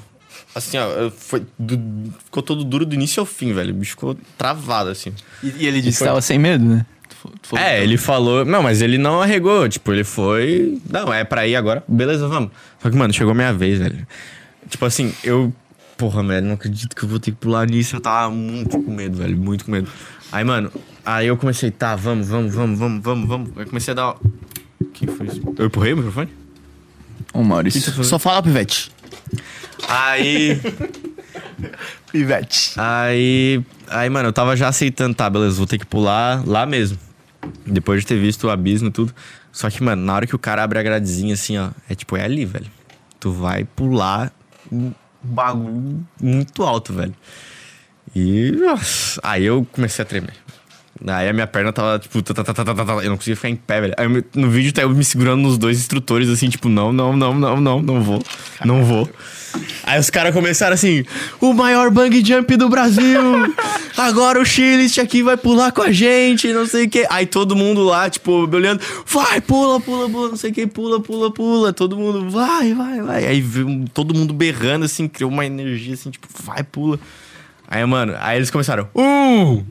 Assim, ó, foi du- ficou todo duro do início ao fim, velho. O bicho ficou travado, assim.
E, e ele disse que tava sem medo, né? Tu fo- tu falou-
É, ele falou. Não, mas ele não arregou. Tipo, ele foi. Não, é pra ir agora. Beleza, vamos. Só que, mano, chegou minha vez, velho. Tipo assim, eu. Porra, velho, não acredito que eu vou ter que pular nisso. Eu tava muito com medo, velho. Muito com medo. Aí, mano, aí eu comecei, tá, vamos, vamos, vamos, vamos, vamos, vamos. Aí comecei a dar. Quem foi isso? Eu empurrei o microfone?
Ô, Maurício.
Só fala, Pivete.
Aí.
Pivete.
Aí, aí, mano, eu tava já aceitando, tá, beleza, vou ter que pular lá mesmo. Depois de ter visto o abismo e tudo. Só que, mano, na hora que o cara abre a gradezinha assim, ó, é tipo, é ali, velho. tu vai pular um bagulho muito alto, velho. E nossa, aí eu comecei a tremer. Aí a minha perna tava, tipo, tá, tá, tá, tá, tá, tá, tá, eu não conseguia ficar em pé, velho. Aí eu me- no vídeo tá eu me segurando nos dois instrutores, assim, tipo, não, não, não, não, não, não vou, não vou. Aí os caras começaram assim, o maior bang jump do Brasil, agora o Chilist aqui vai pular com a gente, não sei o que. Aí todo mundo lá, tipo, me olhando, vai, pula, pula, pula, não sei o que, pula, pula, pula. Todo mundo, vai, vai, vai. Aí viu um, todo mundo berrando, assim, criou uma energia, assim, tipo, vai, pula. Aí, mano, aí eles começaram, um,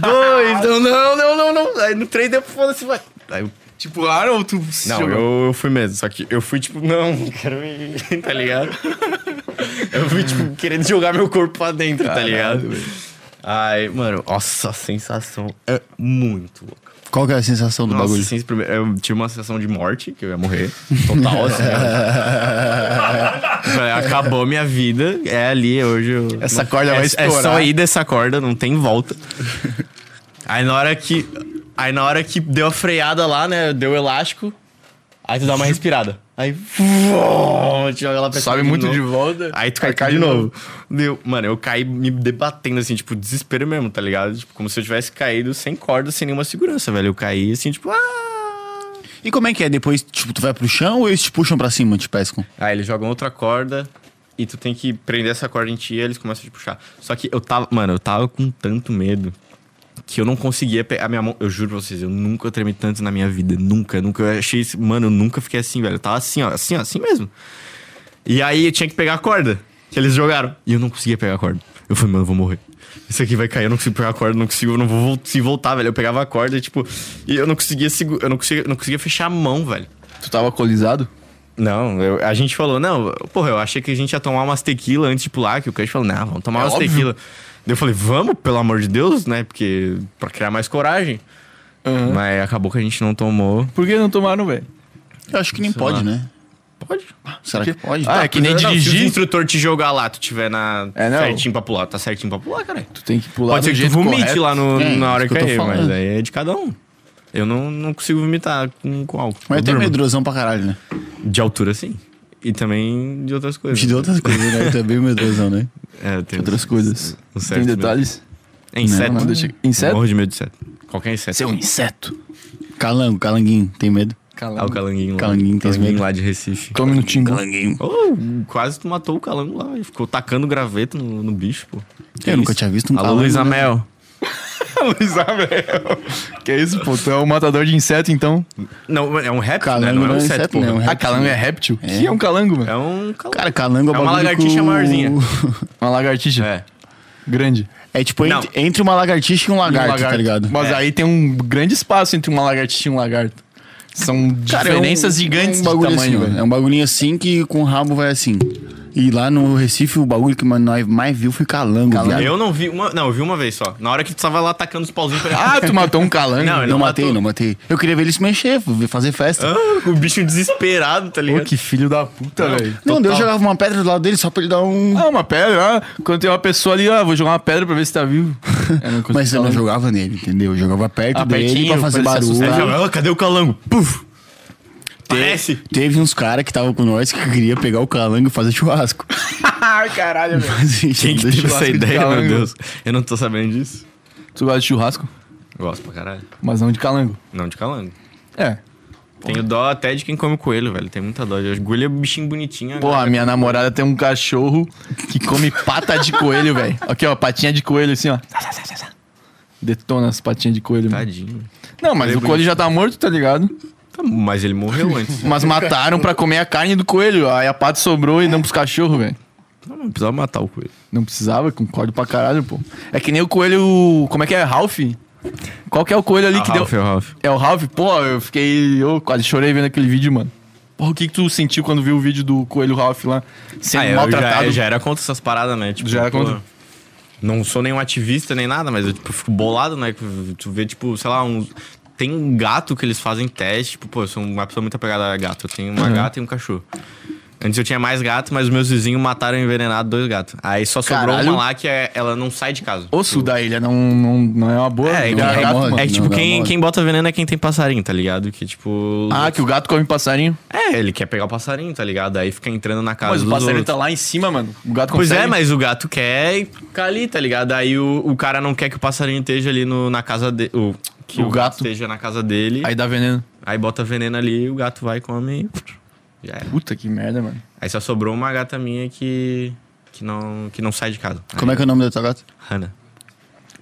dois, não, não, não, não, não. Aí no três, deu, foda-se, vai. Aí eu
Tipo, claro, ou tu se
não,
jogou?
eu, eu fui mesmo, só que eu fui tipo, não, não quero ir, tá ligado? Eu fui tipo, querendo jogar meu corpo pra dentro, tá ligado? Ai, mano, nossa, a sensação é muito louca.
Qual que é a sensação do
Nossa,
bagulho?
assim, primeiro, eu tive uma sensação de morte, que eu ia morrer, total, assim. ó. Falei, Acabou minha vida, é ali, hoje eu...
Essa corda
é,
vai
É só
estourar.
ir dessa corda, não tem volta. Aí na hora que... Aí na hora que deu a freada lá, né, deu o elástico, aí tu dá uma respirada. Aí... vum, te joga lá pra
Sobe
cima
muito
novo.
de volta.
Aí tu cai, cai de novo. Deu- mano, eu caí me debatendo, assim, tipo, desespero mesmo, tá ligado? Tipo, como se eu tivesse caído sem corda, sem nenhuma segurança, velho. Eu caí, assim, tipo, ah!
E como é que é? Depois, tipo, tu vai pro chão ou eles te puxam pra cima, te pescam?
É. Aí eles jogam outra corda e tu tem que prender essa corda em ti e eles começam a te puxar. Só que eu tava, mano, eu tava com tanto medo que eu não conseguia pegar a minha mão. Eu juro pra vocês, eu nunca tremi tanto na minha vida. Nunca, nunca. Eu achei isso, mano, eu nunca fiquei assim, velho. Eu tava assim, ó, assim, ó, assim mesmo. E aí eu tinha que pegar a corda que eles jogaram. E eu não conseguia pegar a corda. Eu falei, mano, eu vou morrer. Isso aqui vai cair, eu não consigo pegar a corda, não consigo, eu não vou vol- se voltar, velho. Eu pegava a corda e, tipo, e eu não conseguia segurar, eu não conseguia, não conseguia fechar a mão, velho.
Tu tava colisado?
Não, eu- a gente falou, não, porra, eu achei que a gente ia tomar umas tequila antes de pular, que o Cante falou, não, vamos tomar
É
umas
óbvio.
tequila. Daí eu falei, vamos, pelo amor de Deus, né? Porque. pra criar mais coragem. Mas acabou que a gente não tomou.
Por que não tomaram, velho?
Eu acho que nem pode, né?
Pode.
Será que tá pode?
Ah,
Ah, é que nem dirigir. se o
dirigir.
instrutor te jogar lá, tu tiver na
É, não.
certinho pra pular, tá certinho pra pular, cara.
Tu tem que pular
Pode
do
ser que tu
jeito
vomite
correto.
lá no-
É,
na hora
isso
que
que eu tô
cair, mas
falando.
aí é de cada um. Eu não, não consigo vomitar com, com álcool.
Mas
Eu
tem
durmo.
medrosão pra caralho, né?
De altura, sim. E também de outras coisas.
De outras coisas, né? Tu é bem medrosão, né?
É, eu tenho
Outras coisas.
um certo
Tem
medo.
detalhes?
É inseto.
Não, não,
deixa- inseto?
Morro de medo de inseto. Qualquer inseto.
Você é um inseto.
Calango, calanguinho, tem medo?
Ah, o calanguinho lá.
Calanguinho, tem medo.
lá de Recife.
Tome no timbu.
Calanguinho.
Oh, quase tu matou o calango lá. Ele ficou tacando graveto no, no bicho, pô. Que
Eu nunca
isso?
tinha visto um
Alô,
calango,
Luísa
né?
Mel.
Que isso, pô? Tu é um matador de inseto, então?
Não, é um réptil, né?
Calango
Não é um inseto, pô.
né? É um
Ah,
réptil.
calango é réptil? Que é um calango, mano?
É um calango.
Cara, calango é,
É uma
bagulho
lagartixa
com-
maiorzinha.
Uma lagartixa.
É.
Grande.
É tipo
Não.
entre, entre uma lagartixa e um lagarto,
Um lagarto.
tá ligado?
Mas
É.
aí tem um grande espaço entre uma lagartixa e um lagarto. São
Cara, é um-
diferenças gigantes
é um bagulho
de tamanho,
assim,
velho.
É um bagulhinho assim que com o rabo vai assim. E lá no Recife, o bagulho que nós mais viu foi calango, viado.
Eu não vi uma. Não, eu vi uma vez só. Na hora que tu tava lá atacando os pauzinhos pra
Ah, tu matou um calango?
Não, ele
Não matei,
matou.
não matei. Eu queria ver ele se mexer, ver fazer festa.
Ah, o bicho desesperado, tá
Pô,
ligado?
que filho da puta, velho.
não, daí eu
Total.
jogava uma pedra do lado dele só pra ele dar um.
Ah, uma pedra. Ah, quando tem uma pessoa ali, ah, vou jogar uma pedra pra ver se tá vivo. É, não consigo
Mas eu não
falar.
jogava nele, entendeu? Eu jogava perto
Ah,
dele
pertinho,
pra fazer
pra ele se
barulho.
Aí já, "Ah, cadê o calango? Puf! Parece.
Teve uns caras que estavam com nós que queria pegar o calango e fazer churrasco.
Ah, caralho, velho.
Mas a gente
Quem que
não deixou.
teve
lasca
essa
de
ideia, meu
calango.
Deus?
né?
Eu não tô sabendo disso.
Tu gosta de churrasco,
Gosto pra caralho.
mas não de calango.
Não de calango.
É.
Tenho dó até de quem come coelho, velho. Tem muita dó. O coelho é um bichinho bonitinho.
Porra, minha namorada tem um cachorro que come pata de coelho, velho. Aqui, ó, patinha de coelho, assim, ó. Detona as patinhas de coelho. mano.
Tadinho.
Não, mas o coelho já tá morto, tá ligado?
Tá, mas ele morreu antes.
Mas mataram pra comer a carne do coelho. Aí a pata sobrou e dão pros cachorros, velho.
não, Então, não precisava matar o coelho.
Não precisava, concordo pra caralho, pô. É que nem o coelho. Como é que é? Ralph? Qual que é o coelho ali que deu.
o Ah, Ralph.
É o Ralph? Pô, eu fiquei. Eu quase chorei vendo aquele vídeo, mano. Porra, o que, que tu sentiu quando viu o vídeo do coelho Ralph lá sendo
Ah, eu
maltratado?
já, já era contra essas paradas, né? Tipo,
Já era
pô,
contra.
Não sou nenhum ativista nem nada, mas eu tipo, fico bolado, né? que Tu vê, tipo, sei lá, uns. Tem
Uhum.
um gato que eles fazem teste, tipo, pô, eu sou uma pessoa muito apegada a gato. Eu tenho uma gata e um cachorro. Antes eu tinha mais gato, mas os meus vizinhos mataram envenenado dois gatos. Aí só sobrou
Caralho.
uma lá que é- ela não sai de casa.
O sul da ilha não, não, não é uma boa.
É, é,
não,
dá gato,
é, é
mano,
que,
não
tipo,
dá
quem,
mole.
quem bota veneno é quem tem passarinho, tá ligado? Que tipo.
Ah, que o gato come passarinho.
É, ele quer pegar o passarinho, tá ligado? Aí fica entrando na casa
Mas o
É, dos
passarinho
outros.
tá lá em cima, mano. O gato
Pois
consegue.
é, mas o gato quer ficar ali, tá ligado? Aí o, o cara não quer que o passarinho esteja ali no, na casa dele. Que
O
o, gato
gato.
esteja na casa dele. Aí,
Aí dá veneno.
bota veneno ali, o gato vai, come e. Já era.
Puta que merda, mano.
Aí só sobrou uma gata minha que. que não, que não sai de casa.
Como é que é o nome da tua gata?
Hannah.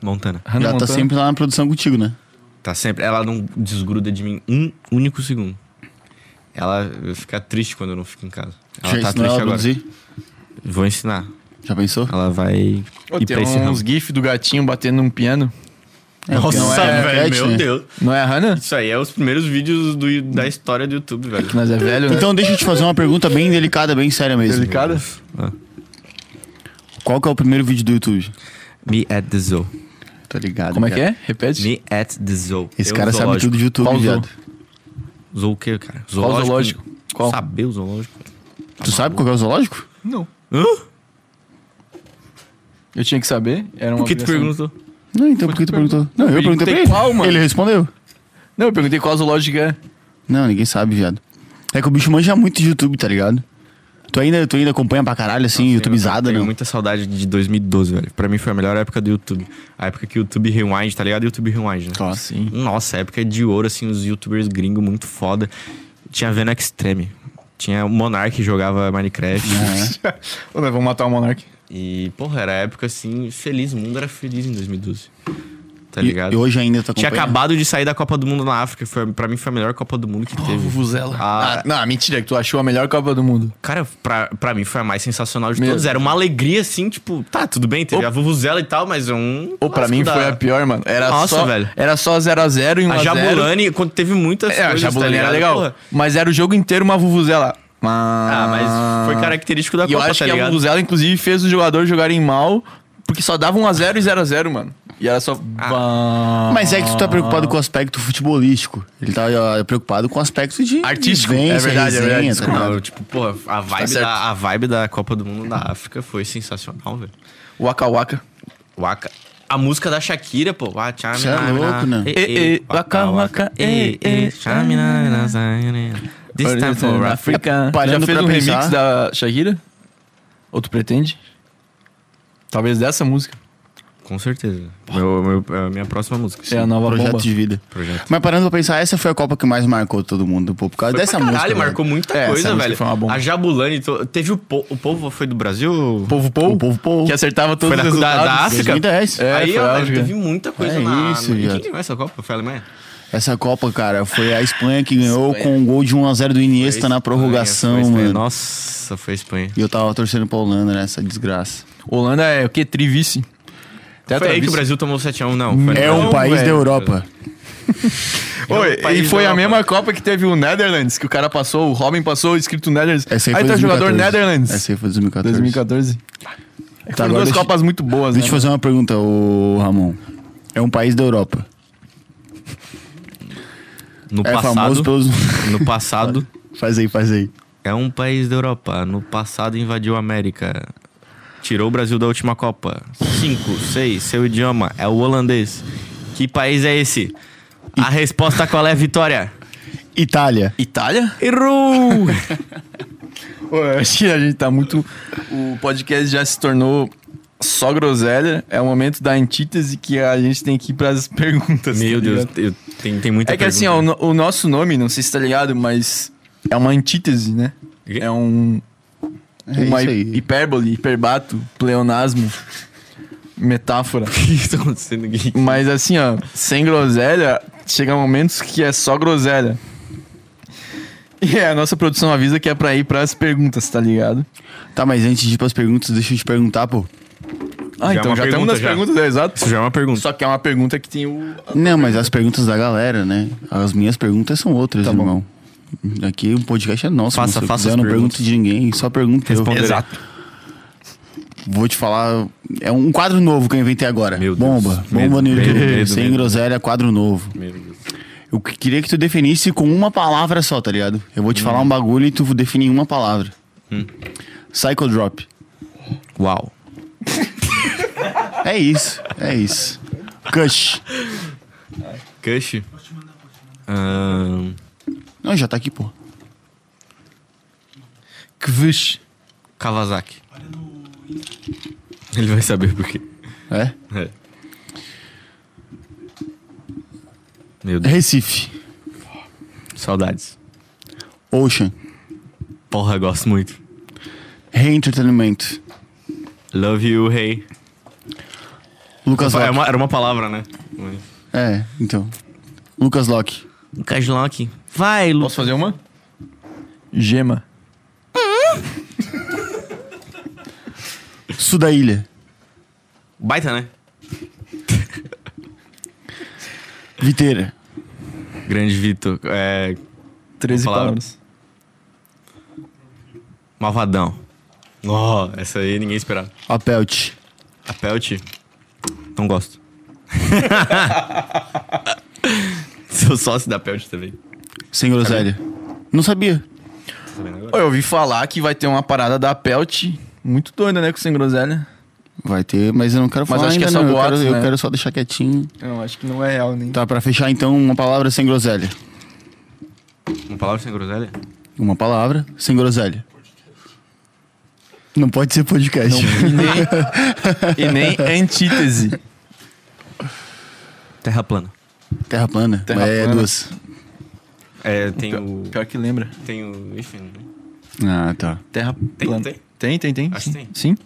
Montana.
Hannah
Ela tá
Montana.
sempre lá na produção contigo, né?
Tá sempre. Ela não desgruda de mim um único segundo. Ela fica triste quando eu não fico em casa. Ela
Já
tá
ensinou
triste
é ela a
agora.
produzir?
Vou ensinar.
Já pensou? É,
Ela vai
Ô,
ir
tem
pra esse
uns
ramo.
gifs do gatinho batendo num piano.
É, porque não é cat, né?
Deus.
Não é a Hannah?
Isso aí é os primeiros vídeos do- da história do YouTube, velho.
Mas é velho, né? Tá
Então deixa eu te fazer uma pergunta bem delicada, bem séria mesmo.
Delicada?
Qual que é o primeiro vídeo do YouTube?
Me at the zoo.
Tá ligado.
Como é que é? Repete.
Me at the zoo.
Esse
Eu,
cara sabe
zoológico.
tudo de YouTube,
Qual
viado.
Zoo o quê, cara?
Qual zoológico? Qual?
Saber o zoológico.
Tu sabe qual que é o zoológico?
Não.
Hã?
Eu tinha que é saber. Era uma
Por que tu
obrigação.
perguntou?
Não, então por que tu perguntou? Não, eu
Eu
perguntei pra
perguntei
ele.
qual, mano?
Ele respondeu.
Não, eu perguntei qual zoológico é.
Não, ninguém sabe, viado. É que o bicho manja muito de YouTube, tá ligado? Tu ainda, tu ainda acompanha pra caralho, assim, YouTubeizada,
Tenho
não?
muita saudade de 2012, velho. Pra mim foi a melhor época do YouTube. A época que o YouTube Rewind, tá ligado? YouTube Rewind, né?
Claro.
Sim.
Nossa, época de ouro, assim, os youtubers gringos muito foda. Tinha Venom Extreme. Tinha o Monark que jogava Minecraft.
É.
tá Ô, nós vamos matar o Monark.
E, porra, era a época assim, feliz, o mundo era feliz em 2012. Tá
E-
ligado?
E, hoje ainda tu
Tinha
acompanha?
acabado de sair da Copa do Mundo na África. Foi, pra mim foi a melhor Copa do Mundo que teve.
Vuvuzela.
Ah.
Ah, não, mentira, que tu achou a melhor Copa do Mundo.
Cara, pra, pra mim foi a mais sensacional de
Meu
todos. Era uma alegria, assim, tipo, tá, tudo bem, teve a Vuvuzela e tal, mas é um.
Ou pra
clássico
mim
da-
foi a pior, mano. Era
Nossa,
só,
velho.
Era só 0x0 e 1x0.
A Jabulani, quando teve muitas
É, a
coisas, tá
Jabulani era
ligado?
legal.
Porra.
Mas era o jogo inteiro uma Vuvuzela.
Ah, mas foi característico da
E eu
Copa,
acho
tá
que é a
ligado?
Vuvuzela, inclusive, fez os jogadores jogarem mal, porque só dava 1x0 e 0x0, mano. E era só...
Ah.
Bah.
Mas é que tu tá preocupado com o aspecto futebolístico. Ele tá ó, preocupado com o aspecto de
Artístico,
vivência,
é verdade, é verdade,
resenha,
desculpa.
tá ligado?
Não, tipo, porra, a vibe,
certo.
da, a vibe da Copa do Mundo da África foi sensacional, velho.
Waka Waka.
Waka. A música da Shakira, pô. Ah, tchá,
Cê é
mina,
louco,
mina.
né?
Ei,
Ei,
ei,
ei, waka, waka, ei, ei, é
tchá, mina, mina, zaire. This time for Africa.
Africa. Já
Parando
fez
pra
um
pensar-
remix da Shakira? Ou tu pretende? Talvez dessa música.
Com certeza. Meu, meu, é a minha próxima música.
É a nova
Projeto
bomba.
de vida.
Projeto.
Mas parando pra pensar, essa foi a Copa que mais marcou todo mundo. Pô, por causa
Foi
dessa
pra caralho,
música. velho.
marcou muita
É, essa
coisa,
música
velho.
foi uma bomba.
A Jabulani, to- teve o, po- o povo foi do Brasil?
Povo Pou?
O povo Pou.
Que acertava todos
Foi da-
os
da,
resultados.
da África?
2010.
É,
Aí,
foi
ó,
a
velho,
África.
teve muita coisa
É
na...
isso,
na- Quem
viado.
que ganhou essa Copa? Foi a Alemanha?
Essa Copa, cara, foi a Espanha que ganhou
Espanha.
com um gol de 1x0 do
Foi
Iniesta
Espanha,
tá na prorrogação,
foi Espanha.
mano.
Nossa, foi a Espanha.
E eu tava torcendo pra Holanda nessa desgraça.
Holanda é o quê? Trivice.
Foi aí que o Brasil tomou 7x1, não. foi
É
não.
um
Não,
país da
velho.
Europa.
Oi,
É um país
e foi
da
a
Europa.
mesma Copa que teve o Netherlands, que o cara passou, o Robin passou, escrito Netherlands.
Essa aí
aí
foi
tá o
2014.
jogador Netherlands.
Essa aí foi 2014.
2014. É que
Tá,
foram
agora
duas
deixa-
Copas muito boas,
Deixa eu
né?
fazer uma pergunta, ô Ramon. É um país da Europa.
No
É
passado...
famoso pelos.
No passado...
faz aí, faz aí.
É um país da Europa. No passado invadiu a América. Tirou o Brasil da última Copa. 5, 6, seu idioma é o holandês. Que país é esse? A resposta qual é, Vitória?
Itália.
Itália?
Errou!
Pô, eu acho que a gente tá muito. O podcast já se tornou só groselha. É o momento da antítese que a gente tem que ir pras perguntas.
Meu
tá
Deus,
ligado?
eu- tem, tem muita
É que assim, ó, o, no- o nosso nome, não sei se tá ligado, mas é uma antítese, né?
Quê?
É um.
É
uma
isso aí.
hi- hipérbole, hiperbato, pleonasmo, metáfora.
O que tá acontecendo aqui?
Mas assim, ó, sem groselha, chega momentos que é só groselha. E a nossa produção avisa que é pra ir pras perguntas, tá ligado?
Tá, mas antes de ir pras perguntas, deixa eu te perguntar, pô.
Ah,
Já é
então
uma
já tem
pergunta,
uma das
já.
perguntas, é, exato.
Isso já é uma pergunta.
Só que é uma pergunta que tem o.
Não, mas as perguntas da galera, né? As minhas perguntas são outras,
Tá bom.
irmão. Aqui o podcast é nosso.
Faça-
mano. Se eu
faça
quiser,
as
eu não
perguntas.
pergunto de ninguém, só pergunto eu.
Responderei.
Vou te falar. É um quadro novo que eu inventei agora.
Meu Deus.
bomba. Bomba
Medo,
no YouTube.
medo, medo,
Sem
medo.
groselha, quadro novo.
Meu Deus.
Eu
Hum.
que- queria que tu definisse com uma palavra só, tá ligado? Eu vou te falar um bagulho e tu define em uma palavra. Psycho Drop.
Uau.
É isso, é isso. Cush.
Cush?
Não, já tá aqui, pô.
Kvish.
Kawasaki. Ele vai saber por quê.
É?
É. Meu Deus.
Recife.
Saudades.
Ocean.
Porra, gosto muito.
Reentertainment.
Love you, hey.
Lucas
É
Locke.
uma- era uma palavra, né?
É, então. Lucas Locke.
Lucas Locke. Vai, Lu.
Posso fazer uma? Gema.
Sul da Ilha.
Baita, né?
Viteira.
Grande Vitor. É.
13
Palavras.
palavras.
Malvadão. Ó, essa aí ninguém esperava.
Apelt.
A Pelt? Não gosto. Sou sócio da Pelt também.
Sem groselha. Não sabia.
Tá vendo agora?
Ô, Eu ouvi falar que vai ter uma parada da Pelt. Muito doida, né? Com sem groselha.
Vai ter, mas eu não quero falar
acho
ainda
que é só
não. eu,
boatos,
quero, eu
né?
quero só deixar quietinho.
Não, acho que não é real nem.
Tá, pra fechar então, uma palavra sem groselha.
Uma palavra sem groselha?
Uma palavra sem groselha. Não pode ser podcast.
E nem é antítese.
Terra plana.
Terra plana.
Terra
é
plana.
duas.
É, tem
Pior,
o.
pior que lembra.
Tem o. Enfim. né?
Ah, tá.
Terra
Tem,
plana.
tem?
Tem, tem, tem.
Acho
sim.
que tem.
Sim.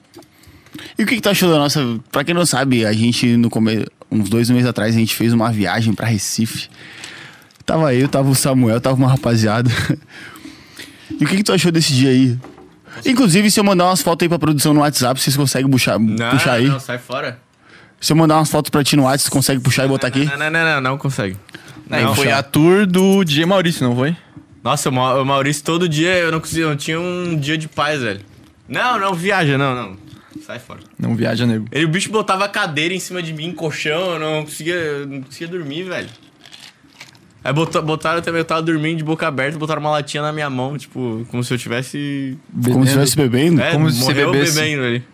E o que, que tu achou da nossa. Pra quem não sabe, a gente, no come... uns dois meses atrás, a gente fez uma viagem pra Recife. Tava eu, tava o Samuel, tava uma rapaziada. E o que, que tu achou desse dia aí? Inclusive, se eu mandar umas fotos aí pra produção no WhatsApp, vocês conseguem puxar, puxar aí?
Não, sai fora.
Se eu mandar umas fotos pra ti no WhatsApp, tu consegue puxar e botar
não,
aqui?
Não, não, não, não, não consegue.
Aí
Não.
É, foi a tour do DJ Maurício, não foi?
Nossa, o Ma- o Maurício todo dia eu não conseguia, eu tinha um dia de paz, velho. Não, não, viaja, não, não. Sai fora.
Não viaja, nego.
Ele, o bicho botava a cadeira em cima de mim, colchão, eu não conseguia, eu não conseguia dormir, velho. Aí botou- botaram também, eu tava dormindo de boca aberta, botaram uma latinha na minha mão, tipo, como se eu tivesse.
Como se
Bebendo.
estivesse bebendo?
É,
Como se você
morreu
bebesse.
bebendo ali.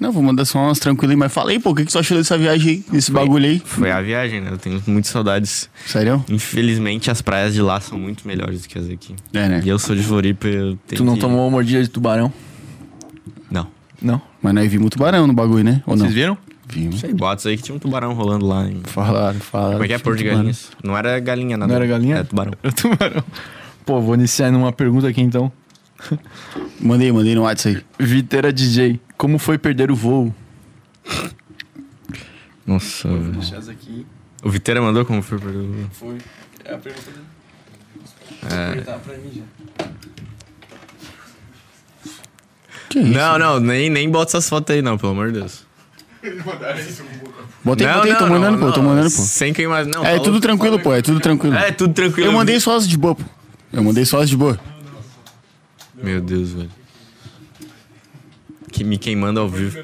Não, vou mandar só umas tranquilas, mas fala aí, pô, o que, que tu achou dessa viagem aí? Desse bagulho aí?
Foi a viagem, né? Eu tenho muitas saudades.
Sério?
Infelizmente as praias de lá são muito melhores do que as aqui.
É, né?
E eu sou de Floripa, eu tenho.
Tu não
que-
tomou uma mordida de tubarão?
Não.
Não.
Mas nós vimos tubarão no bagulho, né? Ou não?
Vocês viram?
Vimos.
Sei, boatos aí que tinha um tubarão rolando lá em.
Falaram, falaram.
Como é que é? Porto de
um Tubarão.
galinhas. Não era galinha, nada.
Não era galinha?
Era tubarão.
Era tubarão. Pô, vou iniciar numa pergunta aqui então.
Mandei, mandei no WhatsApp aí.
Viteira DJ, como foi perder o voo?
Nossa, velho.
Deixar essa aqui.
O Viteira mandou como foi pro.
Foi. É a pergunta dele. pra mim já.
Que é isso?
Não, não, nem, nem bota essas fotos aí, não, pelo amor de Deus.
Botei,
não,
botei, tô
não,
mandando,
não,
pô, tô
não,
mandando, pô.
Sem queimar, não.
É
tá
tudo
louco.
tranquilo, pô, é tudo tranquilo.
É tudo tranquilo.
Eu mandei só as de boa, pô. Eu mandei só as de boa.
Meu Deus, velho. Que me queimando ao vivo.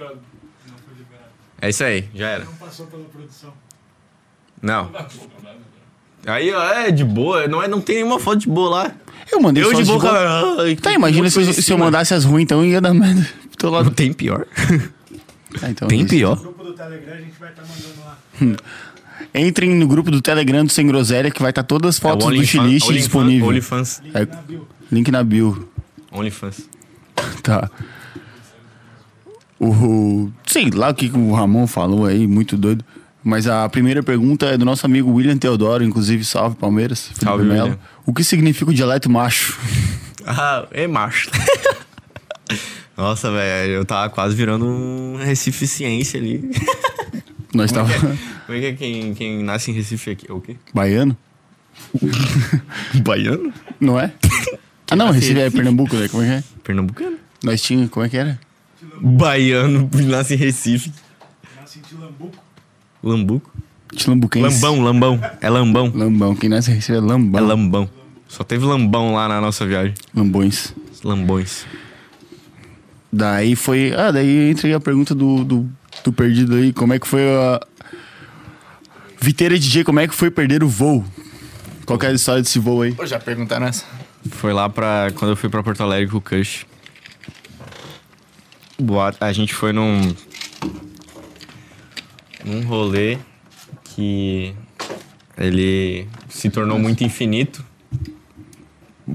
É isso aí, já era.
Passou pela produção.
Não. Aí, ó, é de boa, não, é, não tem nenhuma foto de boa lá.
Eu mandei
Eu
só
de
as
boa,
de boa.
cara. ai,
Tá,
tem
imagina
muita
se, eu-
coisa
se
assim,
eu
mano.
mandasse as ruins, então ia dar merda. Tô lá.
Não tem pior.
Tá, então, é
Tem
isso.
pior.
No grupo do Telegram a gente vai estar mandando lá.
Entrem no grupo do Telegram do Sem Groselha, que vai estar todas
É
as fotos do Chilist disponível.
OnlyFans.
É, link na bio.
OnlyFans.
Tá. O, sei lá o que que o Ramon falou aí, muito doido. Mas a primeira pergunta é do nosso amigo William Teodoro, inclusive, salve Palmeiras. Felipe
Salve,
Melo.
William.
O que significa o dialeto macho?
Ah, é macho. Nossa, velho, eu tava quase virando um Recife Ciência ali.
Nós tava
Como é que é quem, quem nasce em Recife aqui? O quê?
baiano,
Baiano?
não é? ah, não, Recife é
Recife.
Pernambuco, né? Como é que é?
Pernambucano?
Nós tínhamos, como é que era?
Baiano nasce em Recife.
Nasce de Lambuco.
Lambuco?
Tilambuquense.
Lambão, lambão. É lambão.
Lambão. Quem nasce em Recife é
É
lambão.
lambão. Só teve lambão lá na nossa viagem.
Lambões.
Os Lambões.
Daí foi. Ah, daí entra a pergunta do, do, do perdido aí. Como é que foi a. Viteira DJ, como é que foi perder o voo? Qual que é a história desse voo aí?
Pô, já perguntaram essa.
Foi lá pra. Quando eu fui pra Porto Alegre com o Cush. boate- a gente foi num. num um rolê que ele se tornou muito infinito.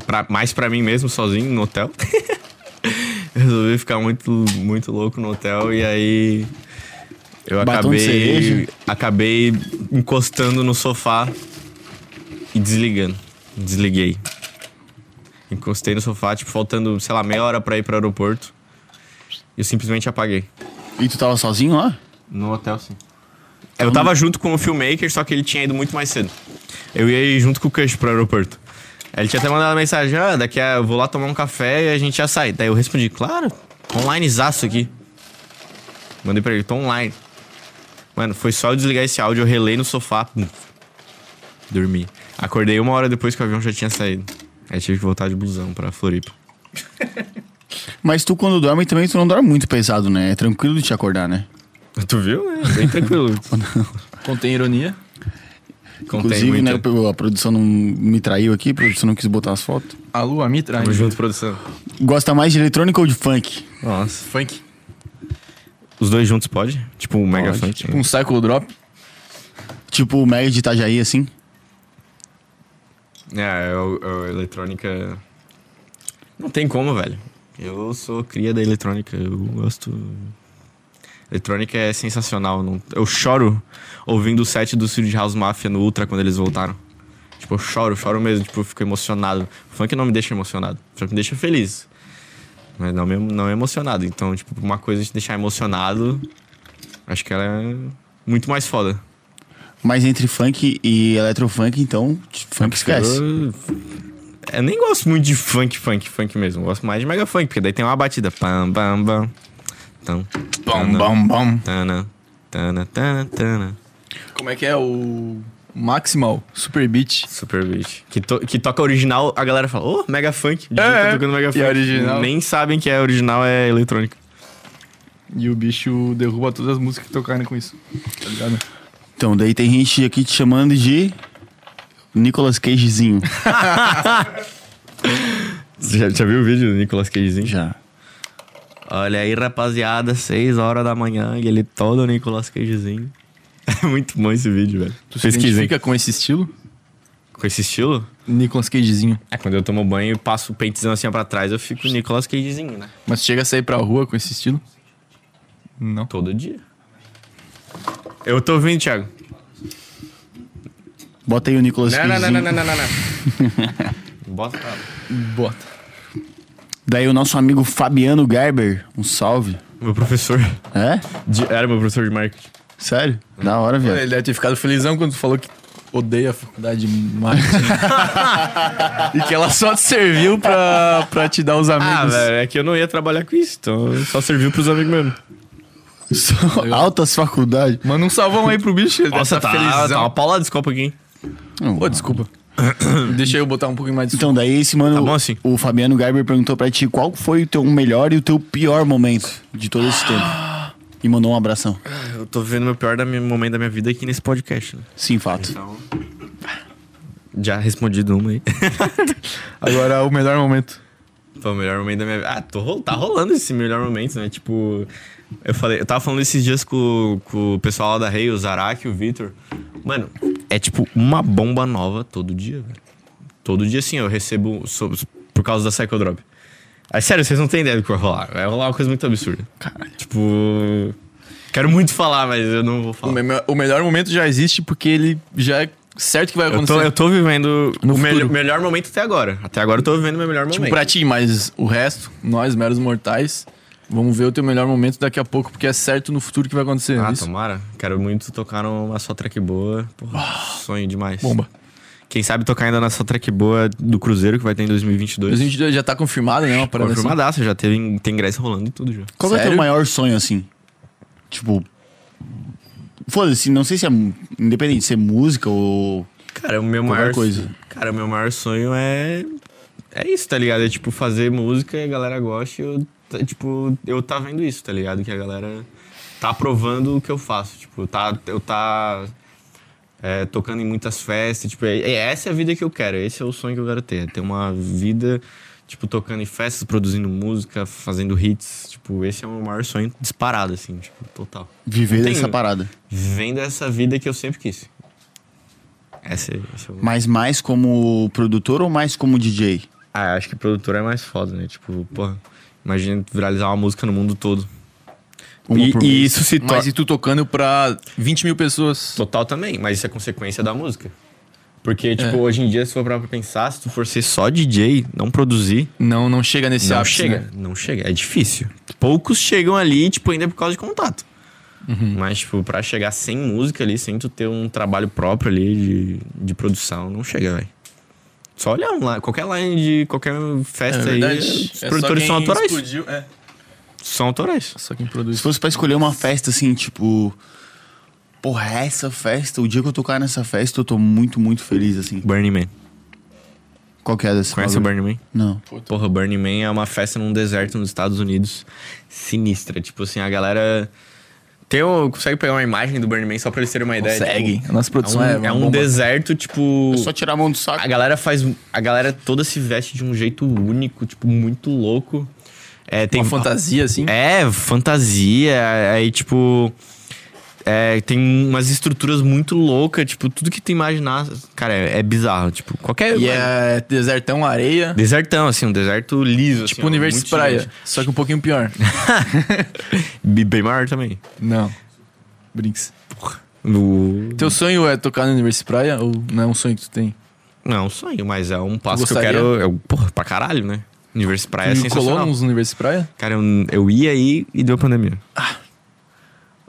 Pra, mais pra mim mesmo, sozinho, no hotel. Resolvi ficar muito, muito louco no hotel e aí. Eu
Batom de
acabei,
cereja.
acabei encostando no sofá e desligando. Desliguei. Encostei no sofá, tipo, faltando, sei lá, meia hora pra ir pro aeroporto. E eu simplesmente apaguei.
E tu tava sozinho lá?
No hotel, sim. Eu tava junto com o filmmaker, só que ele tinha ido muito mais cedo. Eu ia ir junto com o Cush pro aeroporto. Aí ele tinha até mandado mensagem, ah, daqui a... eu vou lá tomar um café e a gente já sai. Daí eu respondi, claro, onlinezaço aqui. Mandei pra ele, tô online. Mano, foi só eu desligar esse áudio, eu relei no sofá. pum, dormi. Acordei uma hora depois que o avião já tinha saído. Aí tive que voltar de blusão pra Floripa.
Mas tu, quando dorme, também tu não dorme muito pesado, né? É tranquilo de te acordar, né?
Tu viu? É, bem tranquilo.
Contém ironia.
Contém
Inclusive, né,
muita-
a produção não me traiu aqui, a produção não quis botar as fotos.
A lua me trai.
Tamo junto, produção.
Gosta mais de eletrônica ou de funk?
Nossa.
Funk.
Os dois juntos pode? Tipo um mega funk.
Tipo um cycle drop.
Tipo o Mega de Itajaí, assim?
É, eu, eu- eletrônica. Não tem como, velho. Eu sou cria da eletrônica. Eu gosto. Eletrônica é sensacional. não- Eu choro ouvindo o set do Swedish House Mafia no Ultra quando eles voltaram. Tipo, eu choro, choro mesmo. Tipo, eu fico emocionado. O funk não me deixa emocionado. O funk me deixa feliz. Mas não, me, não emocionado. Então, tipo, uma coisa de deixar emocionado, acho que ela é muito mais foda.
Mas entre funk e eletrofunk, então, t- funk esquece.
Eu, eu nem gosto muito de funk, funk, funk mesmo. Eu gosto mais de mega funk, porque daí tem uma batida. Pam, pam, pam. Tam,
Bom, bom, bom.
tana, tana, tana, tana.
Como é que é o Maximal Super Beat?
Super beat. Que, to- que toca original, a galera fala, ô, mega funk. De
É,
jeito tá
é.
tocando mega
E
funk.
original?
Nem sabem que é original, é eletrônica.
E o bicho derruba todas as músicas que tocarem com isso. Tá ligado?
Então, daí tem gente aqui te chamando de Nicolas Cagezinho.
Você já, já viu o vídeo do Nicolas Cagezinho?
Já.
Olha aí, rapaziada, 6 horas da manhã e ele todo Nicolas Cagezinho. É muito bom esse vídeo, velho.
Tu se identifica com esse estilo?
Com esse estilo?
Nicolas Cagezinho.
É, quando eu tomo banho e passo o pentezão assim ó, pra trás, eu fico Nicolas Cagezinho, né?
Mas tu chega a sair pra rua com esse estilo? Não.
Todo dia. Eu tô ouvindo, Thiago.
Bota aí o Nicolas Cagezinho.
não, não, não. Bota pra lá.
Bota.
Daí o nosso amigo Fabiano Gerber, um salve.
Meu professor.
É?
de- era meu professor de marketing.
Sério? Da hora,
É, Ele
velho.
deve ter ficado felizão quando tu falou que odeia a faculdade de marketing. e que ela só te serviu pra, pra te dar os
Ah,
amigos.
velho, é que eu não ia trabalhar com isso, então só serviu pros amigos mesmo.
Só Altas faculdades.
Manda um salvão aí pro bicho. Ele deve
Nossa,
tá
tá, tá uma paulada esse copo aqui, hein?
Pô, desculpa. Deixa eu botar um pouquinho mais de
Então, daí esse mano,
Tá bom assim?
o Fabiano Gerber perguntou pra ti qual foi o teu melhor e o teu pior momento de todo esse tempo. E mandou um abração.
Eu tô vivendo meu pior da minha- momento da minha vida aqui nesse podcast, né?
Sim, fato.
Já respondido uma aí.
Agora é o melhor momento.
Foi o melhor momento da minha vida. Ah, tô, ro- tá rolando esse melhor momento, né? Tipo, eu falei, eu tava falando esses dias com, com o pessoal lá da Rei, o Zarak, o Vitor. Mano, é tipo uma bomba nova todo dia, velho. Todo dia, assim, eu recebo so- por causa da Psycho Drop. É sério, vocês não têm ideia do que vai rolar. Vai rolar uma coisa muito absurda. Caralho. Tipo. Quero muito falar, mas eu não vou
O,
falar.
me- o melhor momento já existe porque ele já é certo que vai
Eu
acontecer.
tô, eu tô vivendo
No
o mel-
futuro.
melhor momento até agora. Até agora eu tô vivendo o meu melhor
tipo,
momento.
pra ti, mas o resto, nós, meros mortais, vamos ver o teu melhor momento daqui a pouco, porque é certo no futuro que vai acontecer. é
Ah,
isso?
tomara. Quero muito tocar numa só track boa. Porra, sonho demais.
Ah, Bomba.
Quem sabe tocar ainda na só track boa do Cruzeiro, que vai ter em 2022.
2022 já tá confirmado, né? Uma parada assim.
Confirmadaça, já teve, tem ingresso rolando e tudo já.
Qual que é o teu
Sério?
maior sonho, assim? Tipo. Foda-se, não sei se é. mu- Independente de ser música ou.
Cara, o meu
Qualquer
maior...
coisa.
Cara, o meu maior sonho é... É isso, tá ligado? É, tipo, fazer música e a galera gosta e eu... tá, Tipo, eu tá vendo isso, tá ligado? Que a galera tá aprovando o que eu faço. Tipo, tá... Eu tá... é, tocando em muitas festas. Tipo, é, é- essa é a vida que eu quero. Esse é o sonho que eu quero ter. é Ter uma vida Tipo, tocando em festas, produzindo música, fazendo hits. Tipo, esse é o meu maior sonho disparado, assim, tipo, total.
Viver
Não tem-
dessa parada.
Vendo essa vida que eu sempre quis. Essa, esse é o...
Mas mais como produtor ou mais como DJ?
Ah, eu acho que produtor é mais foda, né? Tipo, porra, imagina viralizar uma música no mundo todo.
Uma
E,
por
e
mês.
isso se torna.
Mas e tu tocando pra 20 mil pessoas?
Total também, mas isso é consequência da música.
É.
Porque, tipo, hoje em dia, se for pra pensar, se tu for ser só DJ, não produzir,
Não, não chega nesse
não
ápice,
chega.
né?
Não chega, é difícil. Poucos chegam ali, tipo, ainda por causa de contato.
Uhum.
Mas, tipo, pra chegar sem música ali, sem tu ter um trabalho próprio ali de, de produção, não chega, velho. Só olhar um lá, qualquer line de qualquer
É
festa aí,
verdade.
os
É só
produtores são
quem
autorais. É
explodiu, é.
São autorais.
Só quem
Se
produz.
fosse pra escolher uma festa assim, tipo. Porra, é essa festa, o dia que eu tocar nessa festa, eu tô muito, muito feliz, assim.
Burning Man.
Qual que é dessa
Conhece o
palavra?
Burning Man?
Não.
Porra, Burning Man é uma festa num deserto nos Estados Unidos sinistra. Tipo assim, a galera. Tem um- consegue pegar uma imagem do Burning Man só pra eles terem uma ideia?
Consegue.
Tipo,
A nossa produção
é
é
um,
uma
é um
bomba.
deserto, tipo.
É só tirar a mão do saco.
A galera faz. A galera toda se veste de um jeito único, tipo, muito louco. É, tem
Uma fantasia, assim.
É, fantasia. Aí, tipo. é, tem umas estruturas muito loucas, tipo, tudo que tu imaginar. Cara, é, é bizarro. Tipo, qualquer.
E é desertão, areia.
Desertão, assim, um deserto liso.
Tipo
assim, ó,
universo
muito
praia.
gigante.
Só que um pouquinho pior.
Bi- Bem maior também.
não. Brinks.
O...
Teu sonho é tocar no universo praia ou não é um sonho que tu tem?
Não, é um sonho, mas é um passo que eu
Gostaria?
quero. Eu, porra, pra caralho, né? Universo praia é
tu colou
sensacional.
nos universo praia?
Cara, eu, eu ia aí e deu pandemia.
Ah.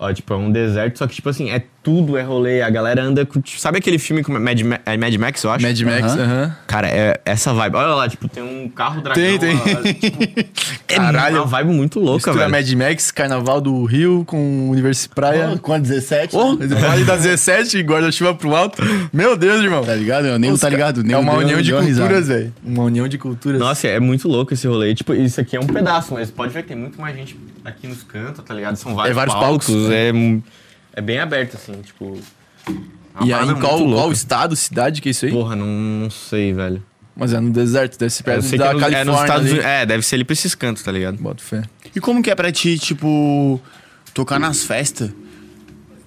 Ó, tipo, é um deserto, só que, tipo assim, é tudo, é rolê. A galera anda com. tipo, sabe aquele filme com Mad, Ma- é Mad Max, eu acho?
Mad Max,
Aham.
aham.
Cara, é essa vibe. Olha lá, tipo, tem um carro dragão.
Tem, tem.
lá, tipo, é uma vibe muito louca,
Mistura
velho.
é Mad Max, Carnaval do Rio com Universo Praia.
com a 17.
Oh, vale da 17 e guarda-chuva pro alto. Meu Deus, irmão.
Tá ligado? Eu nem
Os
tá
ca-
ligado. Nem
é uma
deu-
união de
deu uma risada.
culturas, velho. Uma união de culturas.
Nossa, é muito louco esse rolê. Tipo, isso aqui é um pedaço, mas pode ver que tem muito mais gente aqui nos cantos, tá ligado? São vários,
É vários palcos.
É, mu- é bem aberto, assim, tipo. é uma
E aí,
parada
em qual,
muito louca.
qual estado, cidade que é isso aí?
Porra, não, não sei, velho.
Mas é no deserto, deve ser
É, eu
perto
sei que
da
é, nos- é
Califórnia.
nos Estados
ali.
Unidos. É, deve ser ali pra esses cantos, tá ligado?
Bota fé.
E como que é pra ti, tipo, tocar nas festas?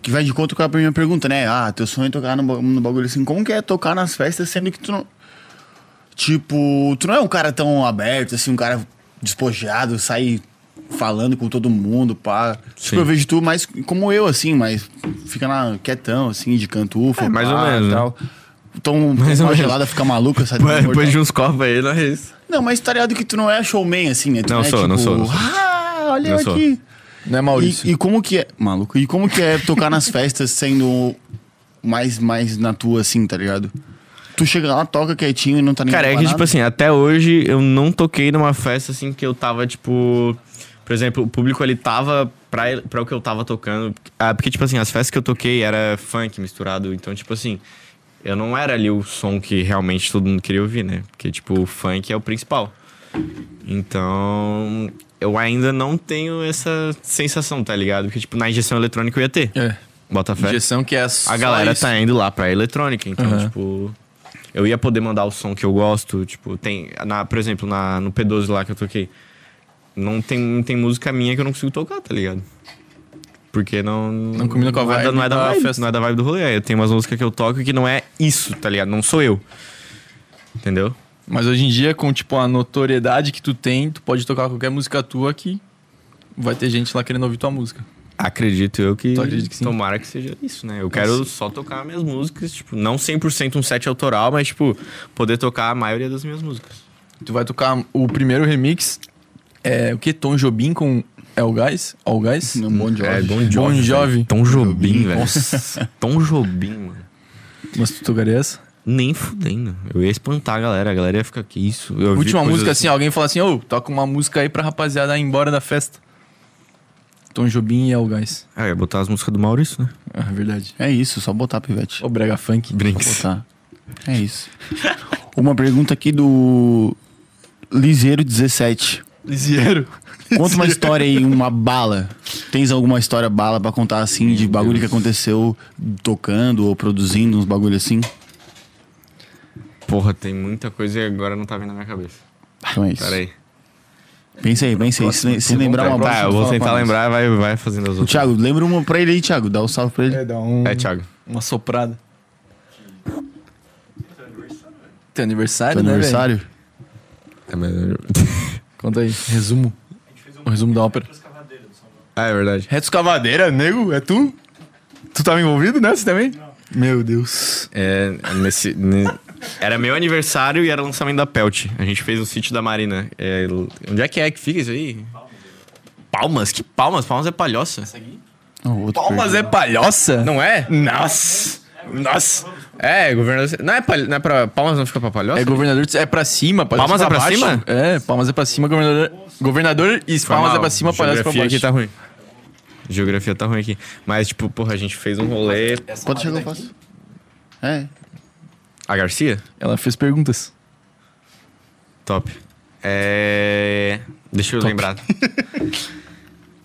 Que vai de conta com a primeira pergunta, né? Ah, teu sonho é tocar no, ba- no bagulho assim. Como que é tocar nas festas sendo que tu não. Tipo, tu não é um cara tão aberto, assim, um cara despojado, sai falando com todo mundo, pá.
Sim.
Tipo, eu vejo tu mais como eu, assim, mas fica na, quietão, assim, de cantufa.
É, mais ou
ah,
pá,
menos,
e
né?
tal. Então, mais
ou
uma
menos.
gelada fica maluca, sai
Pô,
do
Depois
portão.
de uns copos aí, não é isso.
Não, mas tá ligado que tu não é showman, assim, né? Tu
Não
é,
sou,
tipo,
não sou, não sou.
Ah, olha
Não
eu
sou.
aqui.
Não é Maurício.
E, e como que é, maluco, e como que é tocar nas festas sendo mais, mais na tua, assim, tá ligado? Tu chega lá, toca quietinho e não tá nem
Cara, é que,
preparado.
tipo assim, até hoje eu não toquei numa festa assim que eu tava, tipo. Por exemplo, o público ele tava pra, ele- pra o que eu tava tocando. Ah, porque, tipo assim, as festas que eu toquei era funk misturado. Então, tipo assim, eu não era ali o som que realmente todo mundo queria ouvir, né? Porque, tipo, o funk é o principal. Então, eu ainda não tenho essa sensação, tá ligado? Porque, tipo, na injeção eletrônica eu ia ter.
É.
Bota fé.
Injeção que é
A galera tá indo lá pra eletrônica, então,
Aham.
tipo. Eu ia poder mandar o som que eu gosto, tipo, tem. Na, por exemplo, na, no P12 lá que eu toquei. Não tem, não tem música minha que eu não consigo tocar, tá ligado? Porque não. Não
combina com a
é da-
vibe
não é da
da
vibe,
festa.
Não é da vibe do rolê. Aí Tem umas músicas que eu toco que não é isso, tá ligado? Não sou eu. Entendeu?
Mas hoje em dia, com tipo a notoriedade que tu tem, tu pode tocar qualquer música tua que vai ter gente lá querendo ouvir tua música.
Acredito eu que,
Tu acredita que sim? É
tomara que seja isso, né? Eu quero só tocar minhas músicas, tipo, não 100% um set autoral, mas tipo, poder tocar a maioria das minhas músicas.
Tu vai tocar o primeiro remix, é o que? Tom Jobim com El Gás? All Gás?
assim,
Não, Bon Jovi.
Bon
Bon Jovi.
É, velho. Tom Jobim, velho. Nossa, Tom Jobim, mano.
Mas tu tocaria essa?
Nem fudendo. Eu ia espantar a galera. A galera ia ficar, que isso? Eu ouvi
Última
coisas
música, assim, alguém fala assim, ô, toca uma música aí pra rapaziada ir embora da festa. Tom Jobim e El Gás.
Ah, eu ia botar as músicas do Maurício, né?
Ah, verdade.
É isso, só botar, pivete.
O Brega Funk.
Só botar. É isso. Uma pergunta aqui do Liseiro17.
Liseiro.
Conta uma história aí, uma bala. Tens alguma história bala pra contar, assim, de bagulho que aconteceu tocando ou produzindo uns bagulho assim?
Porra, tem muita coisa e agora não tá vindo na minha cabeça.
Então é isso.
Peraí.
Pensa aí, pensa aí. Se, se lembrar uma
Tá,
próxima,
eu
tu
vou
fala pra
tentar
nós.
lembrar, vai, vai fazendo as
O
outras.
Thiago, lembra uma pra ele aí, Thiago. Dá um salve pra ele.
É, dá um...
É, Thiago.
Uma soprada. Teu aniversário,
Teu
né, velho?
aniversário.
É, mas...
Conta aí. Resumo. O resumo da ópera.
ah, é verdade.
Retos Cavadeira, nego, é tu? Tu tava envolvido nessa também? Meu Deus.
É, nesse, ne- Era meu aniversário e era o lançamento da Pelt. A gente fez o sítio da Marina. É, l- onde é que é que fica isso aí? Palmas? Que palmas? Palmas é palhoça.
Não, outro
Palmas é palhoça?
Não é?
Nossa. Nossa.
É, governador. Não é, palho- não é pra. Palmas não fica pra palhoça?
É governador, é pra cima. palhaço
Palmas é pra
baixo.
cima?
É, palmas é pra cima, governador. Governador e
Foi
palmas
mal.
é pra cima, palhaço pra
Geografia
baixo.
aqui tá ruim. Geografia tá ruim aqui. Mas, tipo, porra, a gente fez um rolê.
é... Pode chegar, eu faço. É.
A Garcia?
Ela fez perguntas.
Top. É... Deixa eu lembrar.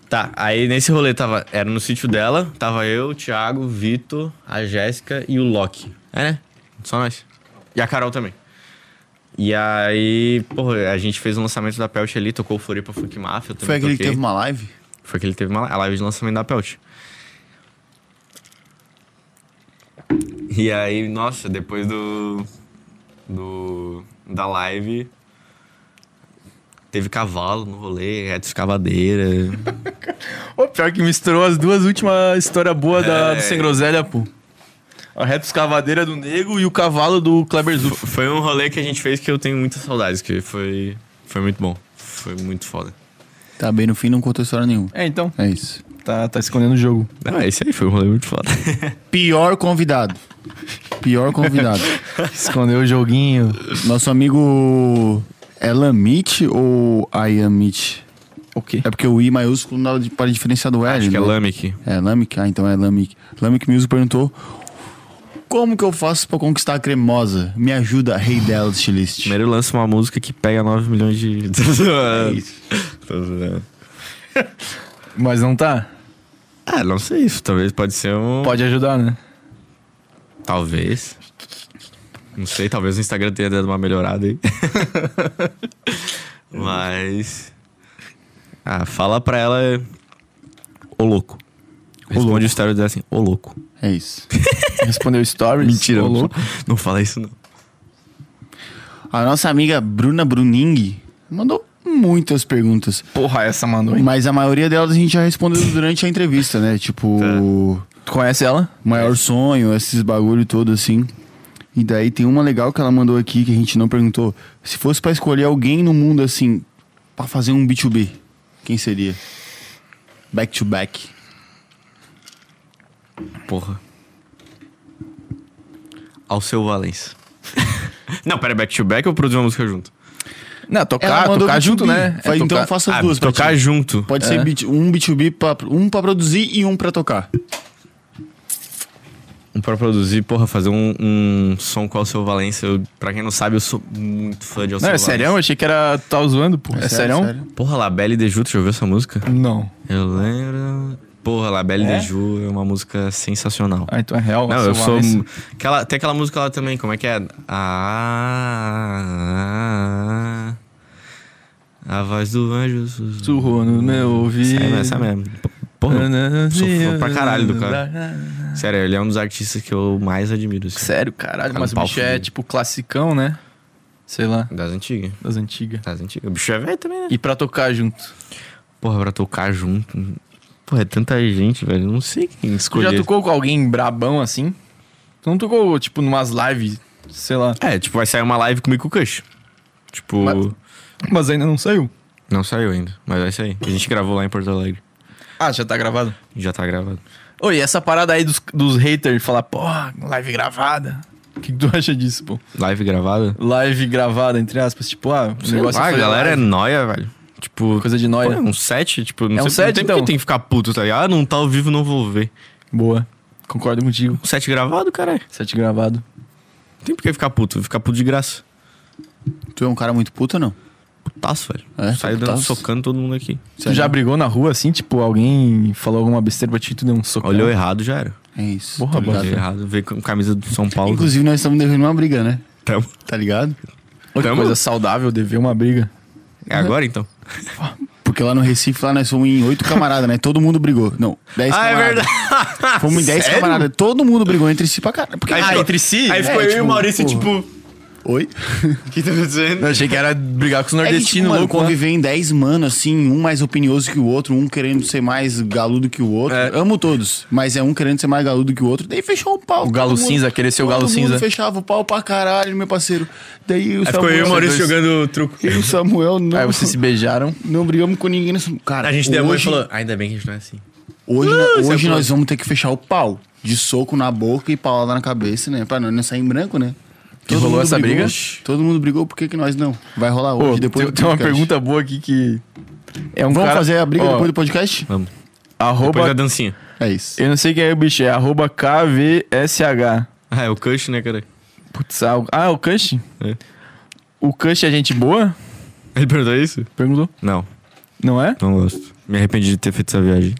tá, aí nesse rolê tava... Era no sítio dela, tava eu, o Thiago, o Vitor, a Jéssica e o Loki. É, né? Só nós. E a Carol também. E aí, porra, a gente fez o lançamento da Pelt ali, tocou o Floripa Funk Mafia. eu também
Foi aquele que
toquei.
teve uma live?
Foi aquele que teve uma a live de lançamento da Pelt. E aí, nossa, depois do. do da live. Teve cavalo no rolê, retos cavadeira.
Ô, pior que misturou as duas últimas histórias boas da,
É.
do Sem Groselha, pô. A Retos Cavadeira do Nego e o cavalo do Kleber Zuf.
Foi um rolê que a gente fez que eu tenho muitas saudades, que foi, foi muito bom. Foi muito foda.
Tá bem, no fim não contou história nenhuma.
É, então.
É isso.
Tá, tá escondendo o jogo.
Ah, esse aí foi um rolê muito foda.
Pior convidado. Pior convidado.
Escondeu o joguinho.
Nosso amigo é Lamit ou Ayamit?
O quê?
É porque o I maiúsculo não dá de- para diferenciar do L.
Acho que é
né?
Lamek.
É, Lamic? Ah, então é Lamic. Lamic Music perguntou: Como que eu faço pra conquistar a cremosa? Me ajuda, rei dela, estilist.
Primeiro lança uma música que pega 9 milhões de. é isso.
Mas não tá?
Ah, não sei isso. Talvez pode ser um.
Pode ajudar, né?
Talvez. Não sei, talvez o Instagram tenha dado uma melhorada aí. Mas. Ah, fala pra ela. Ô louco. Responde o story dela assim, ô louco.
É isso.
Respondeu stories.
Mentira,
ô
não,
louco.
não fala isso não.
A nossa amiga Bruna Bruning mandou muitas perguntas,
Porra, essa mandou, hein?
mas a maioria delas a gente já respondeu durante a entrevista, né? Tipo,
Tu conhece ela?
maior sonho, esses bagulho todo assim. E daí tem uma legal que ela mandou aqui que a gente não perguntou. Se fosse pra escolher alguém no mundo assim, pra fazer um B2B, quem seria? Back to back.
Porra. Ao seu Valença. não, pera, back to back ou produzir uma música junto?
Não,
Ela
tocar,
mandou
tocar
B2B.
junto, né?
Faz-
É
então
tocar-
faça
Ah,
duas pra
tocar
ti.
junto.
Pode
É.
ser beat- um B2B, pra, um pra produzir e um pra tocar.
Pra produzir, porra, fazer um, um som com o Alceu Valença. Eu, pra quem não sabe, eu sou muito fã de Alceu
Não, é
Valença.
sério? Achei que era. tu Tava zoando, pô. É, sério?
Porra, Labelle de Ju, tu já ouviu essa música?
Não.
Eu lembro. Porra, Labelle
É?
de Ju é uma música sensacional.
Ah, então é real.
Não,
seu
eu sou.
Valença.
Aquela, tem aquela música lá também, como é que é? Ah. A voz do anjo. sussurra.
Sussurrou no meu ouvido.
É, essa mesmo.
Né,
Porra, sou fã pra caralho do cara. sério, ele é um dos artistas que eu mais admiro. assim.
Sério, caralho.
Cara,
Mas
um
o
pau
bicho é
fudido.
tipo classicão, né? Sei lá,
Das antigas.
das antigas.
Das antigas. O bicho é velho também, né?
E pra tocar junto.
Porra, pra tocar junto. Porra, é tanta gente, velho. Eu Não sei quem
Tu
escolher.
já tocou com alguém brabão assim? Tu não tocou, tipo, numas lives, sei lá.
É, tipo, vai sair uma live comigo e com o Cush. Tipo,
Mas- Mas ainda não saiu.
não saiu ainda, mas vai sair. A gente gravou lá em Porto Alegre.
Ah, já tá gravado.
Já tá gravado.
Oi, essa parada aí dos, dos haters falar, porra, live gravada. O que, que tu acha disso, pô?
Live gravada?
Live gravada, entre aspas, tipo, ah, o
Sei
negócio
lá, a
fazer
galera
live.
é noia, velho. Tipo,
coisa de
pô,
nóia.
é um set,
É
tipo, não sei,
um
não
set,
tem
então.
porque tem que ficar puto, tá ligado? Ah, não tá ao vivo, não vou ver.
Boa. Concordo contigo.
Um set gravado, caralho.
Sete gravado.
Não tem porque ficar puto, ficar puto de graça.
Tu é um cara muito puto ou não?
Putaço, velho.
É,
Saiu dando,
putaço.
socando todo mundo aqui.
Tu já brigou na rua assim, tipo, alguém falou alguma besteira pra ti e tu deu um soco.
Olhou errado, já era.
É isso.
Porra,
tá
bom.
ligado?
Olhou errado, veio com camisa do São Paulo. Então,
Inclusive, nós estamos devendo uma briga, né?
Tamo.
Tá ligado?
Pô, que
Tamo.
coisa saudável, dever uma briga.
É agora então?
Porque lá no Recife, lá nós fomos em oito camaradas, né? Todo mundo brigou. Não, dez
Ah, é
camaradas.
verdade.
Fomos em dez
Sério?
camaradas. Todo mundo brigou entre si pra caralho. Porque,
Aí
ah,
ficou-
entre...
si? Aí
É,
ficou eu e
tipo,
o Maurício,
porra.
tipo,
Oi?
o que tá acontecendo?
Eu achei que era brigar com os
É que, tipo,
nordestinos,
mano,
louco. né?
conviver em 10 mano, assim, um mais opinioso que o outro, um querendo ser mais galudo que o outro.
É.
Amo todos, mas é um querendo ser mais galudo que o outro. Daí fechou o pau.
O galo
todo mundo-
cinza, querer ser o galo
todo
cinza.
Mundo fechava o pau pra caralho, meu parceiro. Daí o
Aí ficou
Samuel...
eu e o Maurício
dois-
jogando truco.
eu e o Samuel não,
Aí vocês se beijaram.
não brigamos com ninguém. Nesse... Cara,
A gente deu a mão e
hoje,
falou, ainda bem que a gente não é assim.
Hoje,
Ah,
hoje
Samuel.
nós vamos ter que fechar o pau. De soco na boca e paulada na cabeça, né? Pra nós não sair em branco, né? Todo
rolou
mundo
essa
brigou,
briga?
Todo mundo brigou, por que, que nós não? Vai rolar hoje,
Pô,
depois
tem,
do
tem uma
podcast.
pergunta boa aqui que. É um
Vamos
cara-
fazer a briga
ó,
depois do podcast?
Vamos. Depois da
Arroba.
dancinha.
É isso.
Eu não sei quem é o bicho, é arroba KVSH.
Ah, é o Cush, né, cara?
Putz, ah, o- ah, o Cush?
É.
O Cush é gente boa?
Ele perguntou isso?
Perguntou.
Não,
Não é?
não gosto. Me arrependi de ter feito essa viagem.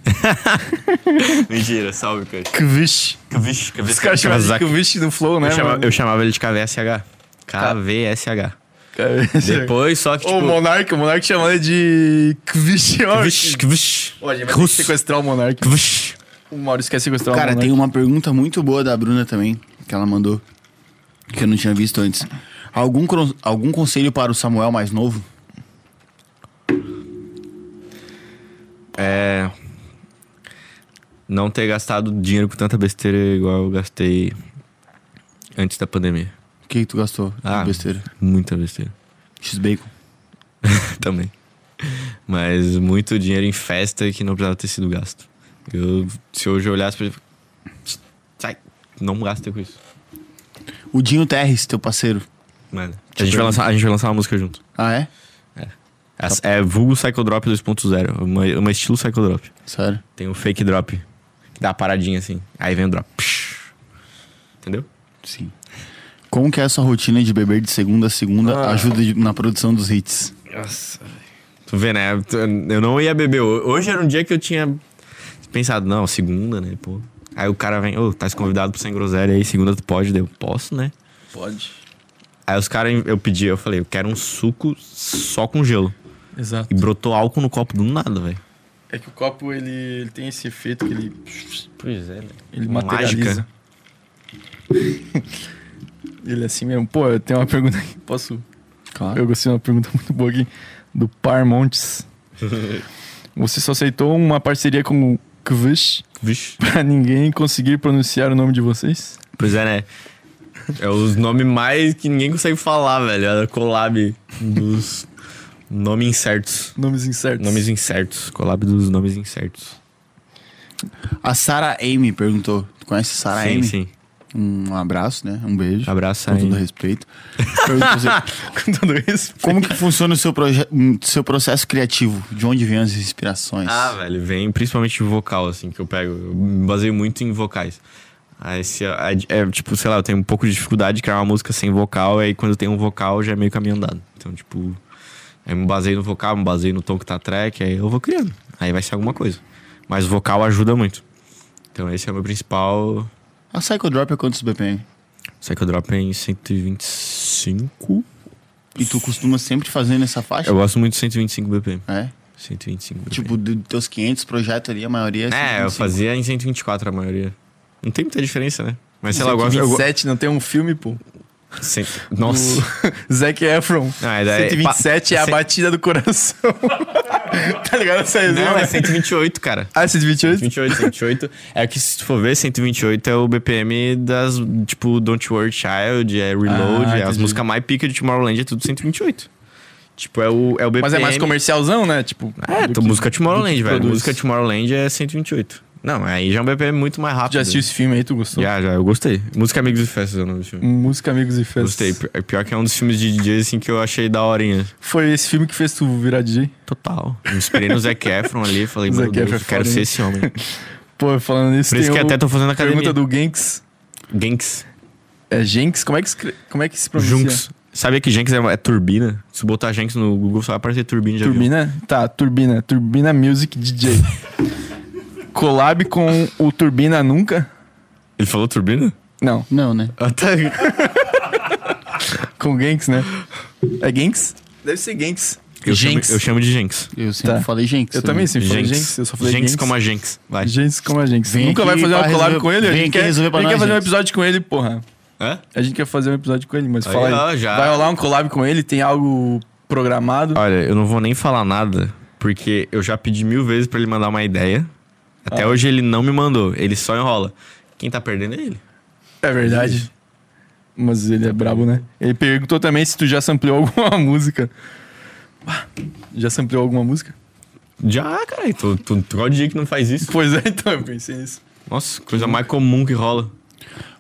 Mentira, salve, Cush.
Kvish.
Kvish, Kvish.
Os caras chamavam de Kvish no Flow, né?
Eu, chama-
mano?
eu chamava ele de KVSH. KVSH.
Cara,
Depois, só que,
É, Ô,
tipo...
o Monark, o Monark chamando ele de Kvish. ó.
Kvish, Kvish.
Olha, vai ter que sequestrar o Monark.
Kvish.
O Maurício quer sequestrar
Cara,
é o Monark.
tem uma pergunta muito boa da Bruna também, que ela mandou, que eu não tinha visto antes. Algum, cron- algum conselho para o Samuel mais novo?
É... Não ter gastado dinheiro com tanta besteira igual eu gastei antes da pandemia.
O que, que tu gastou?
Ah.
de Besteira.
Muita besteira.
X-Bacon.
Também. Mas muito dinheiro em festa que não precisava ter sido gasto. Eu, se hoje eu olhasse pra ele... Sai, não gasta com isso.
O Dinho Terres, teu parceiro.
Mano, tipo, a, gente vai lançar, a gente vai lançar uma música junto.
Ah, é?
Essa- É vulgo Psycho Drop 2.0. Uma, uma estilo Psycho Drop.
Sério.
Tem o fake drop. Que dá uma paradinha assim. Aí vem o drop. Psh. Entendeu?
Sim. Como que é a sua rotina de beber de segunda a segunda
Ah.
ajuda de- na produção dos hits?
Nossa. Tu vê, né? Tu- Eu não ia beber. ho- Hoje era um dia que eu tinha pensado, não, segunda, né? Pô. Aí o cara vem, ô, tá se convidado pro Sem Groselha aí, segunda tu pode. Daí Eu posso, né?
Pode.
Aí os caras, eu pedi, eu falei, eu quero um suco só com gelo.
Exato.
E brotou álcool no copo do nada, velho.
É que o copo, ele, ele tem esse efeito que ele...
Pois é, né?
Ele
Uma
materializa. ele é assim mesmo. Pô, eu tenho uma pergunta aqui. Posso?
Claro.
Eu gostei de uma pergunta muito boa aqui. Do Par Montes. Você só aceitou uma parceria com o Kvish
Vixe.
pra ninguém conseguir pronunciar o nome de vocês?
Pois é, né? É os nomes mais que ninguém consegue falar, velho. É a collab dos nomes incertos.
Nomes incertos.
Nomes incertos. Collab dos nomes incertos.
A Sarah Amy perguntou. Tu conhece a Sarah
sim,
Amy?
sim.
Um abraço, né? Um beijo.
Abraço,
Com todo
Sarah Amy.
respeito. Perguntou assim,
Com todo isso.
Como que funciona o seu, proje- hum, seu processo criativo? De onde vêm as inspirações?
Ah, velho, vem principalmente vocal, assim, que eu pego. Eu me baseio muito em vocais. Aí, se, é, é, tipo, sei lá, eu tenho um pouco de dificuldade de criar uma música sem vocal, aí quando eu tenho um vocal já é meio caminho andado. Então, tipo, aí me baseio no vocal, me baseio no tom que tá a track, aí eu vou criando. Aí vai ser alguma coisa. Mas vocal ajuda muito. Então, esse é o meu principal.
A Psychodrop é quantos BPM?
Psychodrop é em 125.
E tu costuma sempre fazer nessa faixa?
Eu gosto muito de 125 BPM.
É.
125 BPM.
Tipo, dos teus 500 projetos ali, a maioria é
É, eu
125.
fazia em 124 a maioria. Não tem muita diferença, né? Mas sei lá, eu gosto. Eu, go-
127, não tem um filme, pô.
Cem- Nossa.
O Zac Efron.
Não, é daí-
127 é a
Cem-
batida do coração. tá ligado essa resenha?
Não, é 128, cara.
Ah, 128?
128, 128. É que se tu for ver, 128 é o BPM das, tipo, Don't Worry Child, é Reload,
Ah,
é as
entendi.
músicas mais pica de Tomorrowland, é tudo 128. Tipo, é o, é o BPM...
Mas é mais comercialzão, né? Tipo,
É,
do
tu-
que-
música
do
Tomorrowland,
que
velho.
produz.
Música Tomorrowland é 128. Não, aí já é um BPM muito mais rápido.
Já assistiu esse filme aí, tu gostou?
né? Já, já, eu gostei. Música Amigos e Festas é o nome do filme.
Música Amigos e Festas.
Gostei. Pi- é Pior que é um dos filmes de DJ, assim, que eu achei daorinha.
Foi esse filme que fez tu virar DJ?
Total. Me inspirei no Zac Efron ali, falei,
O
meu
Zac
Deus,
Efron é
eu quero
foda,
ser
né?
esse homem.
Pô, falando nisso,
Por
tem
isso que
o-
até tô fazendo academia.
pergunta do Genks.
Genks.
É Genks? Como é que, escre- Como é que se pronuncia?
Junks. Sabia que Jenks é, é turbina? Se botar Jenks no Google, só vai aparecer turbina de avião.
Turbina? Tá, Turbina. Turbina Music DJ. Collab com o Turbina Nunca?
Ele falou turbina?
Não,
Não, né?
Ah, tá.
com o Genks, né? É Genks? Deve ser Genks.
Eu chamo,
Genks.
eu chamo de Jenks.
Eu sempre
Tá.
falei Jenks.
Eu também sempre falei Genks. Eu só falei Genks.
Jenks como a Jenks. Vai.
Genks como a Genks.
Vem
Nunca vai
aqui
fazer uma
pra
collab
resolver-
com ele? A
vem
gente
aqui
quer,
resolver pra
a gente
nós,
quer fazer um
Genks.
episódio com ele, porra.
Hã?
A gente quer fazer um episódio com ele, mas
Aí,
fala aí.
ó, já.
Vai rolar um collab com ele? Tem algo programado?
Olha, eu não vou nem falar nada, porque eu já pedi mil vezes pra ele mandar uma ideia.
Ah.
Até hoje ele não me mandou, ele só enrola. Quem tá perdendo é ele.
É verdade. Mas ele é brabo, né? Ele perguntou também se tu já sampleou alguma música. Ah, Já sampleou alguma música?
Já, caralho, tu, tu, tu qual dia que não faz isso?
Pois é, então, eu pensei nisso.
Nossa, coisa mais comum que rola.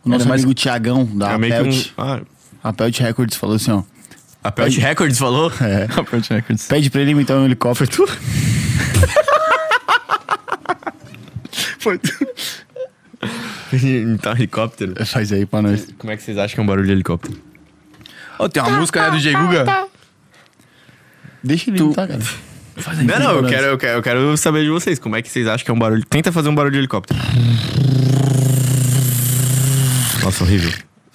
O nosso
Era mais-
amigo Tiagão, da
é meio que um.
Apelt,
Ah,
Apelt Records, falou assim, ó.
a Pelt Records falou?
É.
Approach Records.
Pede pra ele imitar um helicóptero. Tu?
Foi.
então, helicóptero.
Faz aí pra nós.
Como é que vocês acham que é um barulho de helicóptero?
Ó, tem uma música, né, do Jay Guga?
Deixa ele imitar, cara.
Não, não, eu quero, eu, quero, eu quero saber de vocês. Como é que vocês acham que é um barulho. Tenta fazer um barulho de helicóptero. Nossa, horrível.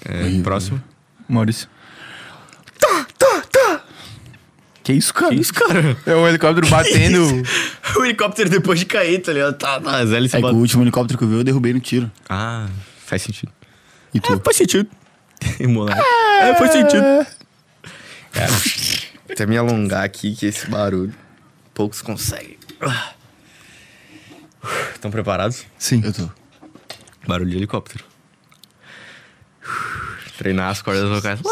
É, Próximo.
Maurício. Que isso, cara?
Que isso, cara?
É um helicóptero
Tá
batendo.
o helicóptero depois de cair, tá ligado? Tá, tá, as hélices
É que o
batem.
último helicóptero que eu vi, eu derrubei no tiro.
Ah, faz sentido.
E tu?
É, faz sentido. é, faz sentido. Até me alongar aqui, que esse barulho poucos conseguem. Ah. Estão preparados?
Sim.
Eu tô.
Barulho de helicóptero. Treinar as cordas vocais.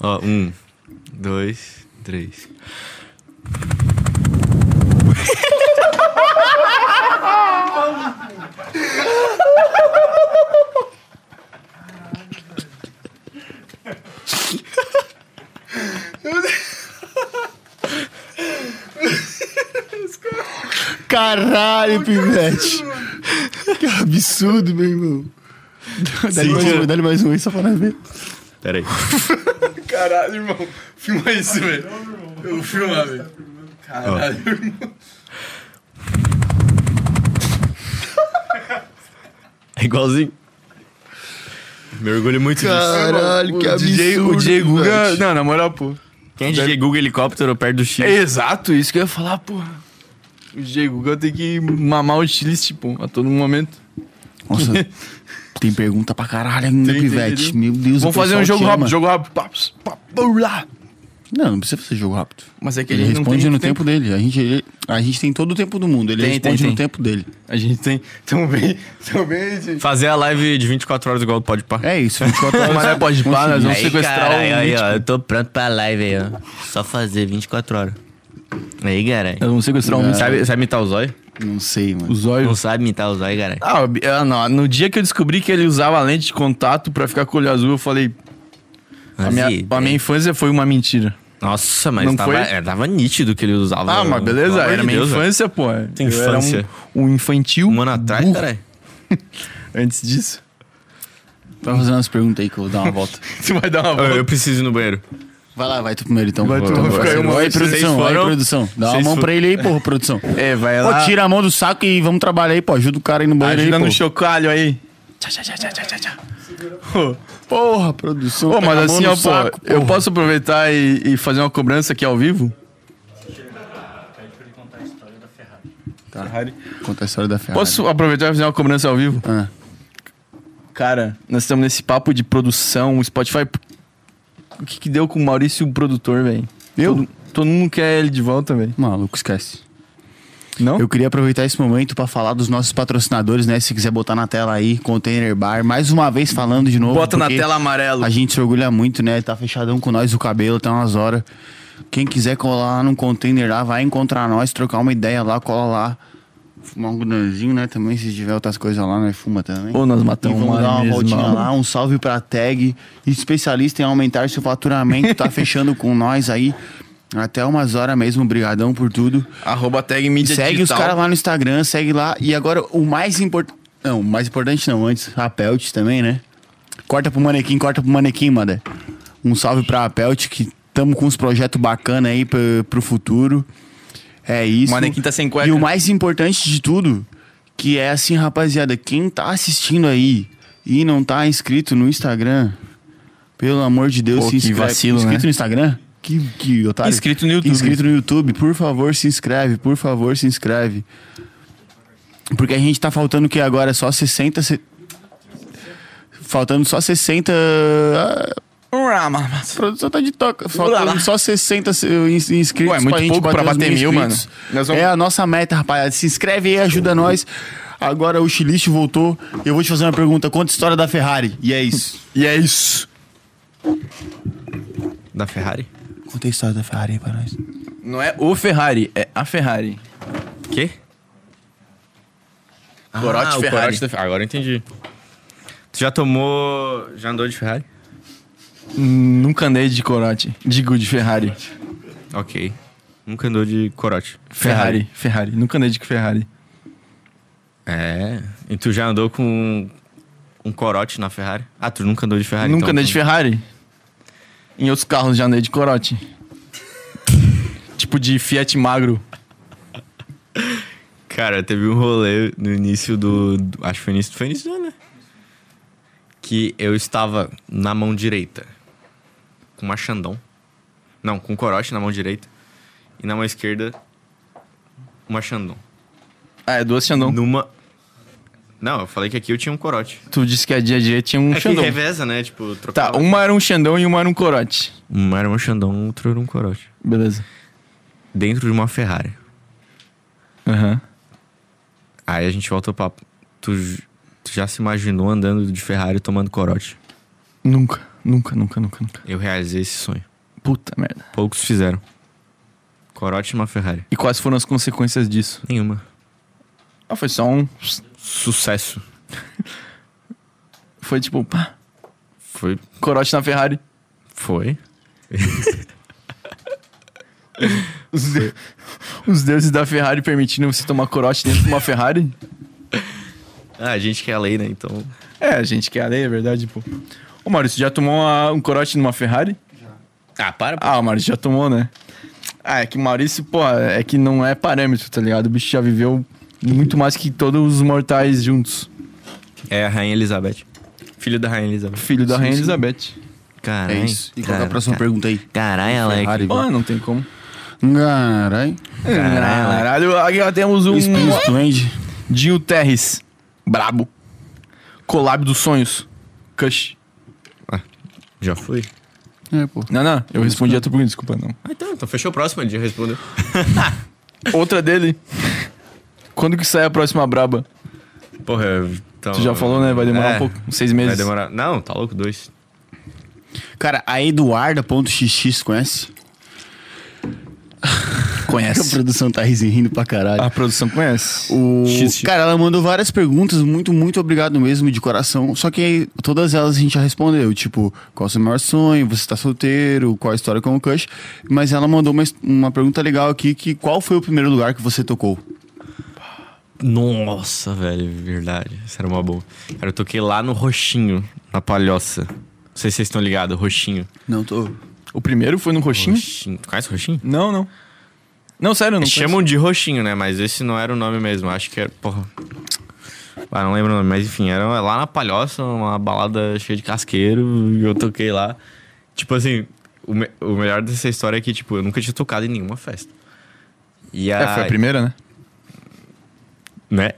Ó, um, dois, três.
Caralho, pivete. Que absurdo, meu irmão. Dá-lhe
Sim,
mais,
cara.
um, dá-lhe mais um aí só pra nós ver.
Pera aí.
Caralho, irmão. Filma isso, velho. Eu vou filmar, velho. Caralho, irmão.
É igualzinho. Me orgulho muito disso.
Caralho, que
o DJ, o DJ
absurdo,
Guga.
velho.
Não, na moral, pô.
Quem é DJ Google helicóptero perto do X?
Exato, isso que eu ia falar, porra. O DJ Guga tem que mamar o Chile, tipo, a todo momento.
Nossa, tem pergunta pra caralho ainda,
Tem, tem,
pivete.
tem.
Meu Deus,
Vamos
o
fazer um
pessoal
jogo
te
rápido,
ama.
jogo rápido. Paps, pap, lá.
Não, não precisa fazer jogo rápido.
Mas é que a
Ele
gente não
responde
tem
no
muito tempo.
tempo, dele. A gente, ele- a gente tem todo o tempo do mundo. Ele
Tem,
responde
tem,
no
tem.
tempo dele.
A gente tem. um Também. Também, gente.
Fazer a live de 24 horas igual do Pode Par.
É isso, 24 horas.
Mas é, pode parar, nós vamos
Aí,
sequestrar um
caralho,
o.
aí,
Mítico.
ó, eu tô pronto pra live aí, ó. Só fazer 24 horas. Aí,
Nós
caralho.
vamos sequestrar o
Não.
Mítico.
Sabe, sabe imitar o zóio?
Não sei, mano.
Os olhos.
Não sabe imitar o zóio, caralho.
Ah, eu- eu- não, no dia que eu descobri que ele usava lente de contato pra ficar com o olho azul, eu falei. A minha,
Assim,
a minha infância foi uma mentira.
Nossa, mas
Não
tava,
foi?
é, tava nítido que ele usava.
Ah, mas beleza,
Pelo amor
era
de
minha
Deus, velho.
infância, pô.
Tem
eu era um-
infância.
um, infantil.
Um ano atrás,
burro
caralho.
Antes disso.
Vai Tá fazendo umas perguntas aí que eu vou dar uma volta.
Tu vai dar uma
Eu,
volta.
eu preciso ir no banheiro.
Vai lá, vai tu primeiro então.
Vai tu,
Então,
vou ficar aí
parceiro.
uma
Oi,
hora.
produção,
Vocês
oi,
foram?
produção. Dá uma
Vocês
mão
foram?
pra ele aí, porra, produção. Pô,
É, vai lá.
tira a mão do saco e vamos trabalhar aí, pô. Ajuda o cara aí no banheiro
Ajuda
aí,
no
pô.
chocalho aí. Tchau, tchau, tchau, tchau, tchau, tchau, tchau. Ô,
Porra, produção.
Pô,
pega
mas
a mão
assim,
no
ó, pô,
saco, porra.
eu posso aproveitar e, e fazer uma cobrança aqui ao vivo?
Conta a história da Ferrari.
Posso aproveitar e fazer uma cobrança ao vivo?
Ah,
Cara, nós estamos nesse papo de produção, Spotify. O que que deu com o Maurício, o produtor, velho?
Eu?
Todo, todo mundo quer ele de volta, velho.
maluco, esquece.
Não?
Eu queria aproveitar esse momento pra falar dos nossos patrocinadores, né? Se quiser botar na tela aí, Container Bar. Mais uma vez falando de novo.
Bota na
porque
tela amarelo.
A gente se orgulha muito, né? Tá fechadão com nós o cabelo, tem umas horas. Quem quiser colar lá num container lá, vai encontrar nós, trocar uma ideia lá, cola lá. Fumar um granzinho, né? Também, se tiver outras coisas lá, né? Fuma também.
Ou nós matamos
E vamos
uma
dar uma
mesma.
voltinha lá, um salve pra Tag, especialista em aumentar seu faturamento, tá fechando com nós aí. Até umas horas mesmo, brigadão por tudo.
Arroba tag mídia
Segue os
digital.
caras lá no Instagram, segue lá. E agora, o mais importante... Não, o mais importante não, antes, a Pelt também, né? Corta pro manequim, corta pro manequim, manda. Um salve pra Pelt, que tamo com uns projetos bacana aí pro, pro futuro. É isso.
O manequim tá sem cueca.
E o mais importante de tudo, que é assim, rapaziada, quem tá assistindo aí e não tá inscrito no Instagram, Pelo amor de Deus,
Pô,
se
que
inscreve.
vacilo,
inscrito
né?
no Instagram? Que, que otário.
Inscrito no YouTube.
Inscrito no YouTube. Por favor, se inscreve. Por favor, se inscreve. Porque a gente tá faltando o que agora? Só 60... se- Faltando só 60... ah,
Ué, Hum, mas-
a produção tá de toca.
Lá, lá.
Faltando só 60 se- ins- inscritos
Ué, muito
é pra gente
pouco pra
os
bater mil,
inscritos.
mano. Nós vamos-
É a nossa meta, rapaziada. Se inscreve aí, ajuda nós. Agora o Chiliste voltou. Eu vou te fazer uma pergunta. Conta a história da Ferrari. E é isso.
E é isso.
Da Ferrari?
Conta a história da Ferrari aí pra nós.
Não é o Ferrari, é a Ferrari.
Quê?
Ah, Corote
o
Ferrari.
da Ferrari. Agora eu entendi. Tu já tomou. Já andou de Ferrari?
Nunca andei de corote. Digo de Ferrari.
Ok. Nunca andou de corote.
Ferrari, Ferrari. Nunca andei de Ferrari.
É. E tu já andou com um corote na Ferrari? Ah, tu nunca andou de Ferrari?
Nunca
então,
andei de Ferrari. Em outros carros já andei de corote. tipo de Fiat Magro.
Cara, teve um rolê no início do. do- acho que foi início, foi início do ano, né? Que eu estava na mão direita. Com uma Xandão. Não, com um corote na mão direita. E na mão esquerda, uma Xandão.
Ah, é duas Xandão.
Numa. Não, eu falei que aqui eu tinha um corote.
Tu disse que a dia a dia tinha um
é
Xandão.
que reveza, né? Tipo,
Tá,
trocar.
uma era um Xandão e uma era um corote.
Um era um Xandão, outro era um corote.
Beleza.
Dentro de uma Ferrari.
Aham.
Aí a gente volta ao papo. Tu, j- tu já se imaginou andando de Ferrari tomando corote?
Nunca, nunca, nunca, nunca, nunca.
Eu realizei esse sonho.
Puta merda.
Poucos fizeram. Corote numa Ferrari.
E quais foram as consequências disso?
Nenhuma.
Ah, foi só um.
Sucesso.
Foi tipo, pá,
Foi.
corote na Ferrari.
Foi.
Os, de- Os deuses da Ferrari permitindo você tomar corote dentro de uma Ferrari?
Ah, a gente quer a lei, né? Então.
É, gente, que é a lei, é verdade, pô. Ô, Maurício, já tomou uma- um corote numa Ferrari?
Ah, para.
Ah, o Maurício já tomou, né? Ah, é que o Maurício, pô, é que não é parâmetro, tá ligado? O bicho já viveu muito mais que todos os mortais juntos.
É a Rainha Elizabeth. Filho da Rainha Elizabeth.
Filho da
Sim,
Rainha
sim.
Elizabeth.
Caralho.
É isso. E qual que é a próxima pergunta aí?
Caralho,
Ferrari,
Alec.
viu?
Ah, não tem como.
Caralho.
Caralho, aqui ó, temos um
Espinhos Duende.
Dinho Terres. Brabo. Collab dos sonhos. Cush.
Já fui.
É, pô.
Não, não, eu respondi a tua pergunta, desculpa, não.
Ah, então. Então fechou o próximo de responder.
Outra dele. Quando que sai a próxima braba?
Porra, eu- então.
Tu já falou, né? Vai demorar
É,
um pouco, uns seis meses.
Vai demorar. Não, tá louco, dois.
Cara, a Eduarda.xx conhece? A
Conhece.
produção tá rindo pra caralho.
A produção conhece.
O...
X.
Cara, ela mandou várias perguntas, muito, muito obrigado mesmo, de coração. Só que todas elas a gente já respondeu, tipo, qual o seu maior sonho, você tá solteiro, qual a história com o crush. Mas ela mandou uma, uma pergunta legal aqui, que qual foi o primeiro lugar que você tocou?
Nossa, velho, verdade. Isso era uma boa. Cara, eu toquei lá no Roxinho, na Palhoça. Não sei se vocês estão ligados, Roxinho.
Não tô.
O primeiro foi no
Hum?
Roxinho?
Roxinho. Tu conhece o Roxinho?
Não, não. Não, sério, eu não.
Eles chamam de Roxinho, né? Mas esse não era o nome mesmo. Acho que era. Porra. Ah, não lembro o nome, mas enfim, era lá na Palhoça, uma balada cheia de casqueiro, e eu toquei lá. Tipo assim, o, me- o melhor dessa história é que, tipo, eu nunca tinha tocado em nenhuma festa. E
conheço. É, foi a
aí-
primeira, né?
né?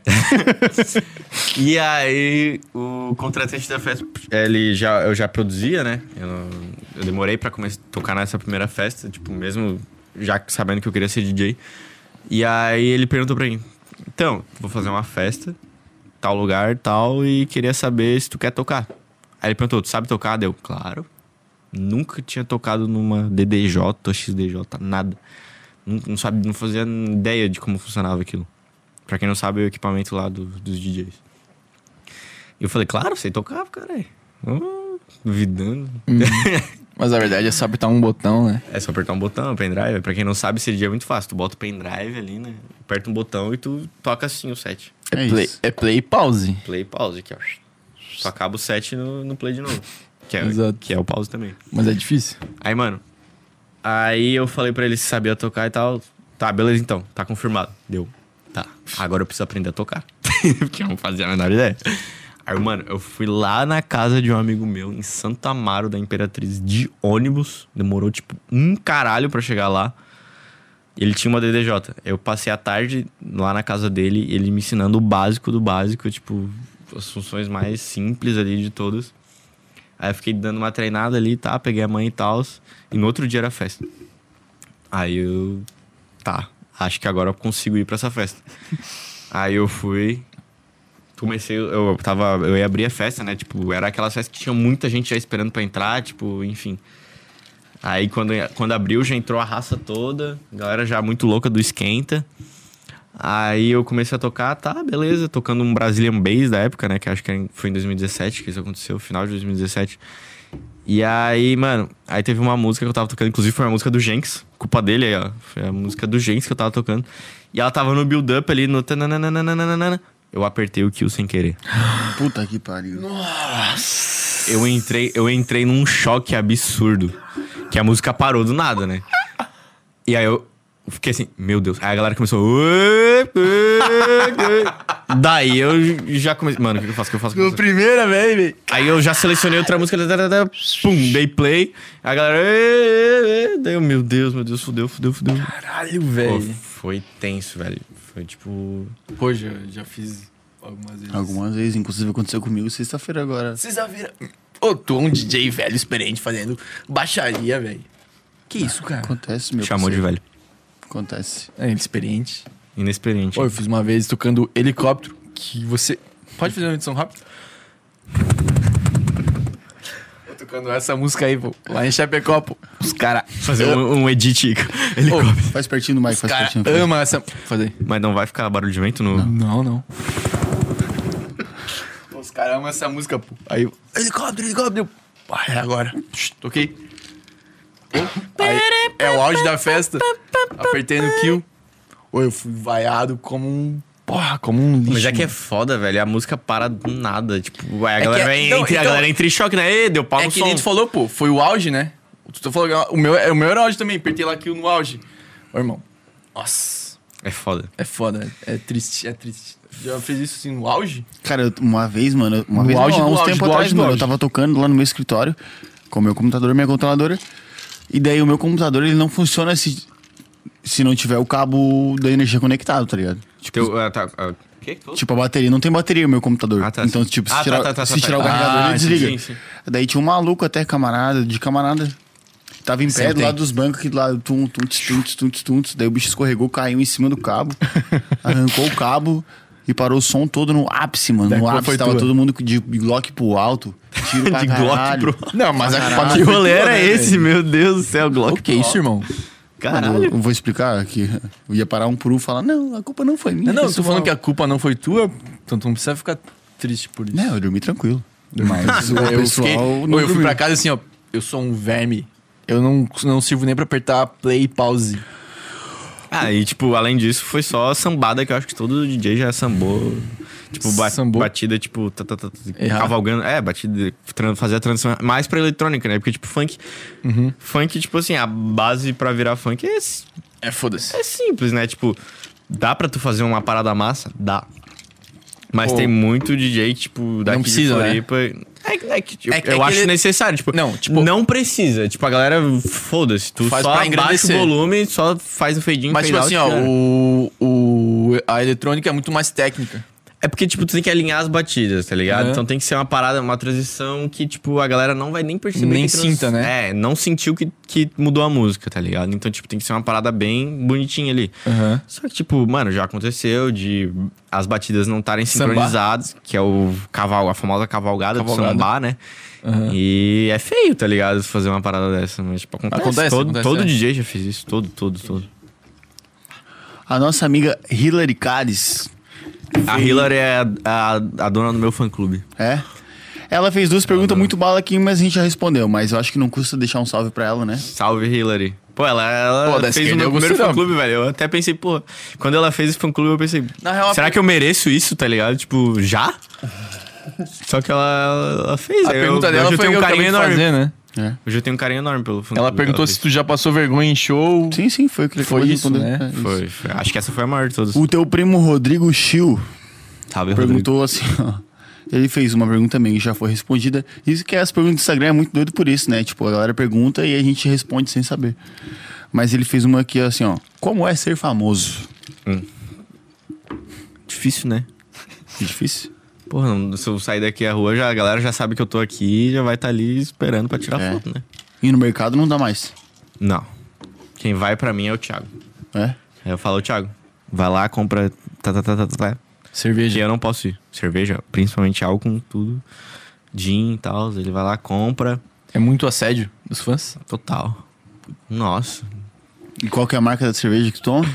e aí, o contratante da festa, ele já, eu já produzia, né? Eu, não- eu demorei pra começar a tocar nessa primeira festa, tipo, mesmo já sabendo que eu queria ser DJ. E aí ele perguntou pra mim: "Então, vou fazer uma festa, tal lugar, tal e queria saber se tu quer tocar". Aí ele perguntou: "Tu sabe tocar?" Deu: "Claro". Nunca tinha tocado numa DDJ, XDJ, nada. Não, não sabe, não fazia ideia de como funcionava aquilo. Pra quem não sabe, é o equipamento lá do- dos DJs. E eu falei, claro, sei tocar, cara. Uh, duvidando.
Mas a verdade é só apertar um botão, né?
É só apertar um botão, pendrive. Pra quem não sabe, esse dia é muito fácil. Tu bota o pendrive ali, né? Aperta um botão e tu toca assim o set.
É,
play,
isso.
é play e pause.
Play e pause aqui, ó. Tu acaba o set no, no play de novo. Que é,
Exato.
que é o pause também.
Mas é difícil.
Aí, mano. Aí eu falei pra ele se sabia tocar e tal. Tá, beleza então, tá confirmado. Deu. Tá. Agora eu preciso aprender a tocar. Porque eu não fazia a menor ideia. Aí, mano, eu fui lá na casa de um amigo meu, em Santo Amaro da Imperatriz, de ônibus. Demorou, tipo, um caralho pra chegar lá. Ele tinha uma DDJ. Eu passei a tarde lá na casa dele, ele me ensinando o básico do básico, tipo, as funções mais simples ali de todas. Aí eu fiquei dando uma treinada ali, tá? Peguei a mãe e tal. E no outro dia era festa. Aí eu. Tá, acho que agora eu consigo ir pra essa festa. Aí eu fui. Comecei, eu tava. Eu ia abrir a festa, né? Tipo, era aquela festa que tinha muita gente já esperando pra entrar, tipo, enfim. Aí quando, quando abriu, já entrou a raça toda, galera já muito louca do esquenta. Aí eu comecei a tocar, tá, beleza, tocando um Brazilian Bass da época, né? Que acho que era em- foi em 2017 que isso aconteceu, final de 2017. E aí, mano, aí teve uma música que eu tava tocando, inclusive foi uma música do Jenks, culpa dele aí, ó. Foi a música do Jenks que eu tava tocando. E ela tava no build-up ali, no. tananana. Eu apertei o kill sem querer.
Puta que pariu.
Eu entrei, eu entrei num choque absurdo. Que a música parou do nada, né? E aí eu fiquei assim, meu Deus. Aí a galera começou. "Ué, ué, ué". Daí eu já comecei. Mano, o que que eu faço? O que eu faço? O que eu faço?
Primeira, baby.
Aí eu já selecionei outra música, tá, tá, tá, pum, dei play. Aí a galera. "Ê, ê, ê". Daí eu, meu Deus, meu Deus, fudeu, fudeu, fudeu.
Caralho,
Pô,
velho.
foi tenso, velho. Foi tipo.
Pô, já, já fiz algumas vezes.
Algumas vezes, inclusive aconteceu comigo sexta-feira agora.
Sexta-feira. Ô, tu é um DJ velho, experiente, fazendo baixaria, velho. Que isso, cara?
Acontece, meu
chamou de
parceiro.
velho.
Acontece.
É, ele experiente.
Inexperiente.
Pô, eu fiz uma vez tocando helicóptero, que você. Pode fazer uma edição rápida? Tô tocando essa música aí, pô. Lá em Chapecó, pô. Os caras.
Fazer um, um edit. Ele...
Faz pertinho do Mike,
Os
faz
caras
pertinho. faz.
amam essa. Fazer.
Mas não vai ficar barulho de vento no.
Não, não. Os caras amam essa música, pô. Aí eu. Helicóptero, helicóptero. Ai, é agora. Shh, Toquei. Aí, é o auge da festa. Apertei no kill. Ou eu fui vaiado como um. Porra, como um lixo.
Mas é que é
mano.
foda, velho. A música para do nada. Tipo, aí a
que
galera,
é-
vem
não,
entre, a
então-
galera entra em choque, né? Ê, deu pau
É
no
que
som.
nem tu falou, pô, foi o auge, né? Tu falou que o meu, é o meu era auge também, apertei lá aquilo no auge. Ô, irmão, nossa,
É foda.
é foda, é triste, é triste. Já fez isso assim no auge?
Cara, eu- uma vez, mano, uma
No
vez
auge
não, há
do
uns
auge,
tempo
do
atrás,
auge do
mano, eu
auge.
tava tocando lá no meu escritório, com o meu computador e minha controladora. E daí o meu computador, ele não funciona se, se não tiver o cabo da energia conectado, tá ligado? Tipo,
Teu, ah, tá, ah, que que tu-
tipo, a bateria, não tem bateria o meu computador.
Ah, tá,
então,
sim.
tipo, se
Ah, tá,
tirar,
tá, tá,
se
tá,
tirar
tá.
o carregador,
Ah,
ele
sim,
desliga.
sim, sim.
Daí tinha um maluco até, camarada, de camarada. Tava em pé
Sempre
do lado
tem.
dos bancos aqui do lado, tum, tum, tch, tum, tch, tum, tch, tum, tch. Daí o bicho escorregou, caiu em cima do cabo, arrancou o cabo e parou o som todo no ápice, mano.
Daí
no
qual foi
ápice tava
tua?
todo mundo de Glock pro alto, tiro pra
De Glock
caralho.
pro-
Não, mas a culpa
Ah, Que rolê
né,
era esse, meu Deus do céu, Glock?
O que é isso, irmão?
Mano,
Caralho.
eu vou explicar aqui. Eu ia parar um por um e falar, não, a culpa não foi minha.
Não, não,
foi
tu
sua.
falando que a culpa não foi tua, então tu não precisa ficar triste por isso.
Não, eu dormi tranquilo. Mas o
eu,
pessoal
fiquei-
não
eu fui
dormiu.
pra casa assim, ó, eu sou um verme. Eu não, não sirvo nem pra apertar play e pause.
Ah, e tipo, além disso, foi só a sambada que eu acho que todo DJ já sambou. Tipo, ba-
Sambou?
batida, tipo, tá, tá, tá, tá,
Errar.
cavalgando. É, batida, tran- fazer a transição mais pra eletrônica, né? Porque, tipo, funk.
Uhum.
Funk, tipo assim, a base pra virar funk é esse-
É, foda-se.
é simples, né? Tipo, dá pra tu fazer uma parada massa? Dá. Mas
Pô.
tem muito DJ, tipo, daqui
precisa,
de
né?
Floripa... É, é que, tipo,
É que- é
eu
que
acho
ele-
necessário, tipo...
Não, tipo-
Não precisa. Tipo, a galera, foda-se. Tu
Faz
só
pra
abaixa
engrandecer.
o volume, só faz um fade in,
Mas, tipo
fade out,
assim, ó,
cara.
o, o, a eletrônica é muito mais técnica.
É porque, tipo, tu tem que alinhar as batidas, tá ligado?
Aham.
Então tem que ser uma parada, uma transição que, tipo, a galera não vai nem perceber.
Nem
que trans-
sinta, né?
É, não sentiu que, que mudou a música, tá ligado? Então, tipo, tem que ser uma parada bem bonitinha ali.
Aham.
Só que, tipo, mano, já aconteceu de as batidas não estarem
Sambar.
sincronizadas, que é o caval, a famosa cavalgada,
Cavalgada.
do sambar, né?
Aham.
E é feio, tá ligado? Fazer uma parada dessa, mas, tipo, acontece.
Acontece,
todo
acontece,
todo
é.
DJ já fez isso, todo, todo, todo.
A nossa amiga Hilary Cades,
A Hillary é a, a, a dona do meu fã-clube.
é? Ela fez duas perguntas muito bala aqui, mas a gente já respondeu. Mas eu acho que não custa deixar um salve pra ela, né?
Salve, Hillary. Pô, ela, ela
Pô, da
fez
esquerda
o meu
eu
primeiro
gostei
fã-clube, velho. Eu até pensei, pô, quando ela fez esse fã-clube, eu pensei,
Na real,
será
a-
que eu mereço isso, tá ligado? Tipo, já? Só que ela, ela fez.
A
aí eu-
pergunta
hoje
dela
eu
foi
tenho
o
um
que eu
carinho
acabei de
enorme.
fazer, né?
Hoje eu tenho um carinho enorme pelo fã
Ela perguntou se tu já passou vergonha em show.
Sim, sim, foi o que ele
Foi
acabou de
isso,
responder.
né?
É, isso.
Foi, foi. Acho que essa foi a maior de todas.
O teu primo Rodrigo Chiu
Salve, Rodrigo.
perguntou assim, ó. Ele fez uma pergunta também que já foi respondida. Isso que é as perguntas do Instagram é muito doido por isso, né? Tipo, a galera pergunta e a gente responde sem saber. Mas ele fez uma aqui assim, ó. Como é ser famoso?
Difícil, né?
É Difícil?
Porra, não- se eu sair daqui à rua, já, a galera já sabe que eu tô aqui e já vai estar ali esperando pra tirar
É.
foto, né?
E no mercado não dá mais.
Não. Quem vai pra mim é o Thiago.
É?
Aí eu falo, Thiago, vai lá, compra. Tá, tá, tá, tá, tá, tá. E
Cerveja.
eu não posso ir. Cerveja, principalmente álcool, tudo. Gin e tal. Ele vai lá, compra.
É muito assédio dos fãs.
Total. Nossa.
E qual que é a marca da cerveja que tu toma?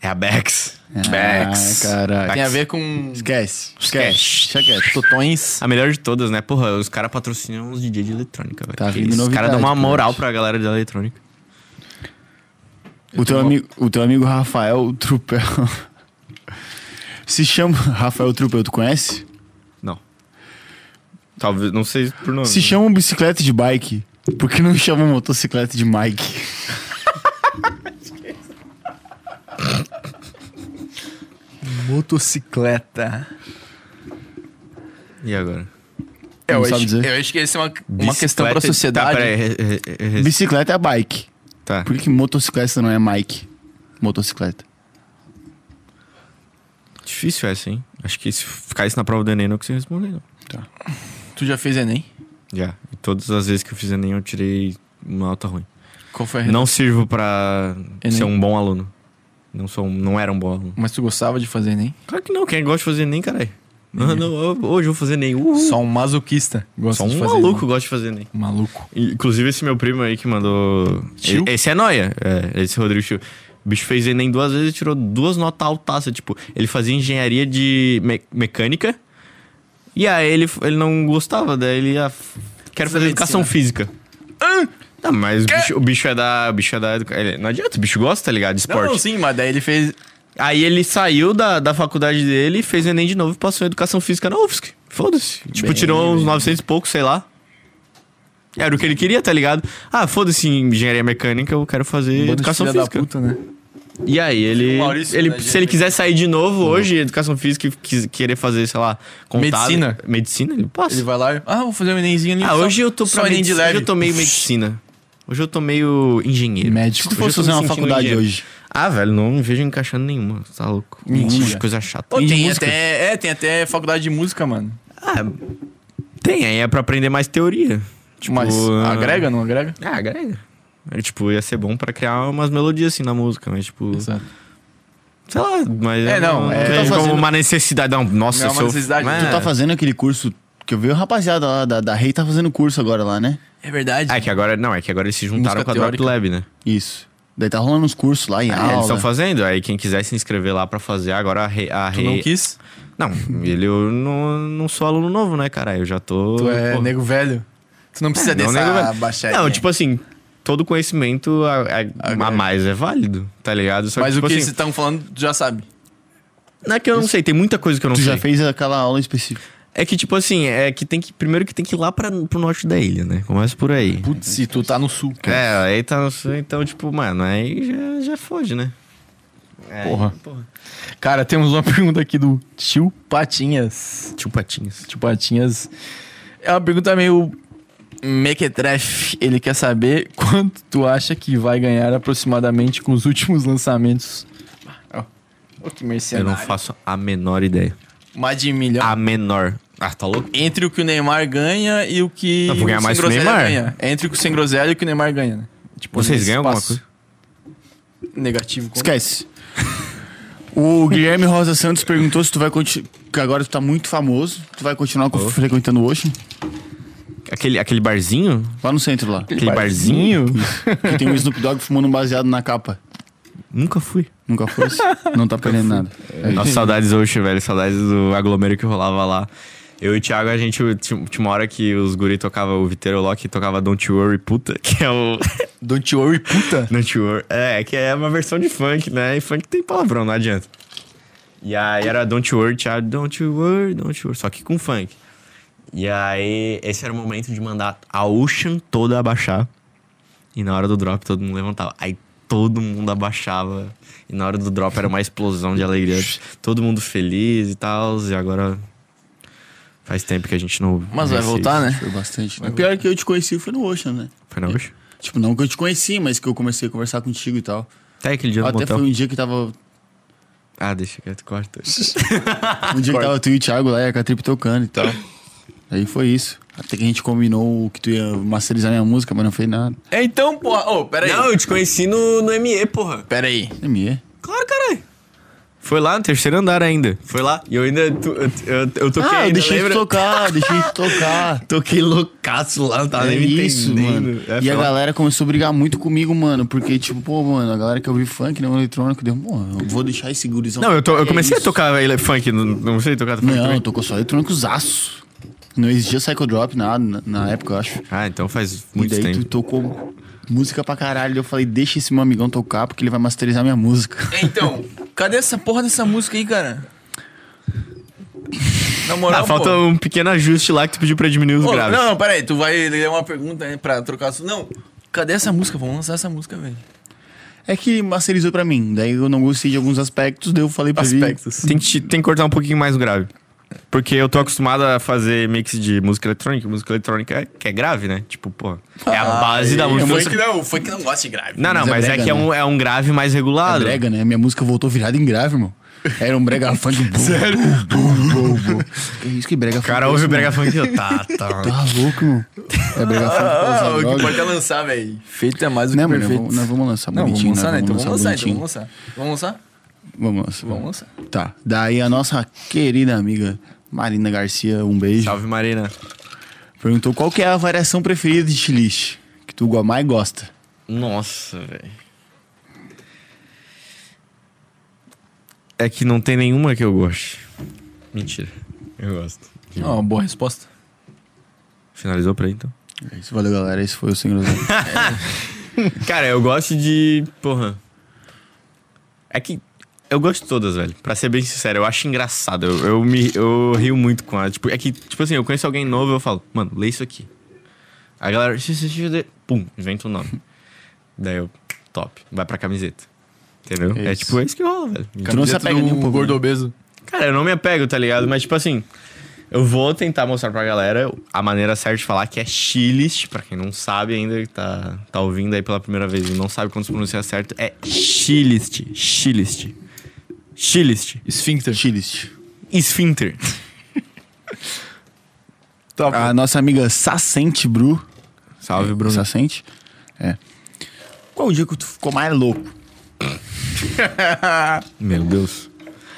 É a Bex.
Ah,
Tá
caralho.
Tem a ver com
Esquece.
Esquece.
Deixa quieto.
totões.
A melhor de todas, né? Porra, os caras patrocinam uns DJ de eletrônica, velho.
Tá
Que
vindo
isso. Os caras dão uma
novidade,
moral
cara.
pra galera da eletrônica.
O teu, amigo, o teu amigo Rafael Trupel. Se chama. Rafael Trupel, tu conhece?
Não. Talvez, não sei por nome. né?
Se chamam bicicleta de bike. Por que não chamam motocicleta de Mike?
Motocicleta.
E agora?
Eu,
Não
acho,
sabe dizer?
eu acho que essa é uma, uma questão pra
Bicicleta- Tá, peraí.
sociedade. né?
re- re- re- re-
Bicicleta é bike.
tá.
Por que que motocicleta não é Mike? Motocicleta.
Difícil essa, hein? Acho que se ficar isso na prova do Enem, não consigo responder, não.
tu já fez Enem?
Já. E todas as vezes que eu fiz Enem, eu tirei uma nota ruim.
Qual foi a
Não sirvo pra
Enem.
ser um bom aluno. Não sou um- não era um bom aluno.
Mas tu gostava de fazer Enem?
Claro que não, quem gosta de fazer Enem, caralho. Ah, não, eu- hoje eu vou fazer Enem. Uhul.
Só um masoquista gosta
Uh. Só um
de fazer
maluco gosta de fazer Enem.
Enem. Maluco.
Inclusive, esse meu primo aí que mandou.
Tio?
E- Esse é noia. É, esse Rodrigo Tio. O bicho fez Enem duas vezes e tirou duas notas altaça. Tipo, ele fazia engenharia de me- mecânica. E aí ele, ele não gostava, daí ele ia. Quero
Medicina.
fazer educação física. Tá, mas o bicho, o bicho é da. O bicho é da. educa- ele- não adianta, o bicho gosta, tá ligado? De
Não,
esporte.
não, sim, mas daí ele fez.
aí ele saiu da, da faculdade dele, fez Enem de novo e passou em educação física na UFSC. Foda-se. Tipo,
Bem,
tirou uns
bem.
900 e pouco, sei lá. Era o que ele queria, tá ligado? Ah, foda-se, engenharia mecânica, eu quero fazer
Bando de
educação
filha é da
física.
puta, né?
E aí, ele.
O Maurício,
ele
né,
se
engenharia
ele quiser sair de novo
Uhum.
hoje, educação física, e quis- querer fazer, sei lá, contábil.
Medicina.
Medicina, ele passa.
Ele vai lá e. Ah, vou fazer um Enemzinho ali.
Ah, hoje eu tô
só
pra
Enem de
medicina.
leve.
Hoje eu tô meio medicina. Hoje eu tô meio engenheiro.
Médico. Se tu
Hoje eu
fosse
tô me
fazer uma
sentindo
faculdade
engenheiro.
hoje.
Ah, velho, não me vejo encaixando nenhuma. Tá louco?
Mentira.
Ixi, Coisa chata.
Ô,
E de
tem
música?
até, é, tem até faculdade de música, mano.
Ah, tem, aí é pra aprender mais teoria. Tipo,
Mas
ah,
agrega, não agrega?
Ah, agrega. É, tipo, ia ser bom pra criar umas melodias assim na música, mas tipo.
Exato.
Sei lá, mas.
É,
eu
não, é,
vejo
tá
como
fazendo-
uma necessidade. Não, nossa,
Não é uma
se eu-
necessidade,
Mas-
Tu tá fazendo aquele curso que eu vi o rapaziada lá da, da Rei tá fazendo curso agora lá, né?
É verdade.
Ah, É que agora. Não, é que agora eles se juntaram
Música
com a Drop
teórica. Ah,
Lab, né?
Isso. Daí tá rolando uns cursos lá em
É,
aula.
eles estão fazendo. Aí quem quiser se inscrever lá pra fazer, agora a rei. A
tu não
rei-
quis?
Não, ele eu não, não sou aluno novo, né, cara? Eu já tô.
Tu é
pô, É,
nego velho. Tu não precisa
não,
dessa
nego velho.
baixadinha.
Não, tipo assim, todo conhecimento a, a- a mais é válido, tá ligado? Só
Mas o
que, tipo
que
assim,
vocês estão falando, tu já sabe.
não é que eu não sei, tem muita coisa que eu não
Tu
sei.
já fez aquela aula específica.
É que, tipo assim, é que tem que. Primeiro que tem que ir lá pra, pro norte da ilha, né? Começa por aí.
Putz, se tu tá no sul, cara.
É, aí tá no sul, então, tipo, mano, aí já, já foge, né? É, Aí,
Porra. Cara, temos uma pergunta aqui do tio Patinhas.
Tio Patinhas.
Tio Patinhas. É uma pergunta meio mequetrefe. Ele quer saber quanto tu acha que vai ganhar aproximadamente com os últimos lançamentos. Ah, Ó, Ô, que
Eu
mercenário.
não faço a menor ideia.
Mais de um milhão.
A menor. Ah, tá louco?
Entre o que o Neymar ganha e o que
Não, vou ganhar
o Sem
mais que o
Groselha
Neymar.
ganha. Entre o que o Sem Groselha e o que o Neymar ganha, né? Tipo,
Vocês
nesse
ganham alguma
espaço.
coisa?
Negativo. como?
Esquece. O Guilherme Rosa Santos perguntou se tu vai continuar. Que agora tu tá muito famoso. Tu vai continuar co- frequentando o Ocean?
Aquele, aquele barzinho?
Lá no centro lá.
Aquele barzinho?
Que tem um Snoop Dogg fumando um baseado na capa.
Nunca fui.
Nunca foi isso? Não tá perdendo nada. É,
Nossa, saudades hoje, velho. Saudades do aglomero que rolava lá. Eu e o Thiago, a gente tinha tinha uma hora que os guri tocavam o Viteiro Loki tocava Don't You Worry Puta, que é o.
Don't you worry, puta.
Don't You Worry. É, que é uma versão de funk, né? E funk tem palavrão, não adianta. E aí era Don't You Worry, Thiago, Don't You Worry, Don't You Worry. Só que com funk. E aí, esse era o momento de mandar a Ocean toda abaixar. E na hora do drop todo mundo levantava. Aí todo mundo abaixava. E na hora do drop era uma explosão de alegria. todo mundo feliz e tal. E agora. Faz tempo que a gente não.
Mas vai
esse-
voltar, né?
Foi bastante. Mas Tá, pior é que eu te conheci foi no Ocean, né?
Foi na hoje?
Tipo, não que eu te conheci, mas que eu comecei a conversar contigo e tal.
Até Tá aquele dia do
Até
motel.
foi um dia que tava.
Ah, deixa quieto, corta.
Um dia que tava tu e o Thiago lá e a Catripe tocando e tal. Aí foi isso. Até que a gente combinou que tu ia masterizar minha música, mas não fez nada.
É, Então, porra. Ô, peraí.
Não, eu te conheci no, no ME, porra.
Peraí.
ME.
Claro, caralho.
Foi lá no terceiro andar ainda.
Foi lá. E eu ainda. tu- eu, eu, eu toquei
Ah, eu
ainda,
deixei tu
lembra?
tocar, deixei tu tocar.
Toquei loucaço lá,
Ah,
não tava
é
nem me
isso,
entendendo.
mano.
É,
e
foi
a
lá.
galera começou a brigar muito comigo, mano, porque, tipo, pô, mano, a galera que ouve funk, não eletrônico, deu, pô, eu vou deixar esse gurizão.
Não, eu, to- eu
É
comecei a
isso.
tocar ele- funk, não, não sei tocar funk
Não,
também.
tocou só eletrônico zaço. Não existia psychodrop nada na, na época, eu acho.
Ah, então faz muito
e daí
tempo.
tu tocou música pra caralho. Eu falei, deixa esse meu amigão tocar, porque ele vai masterizar minha música.
É, Então, cadê essa porra dessa música aí, cara? Na moral,
Ah, falta
pô.
um pequeno ajuste lá que tu pediu pra diminuir os
Ô,
graves.
Não, não, peraí. Tu vai ler uma pergunta aí pra trocar. assunto. Não. Cadê essa música? Vamos lançar essa música, velho.
É que ele masterizou pra mim. Daí eu não gostei de alguns aspectos, daí eu falei pra ele.
Tem que, te- tem que cortar um pouquinho mais o grave. Porque eu tô acostumado a fazer mix de música eletrônica. Música eletrônica é, que é grave, né? Tipo, pô. É a
Ah,
base da música.
Foi que não, foi que não gosta de grave.
Não, não,
Mas
mas,
é
é,
brega,
que é
né?
um, é um grave mais
É
regulado.
brega, né? Minha música voltou virada em grave, irmão. Era um brega funk. Sério? Que isso que brega
O
funk. é
cara ouve
esse,
o brega funk e tá, tá.
mano? Tá louco, irmão. É brega funk.
Ah,
pra
o
usar
que
droga.
pode é lançar, velho. Feito é mais do que
Não, mano, nós
perfeito.
vamos- nós vamos lançar
Não, vamos
bonitinho.
lançar, né? Então
nós
vamos lançar,
bonitinho.
então vamos lançar. Vamos lançar?
Vamos lançar.
Vamos lançar.
Tá. Daí a nossa querida amiga Marina Garcia, um beijo.
Salve, Marina.
Perguntou qual que é a variação preferida de chiliche que tu go- mais gosta.
Nossa, velho. É que não tem nenhuma que eu goste. Mentira. Eu gosto.
Ó, uma boa resposta.
Finalizou pra aí, então?
É isso, valeu galera, esse foi o Sem Groselha.
Cara, eu gosto de. Porra. É que. Eu gosto de todas, velho. Pra ser bem sincero, eu acho engraçado. Eu, eu me, eu rio muito com a. Tipo, é que, tipo assim, eu conheço alguém novo e eu falo, mano, lê isso aqui. A galera. "Xis, xis, xis, de-" Pum, inventa um nome. Daí eu. Top. Vai pra camiseta. Entendeu?
É
É,
isso.
tipo, é isso que rola, velho.
Tu não se
Dentro
apega
do
nem um pouco, né?
gordobeso.
Cara, eu não me apego, tá ligado? Mas, tipo assim, eu vou tentar mostrar pra galera a maneira certa de falar que é chiles. Pra quem não sabe ainda, que tá, tá ouvindo aí pela primeira vez e não sabe quando se pronuncia certo, é chilist. Chilist. Chilist.
Esfíncter.
Chiliste.
Esfínter.
Top.
A nossa amiga Sacente Bru.
Salve, Bruno.
Sacente? É. Qual o dia que tu ficou mais louco?
Meu Deus.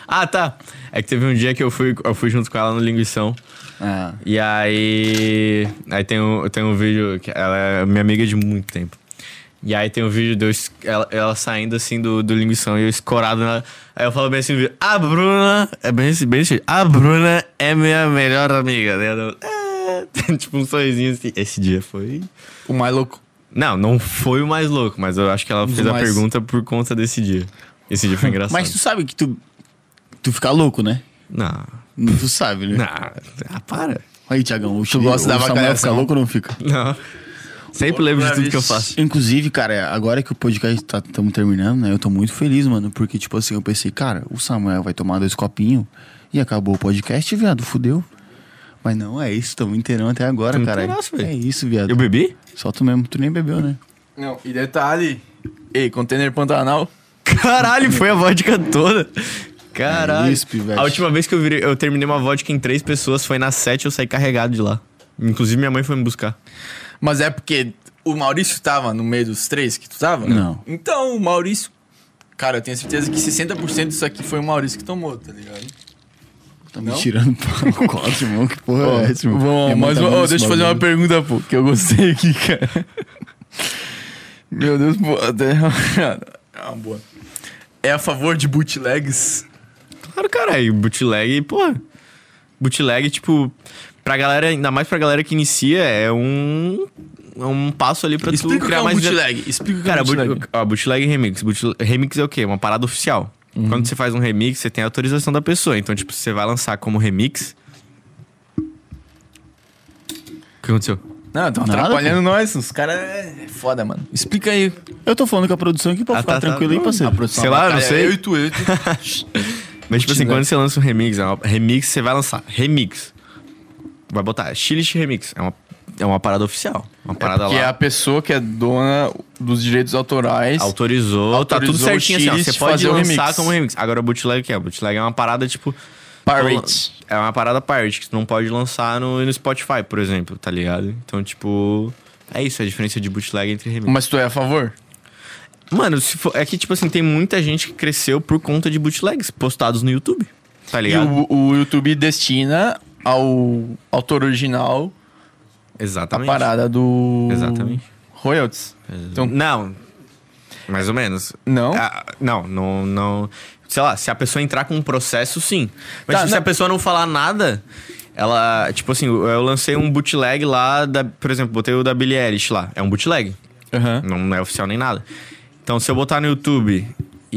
Ah, tá. É que teve um dia que eu fui, eu fui junto com ela no Linguição.
Ah,
E aí. Aí tem um, tem um vídeo. Que ela é minha amiga de muito tempo. E aí tem um vídeo de eu es- ela, ela saindo assim do, do linguição e eu escorado nela. Aí eu falo bem assim no vídeo: A Bruna. É bem esse, bem esse. A Bruna é minha melhor amiga. Daí eu, "Ah", tem tipo um sorrisinho assim. Esse dia foi.
O mais louco.
Não, não foi o mais louco, mas eu acho que ela fez a
mais-
pergunta por conta desse dia. Esse dia foi engraçado.
mas tu sabe que tu. Tu fica louco, né?
Não.
Tu sabe, né?
Não. Ah, para.
Aí, Tiagão, o
Tu gosta da
Samuel
vacalhação.
fica louco ou não fica?
Não. Sempre lembro de tudo que eu faço.
Inclusive, cara, é, agora que o podcast tá tamo terminando, né? Eu tô muito feliz, mano. Porque, tipo assim, eu pensei, cara, o Samuel vai tomar dois copinhos e acabou o podcast, viado, fudeu. Mas não, é isso, tamo inteirão até agora,
Tamo
cara.
inteiraço, velho.
É isso, viado.
Eu bebi?
Só tu mesmo, tu nem bebeu, né?
Não, e detalhe. Ei, container Pantanal.
Caralho, foi a vodka toda. Caralho.
Isso, pivete.
a última vez que eu, virei, eu terminei uma vodka em três pessoas foi na sete, eu saí carregado de lá. Inclusive, minha mãe foi me buscar.
Mas é porque o Maurício tava no meio dos três que tu tava?
Não.
Então, o Maurício. Cara, eu tenho certeza que 60% disso aqui foi o Maurício que tomou, tá ligado?
Tá me
Não?
tirando pro colo, irmão. Que porra
Ó,
é essa, irmão?
Bom,
Minha mãe
mas
tá
ó,
vendo
deixa
esse
eu fazer uma
bagulho.
pergunta, pô, que eu gostei aqui, cara. Meu Deus, pô, até. É uma boa. É a favor de bootlegs?
Claro, caralho, bootleg, pô. Bootleg, tipo, pra galera, ainda mais pra galera que inicia, é um. É um passo ali pra
Explica
tu
o que é
criar
um
mais.
bootleg. Explica o que é
Cara,
um bootleg.
bootleg. Ó, bootleg e remix. Boot- remix é o quê? Uma parada oficial.
Uhum.
Quando você faz um remix, você tem a autorização da pessoa. Então, tipo, você vai lançar como remix. O que aconteceu?
Não, estão
Nada,
atrapalhando nós. Os caras é é foda, mano. Explica aí.
Eu tô falando com a produção aqui pra
Ah,
ficar
tá, tá.
tranquilo aí,
Não,
parceiro.
a produção Sei lá, eu não
Cara,
sei.
Eu e tu, eu e tu.
Tá
é Mas, tipo assim, quando você lança um remix, é uma- remix, você vai lançar remix. vai botar Chilish Remix. É uma, é uma parada oficial. Uma parada
Que é
lá.
a pessoa que é dona dos direitos autorais.
Autorizou, tá
autorizou
tudo certinho
o
assim, ó.
Chilish
Você pode
fazer o
lançar
remix.
como remix. Agora, bootleg o que é? Bootleg é uma parada, tipo...
Pirate.
É uma parada pirate, que tu não pode lançar no, no Spotify, por exemplo, tá ligado? Então, tipo... É isso, é a diferença de bootleg entre remix.
Mas tu é a favor?
Mano, se for- é que, tipo assim, tem muita gente que cresceu por conta de bootlegs postados no YouTube, tá
E
ligado?
o, o YouTube destina ao autor original a
Exatamente.
Tá parada do.
Exatamente.
Royalties. Então,
Não. Mais ou menos.
Não?
Ah, não, não, não. Sei lá, se a pessoa entrar com um processo, sim. Mas
Tá,
tipo, se
não-
a pessoa não falar nada, ela. Tipo assim, eu eu lancei um bootleg lá, da, por exemplo, botei o da Billie Eilish lá. É um bootleg.
aham.
Não, não é oficial nem nada. Então, se eu botar no YouTube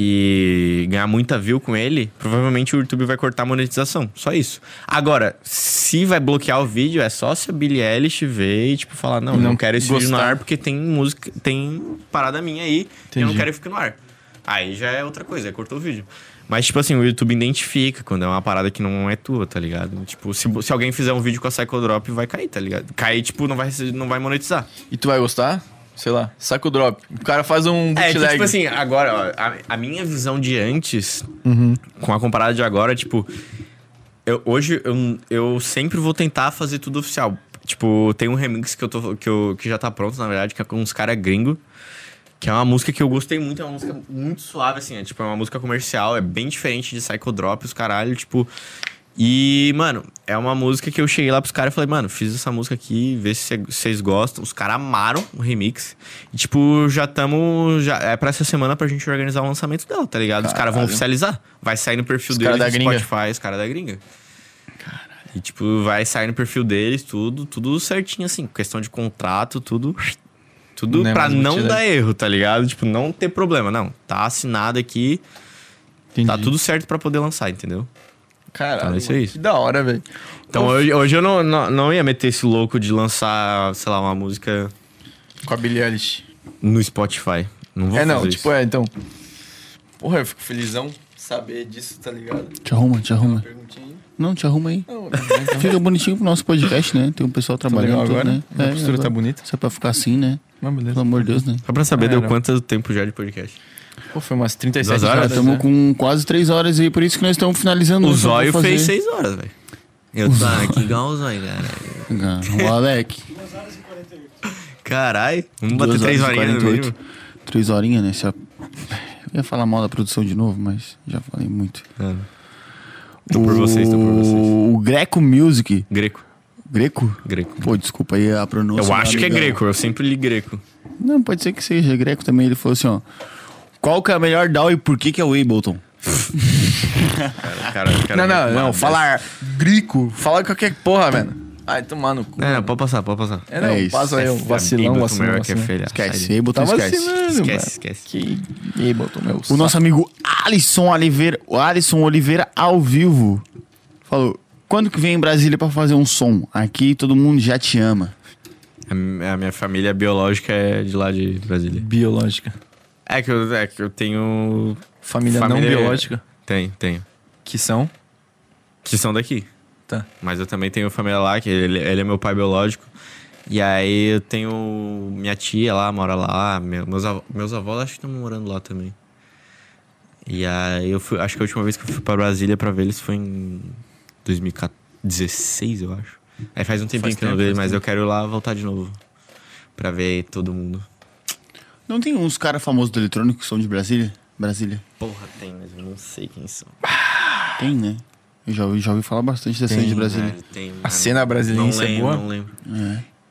e ganhar muita view com ele, provavelmente o YouTube vai cortar a monetização. Só isso. Agora, se vai bloquear o vídeo, é só se a Billie Eilish ver e, tipo, falar, não, eu
Não
não quero esse vídeo no
gostar.
ar porque tem música, tem parada minha aí e eu não
Entendi.
quero que fique no ar. Aí já é outra coisa, aí cortou o vídeo. Mas, tipo assim, o YouTube identifica quando é uma parada que não é tua, tá ligado? Tipo, se, se alguém fizer um vídeo com a Psychodrop, vai cair, tá ligado? Cair, tipo, não vai, rece- não vai monetizar.
E tu vai gostar? Sei lá, saco drop. O cara faz um
É,
bootleg.
que, tipo assim, agora, ó, a, a minha visão de antes, com a comparada de agora, tipo, eu, hoje eu, eu sempre vou tentar fazer tudo oficial. Tipo, tem um remix que eu tô que, eu, que já tá pronto, na verdade, que é com uns caras gringo, que é uma música que eu gostei muito, é uma música muito suave assim, é tipo, é uma música comercial, é bem diferente de Psycho Drop, os caralho, tipo, e, mano, é uma música que eu cheguei lá pros caras e falei, mano, fiz essa música aqui, vê se vocês gostam. Os caras amaram o remix. E, tipo, já tamo. Já, é pra essa semana pra gente organizar o lançamento dela, tá ligado? Os caras vão
Caralho.
oficializar. Vai sair no perfil
Os cara
deles
da
no
gringa.
Spotify, os caras da gringa. E, tipo, vai sair no perfil deles, tudo, tudo certinho, assim. Questão de contrato, tudo. Tudo
Não é
pra
mais
não
mutilagem.
dar erro, tá ligado? Tipo, não ter problema, não. Tá assinado aqui,
Entendi.
tá tudo certo pra poder lançar, entendeu?
Caralho.
Então, isso é
mano,
isso.
Que da hora, velho.
Então hoje, hoje eu não, não, não ia meter esse louco de lançar, sei lá, uma música
Com a Billie Eilish.
no Spotify. Não vou
é, não,
fazer
tipo,
isso.
é, então. Porra, eu fico felizão saber disso, tá ligado?
Te arruma, te arruma.
Perguntinha aí.
Não, te arruma aí.
Não, tá
Fica bonitinho pro nosso podcast, né? Tem um pessoal
Tá
trabalhando.
legal
tudo,
agora.
né?
A postura tá
agora.
bonita.
Só pra ficar assim, né?
Mas beleza.
Pelo amor de Deus, né?
Só pra saber,
Ah,
deu
era.
quanto tempo já de podcast?
Pô, foi umas 37
Duas horas?
Cara, estamos
né?
com quase três horas aí, por isso que nós estamos finalizando.
O
hoje, eu vou
Zóio
fazer-
fez seis horas, velho. Eu tô aqui igual o Zóio, cara.
Ah, O Alec.
Carai, vamos bater
Duas
três
horas e
horinhas no
48.
mínimo.
Três horinhas, né? Se a- Eu ia falar mal da produção de novo, mas já falei muito.
É. Tô por vocês, tô por vocês.
O Greco Music.
Greco,
Greco?
greco.
Pô, desculpa aí a pronúncia. tá
Eu
meu
acho que é
amigão.
greco, eu sempre li greco.
Não, pode ser que seja. Greco também, ele falou assim, ó. Qual que é a melhor DAO e por que que é o Ableton?
Ah. Cara, cara, é
Não, não, não.
mano,
Falar grico. Falar qualquer porra, velho. Ai, tomar no cu.
É, pode passar, pode passar.
É, não,
é isso.
passa aí,
É,
eu vacilão,
Ableton
vacilão,
Maior que é
vacilão.
feio,
Esquece,
sai
Ableton
Tá
esquece.
vacilando,
daí.
velho.
Esquece, esquece.
Que gay, botou meu
O
saco.
nosso amigo Alisson Oliveira, o Alisson Oliveira ao vivo, falou: "Quando que vem em Brasília pra fazer um som? Aqui todo mundo já te ama."
A mi- a minha família biológica é de lá de Brasília.
biológica.
É que eu, é que eu tenho.
Família,
Família-
não biológica.
Tenho, tenho.
Que são?
Que são daqui.
Tá.
Mas eu também tenho família lá, que ele, ele é meu pai biológico. E aí eu tenho. Minha tia lá mora lá. meu- Meus, av- meus avós acho que estão morando lá também. E aí eu fui. Acho que a última vez que eu fui pra Brasília pra ver eles foi em 2016, eu acho. Aí faz um tempinho que eu não
tempo,
vejo,
faz
mas eu quero ir lá voltar de novo. Pra ver todo mundo.
Não tem uns caras famosos do eletrônico que são de Brasília? Brasília.
Porra, tem, mas eu não sei quem são.
Tem, né? Eu já ouvi, já ouvi falar bastante dessa aí de Brasília.
Velho, tem, né?
A
mano.
cena
Não
brasileira é
lembro,
boa.
não lembro.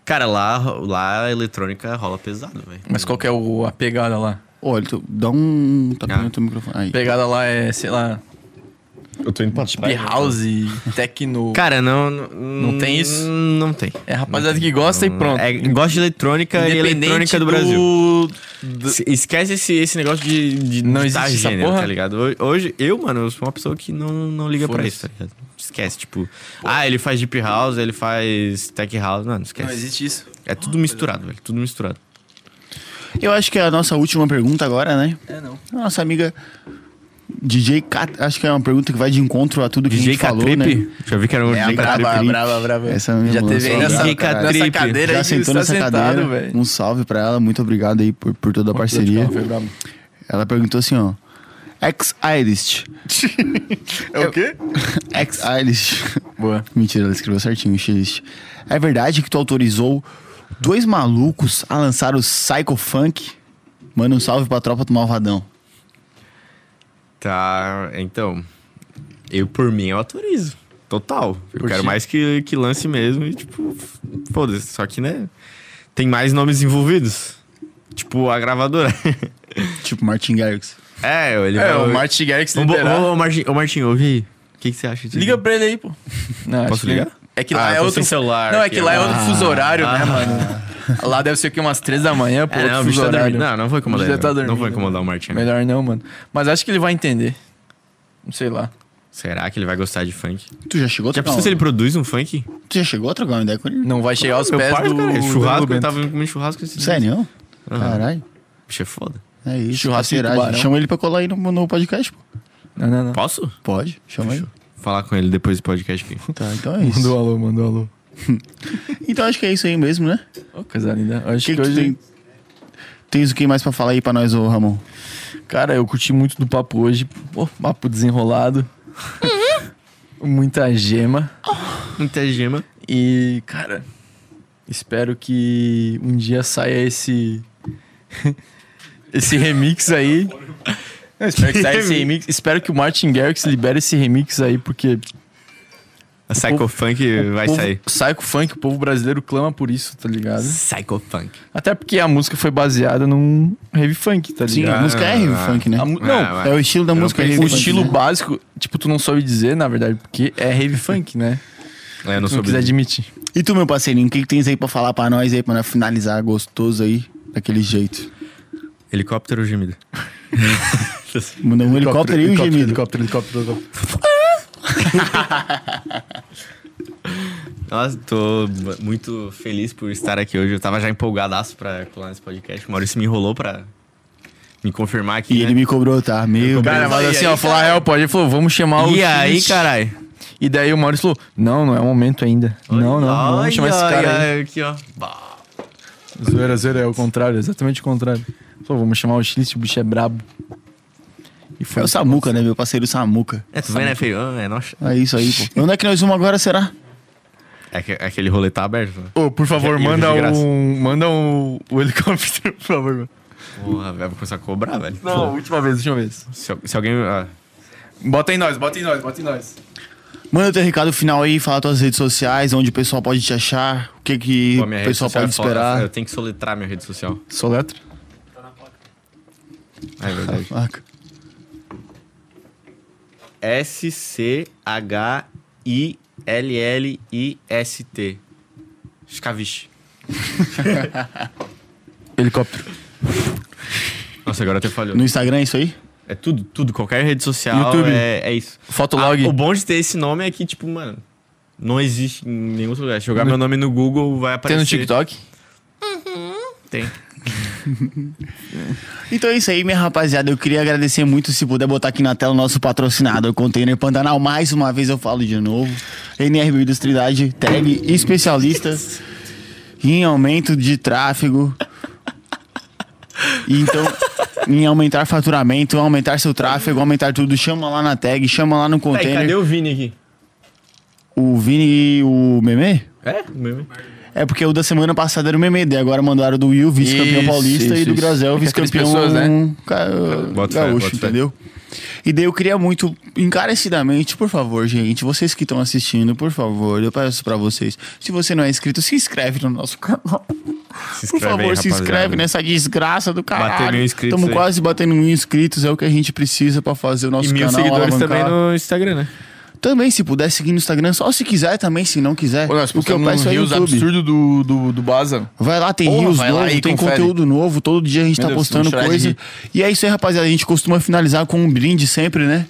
Cara, lá, lá a eletrônica rola pesado, velho.
Mas qual que é o- a pegada lá?
Olha, tu- dá um tapinha
Ah.
no teu microfone. Aí.
A pegada lá é, sei lá,
Eu tô indo pra
Deep House, Tecno.
Cara, não... Não,
Não tem isso?
Não tem.
É a rapaziada que gosta e pronto.
É, gosta de eletrônica e
Independente
eletrônica do,
do-
Brasil. Se- Esquece esse, esse negócio de, de
Não
ditar
existe essa
gênero,
porra?
tá ligado? Hoje- Hoje, eu, mano, eu sou uma pessoa que não, não liga pra
Foda-se.
isso, tá ligado? Esquece, tipo... Ah, ele faz Deep House, ele faz Tech House. Não, não esquece.
Não existe isso.
É tudo misturado, velho. Tudo misturado.
Eu acho que é a nossa última pergunta agora, né?
É, não.
A Nossa amiga DJ Cat, acho que é uma pergunta que vai de encontro a tudo que a
DJ
gente falou,
Catripe?
né?
Já vi que era o
É,
DJ
brava,
Catripe.
brava, brava.
Essa mesmo,
Já teve
lançou
aí
a
nessa,
brava,
cara.
nessa
Trip.
cadeira
Já
aí,
sentou
tá
nessa cadeira.
sentado, velho.
Um salve pra ela, muito obrigado aí por, por toda a parceria.
Foi brabo.
Ela perguntou assim, ó. Ex-Iris.
É o quê?
Ex-Iris.
Boa.
Mentira, ela escreveu certinho, xerist. É verdade que tu autorizou dois malucos a lançar o Psycho Funk? Manda um salve pra tropa do Malvadão.
Tá, então. Eu, por mim, eu autorizo. Total. Eu
Por
quero
ti.
mais que, que lance mesmo e, tipo, f- foda-se. Só que, né? Tem mais nomes envolvidos. Tipo, a gravadora.
Tipo Martin Garrix.
é, ele
É,
vai.
o Martin Garrix
Ô, bo-
liderar.
ô, ô, Martin, ô, Martin, ouve aí. O que, que você acha disso?
Liga pra ele aí, pô. Não,
Posso
acho que-
ligar?
É que lá
Ah,
é
tô
outro.
sem celular
não, é
aqui,
que lá é
ó. Ah,
outro fuso horário, né, mano? Lá deve ser o quê? Umas três da manhã, pô.
É,
outro
não, o
fuso
bicho tá
horário.
dormindo. Não, não vou incomodar
Ele já
ele.
tá
não
dormindo,
vou incomodar o Martin.
Melhor não, mano. Mas acho que ele vai entender. Não sei lá.
Será que ele vai gostar de funk?
Tu já chegou a
Já
trocar
pensou se
uma-
ele produz um funk?
Tu já chegou a trocar uma ideia com ele?
Não vai chegar aos
Meu
pés
pai,
do.
cara, é
do
churrasco, tá- eu
Bento.
tava vindo comer churrasco esse dia.
Sério?
Aham.
Caralho.
Bicho é foda.
É isso.
Churrasco e
parceiragem.
tubarão.
Chama ele pra colar aí no, no podcast, pô.
Não, não, não.
Posso?
Pode, chama ele.
Falar com ele depois do podcast aqui.
Tá, então é isso.
Mandou alô, mandou alô.
Então acho que é isso aí mesmo, né?
Ô, coisa linda. Acho
Que
que,
que
hoje.
tem... Tens o que mais pra falar aí pra nós, ô Ramon?
Cara, eu curti muito do papo hoje. Pô, papo desenrolado. Uhum. Muita gema.
Muita gema.
E, cara, espero que um dia saia esse. esse remix aí. Eu espero que saia esse remix. Espero que o Martin Garrix libere esse remix aí, porque.
A Psycho Funk vai
povo,
sair.
Sai com funk, o povo brasileiro clama por isso, tá ligado?
Psycho Funk.
Até porque a música foi baseada num heavy funk, tá
Sim,
ligado?
a música é heavy
ah,
funk, né?
A mu- não, tipo,
Ah,
É o estilo da
Eu
música. é
pensei-
heavy
o
funk,
estilo
né?
básico, tipo, tu não soube dizer, na verdade, porque é heavy funk, né?
É, eu não
Se não
soube.
quiser admitir.
E tu, meu parceirinho, o que, que tens aí pra falar pra nós aí, pra nós finalizar gostoso aí, daquele jeito?
Helicóptero gemido.
Mandou um helicóptero, e um gemido.
Helicóptero, helicóptero, helicóptero.
Nossa, tô b- muito feliz por estar aqui hoje. Eu tava já empolgadaço pra colar nesse podcast. O Maurício me enrolou pra me confirmar aqui.
E
né?
ele me cobrou, tá? Meu
Cara,
Deus.
mas
E
assim,
aí,
ó, falar a real, pode. Ele falou, vamos chamar o.
E aí,
X.
caralho?
E daí o Maurício falou: Não, não é o momento ainda. não, não, não
Olha,
vamos chamar esse cara aí.
olha Aqui, ó. Bah.
Zoeira, zoeira, é o contrário, exatamente o contrário. Falou, vamos chamar o X, o bicho é brabo. E
É
foi
o Samuca, né, meu parceiro Samuca.
É, tu vê, né, feio? Ah, É, nossa.
É isso aí, pô. Onde é que nós vamos agora, será?
É que- é aquele rolê tá aberto, né?
Ô, por favor,
E- e
manda
de graça.
um. Manda um. O helicóptero, por favor, mano.
Porra, velho, vou começar a cobrar, velho.
Não, última vez, última vez.
Se, se alguém. ah,
Bota em nós, bota em nós, bota em nós.
Manda teu recado final aí, fala tuas redes sociais, onde o pessoal pode te achar, o que, que
pô,
o
minha rede
pessoal
social
pode
é foda.
esperar.
Eu tenho que soletrar minha rede social.
Soletra?
Ah, É verdade.
Caraca.
S-C-H-I-L-L-I-S-T. Escaviche.
Helicóptero.
Nossa, agora até falhou.
No Instagram é isso aí?
É tudo, tudo. Qualquer rede social.
YouTube.
É, é isso.
Fotolog.
Ah, o bom de ter esse nome é que, tipo, mano, não existe em nenhum outro lugar. Se jogar meu nome no Google, vai
Tem
aparecer.
no TikTok?
Tem.
Então é isso aí, minha rapaziada. Eu queria agradecer muito se puder botar aqui na tela o nosso patrocinador Container Pantanal. Mais uma vez eu falo de novo. NR Bebidas Trindade, tag especialista em aumento de tráfego. E Então, em aumentar faturamento, aumentar seu tráfego, aumentar tudo, chama lá na tag, chama lá no
Peraí, Tá cadê
container.
o Vini aqui?
O Vini e o Meme?
É? o mesmo.
É porque o da semana passada era o Meme, daí agora mandaram do Will, vice-campeão
Isso,
paulista,
isso,
e do
isso.
Grazel,
É que é três
vice-campeão
pessoas, né?
ca-
Bota fé,
gaúcho,
bota fé.
entendeu? E daí eu queria muito, encarecidamente, por favor, gente, vocês que estão assistindo, por favor, eu peço pra vocês, se você não é inscrito, se inscreve no nosso canal.
Se
Por favor,
aí,
se inscreve
rapaziada.
nessa desgraça do caralho.
Bater mil inscritos
Estamos
aí.
quase batendo mil inscritos, é o que a gente precisa pra fazer o nosso
E mil
canal
seguidores
alavancar.
também no Instagram, né?
Também, se puder seguir no Instagram, só se quiser também, se não quiser.
Ô, nós
o que eu
postamos um
peço é
rios
YouTube.
absurdo do, do, do Baza.
Vai lá, tem
Porra,
rios
vai lá
novos,
e
tem
confere.
conteúdo novo, todo dia a gente
Meu
tá
Deus,
postando
vamos chorar de
coisa.
rir.
E é isso aí, rapaziada. A gente costuma finalizar com um brinde sempre, né?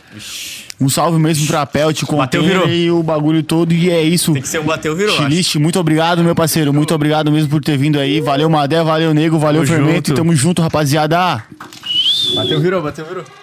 Um salve mesmo pra Pelt,
Bateu,
container
virou.
e o bagulho todo. E é isso.
Tem que ser um bateu, virou. acho.
Chiliste, muito obrigado, meu parceiro. Muito obrigado mesmo por ter vindo aí. Valeu, Madé, valeu, Nego, valeu,
Tamo
Fermento.
junto.
E tamo junto, rapaziada.
Bateu, virou, bateu, virou.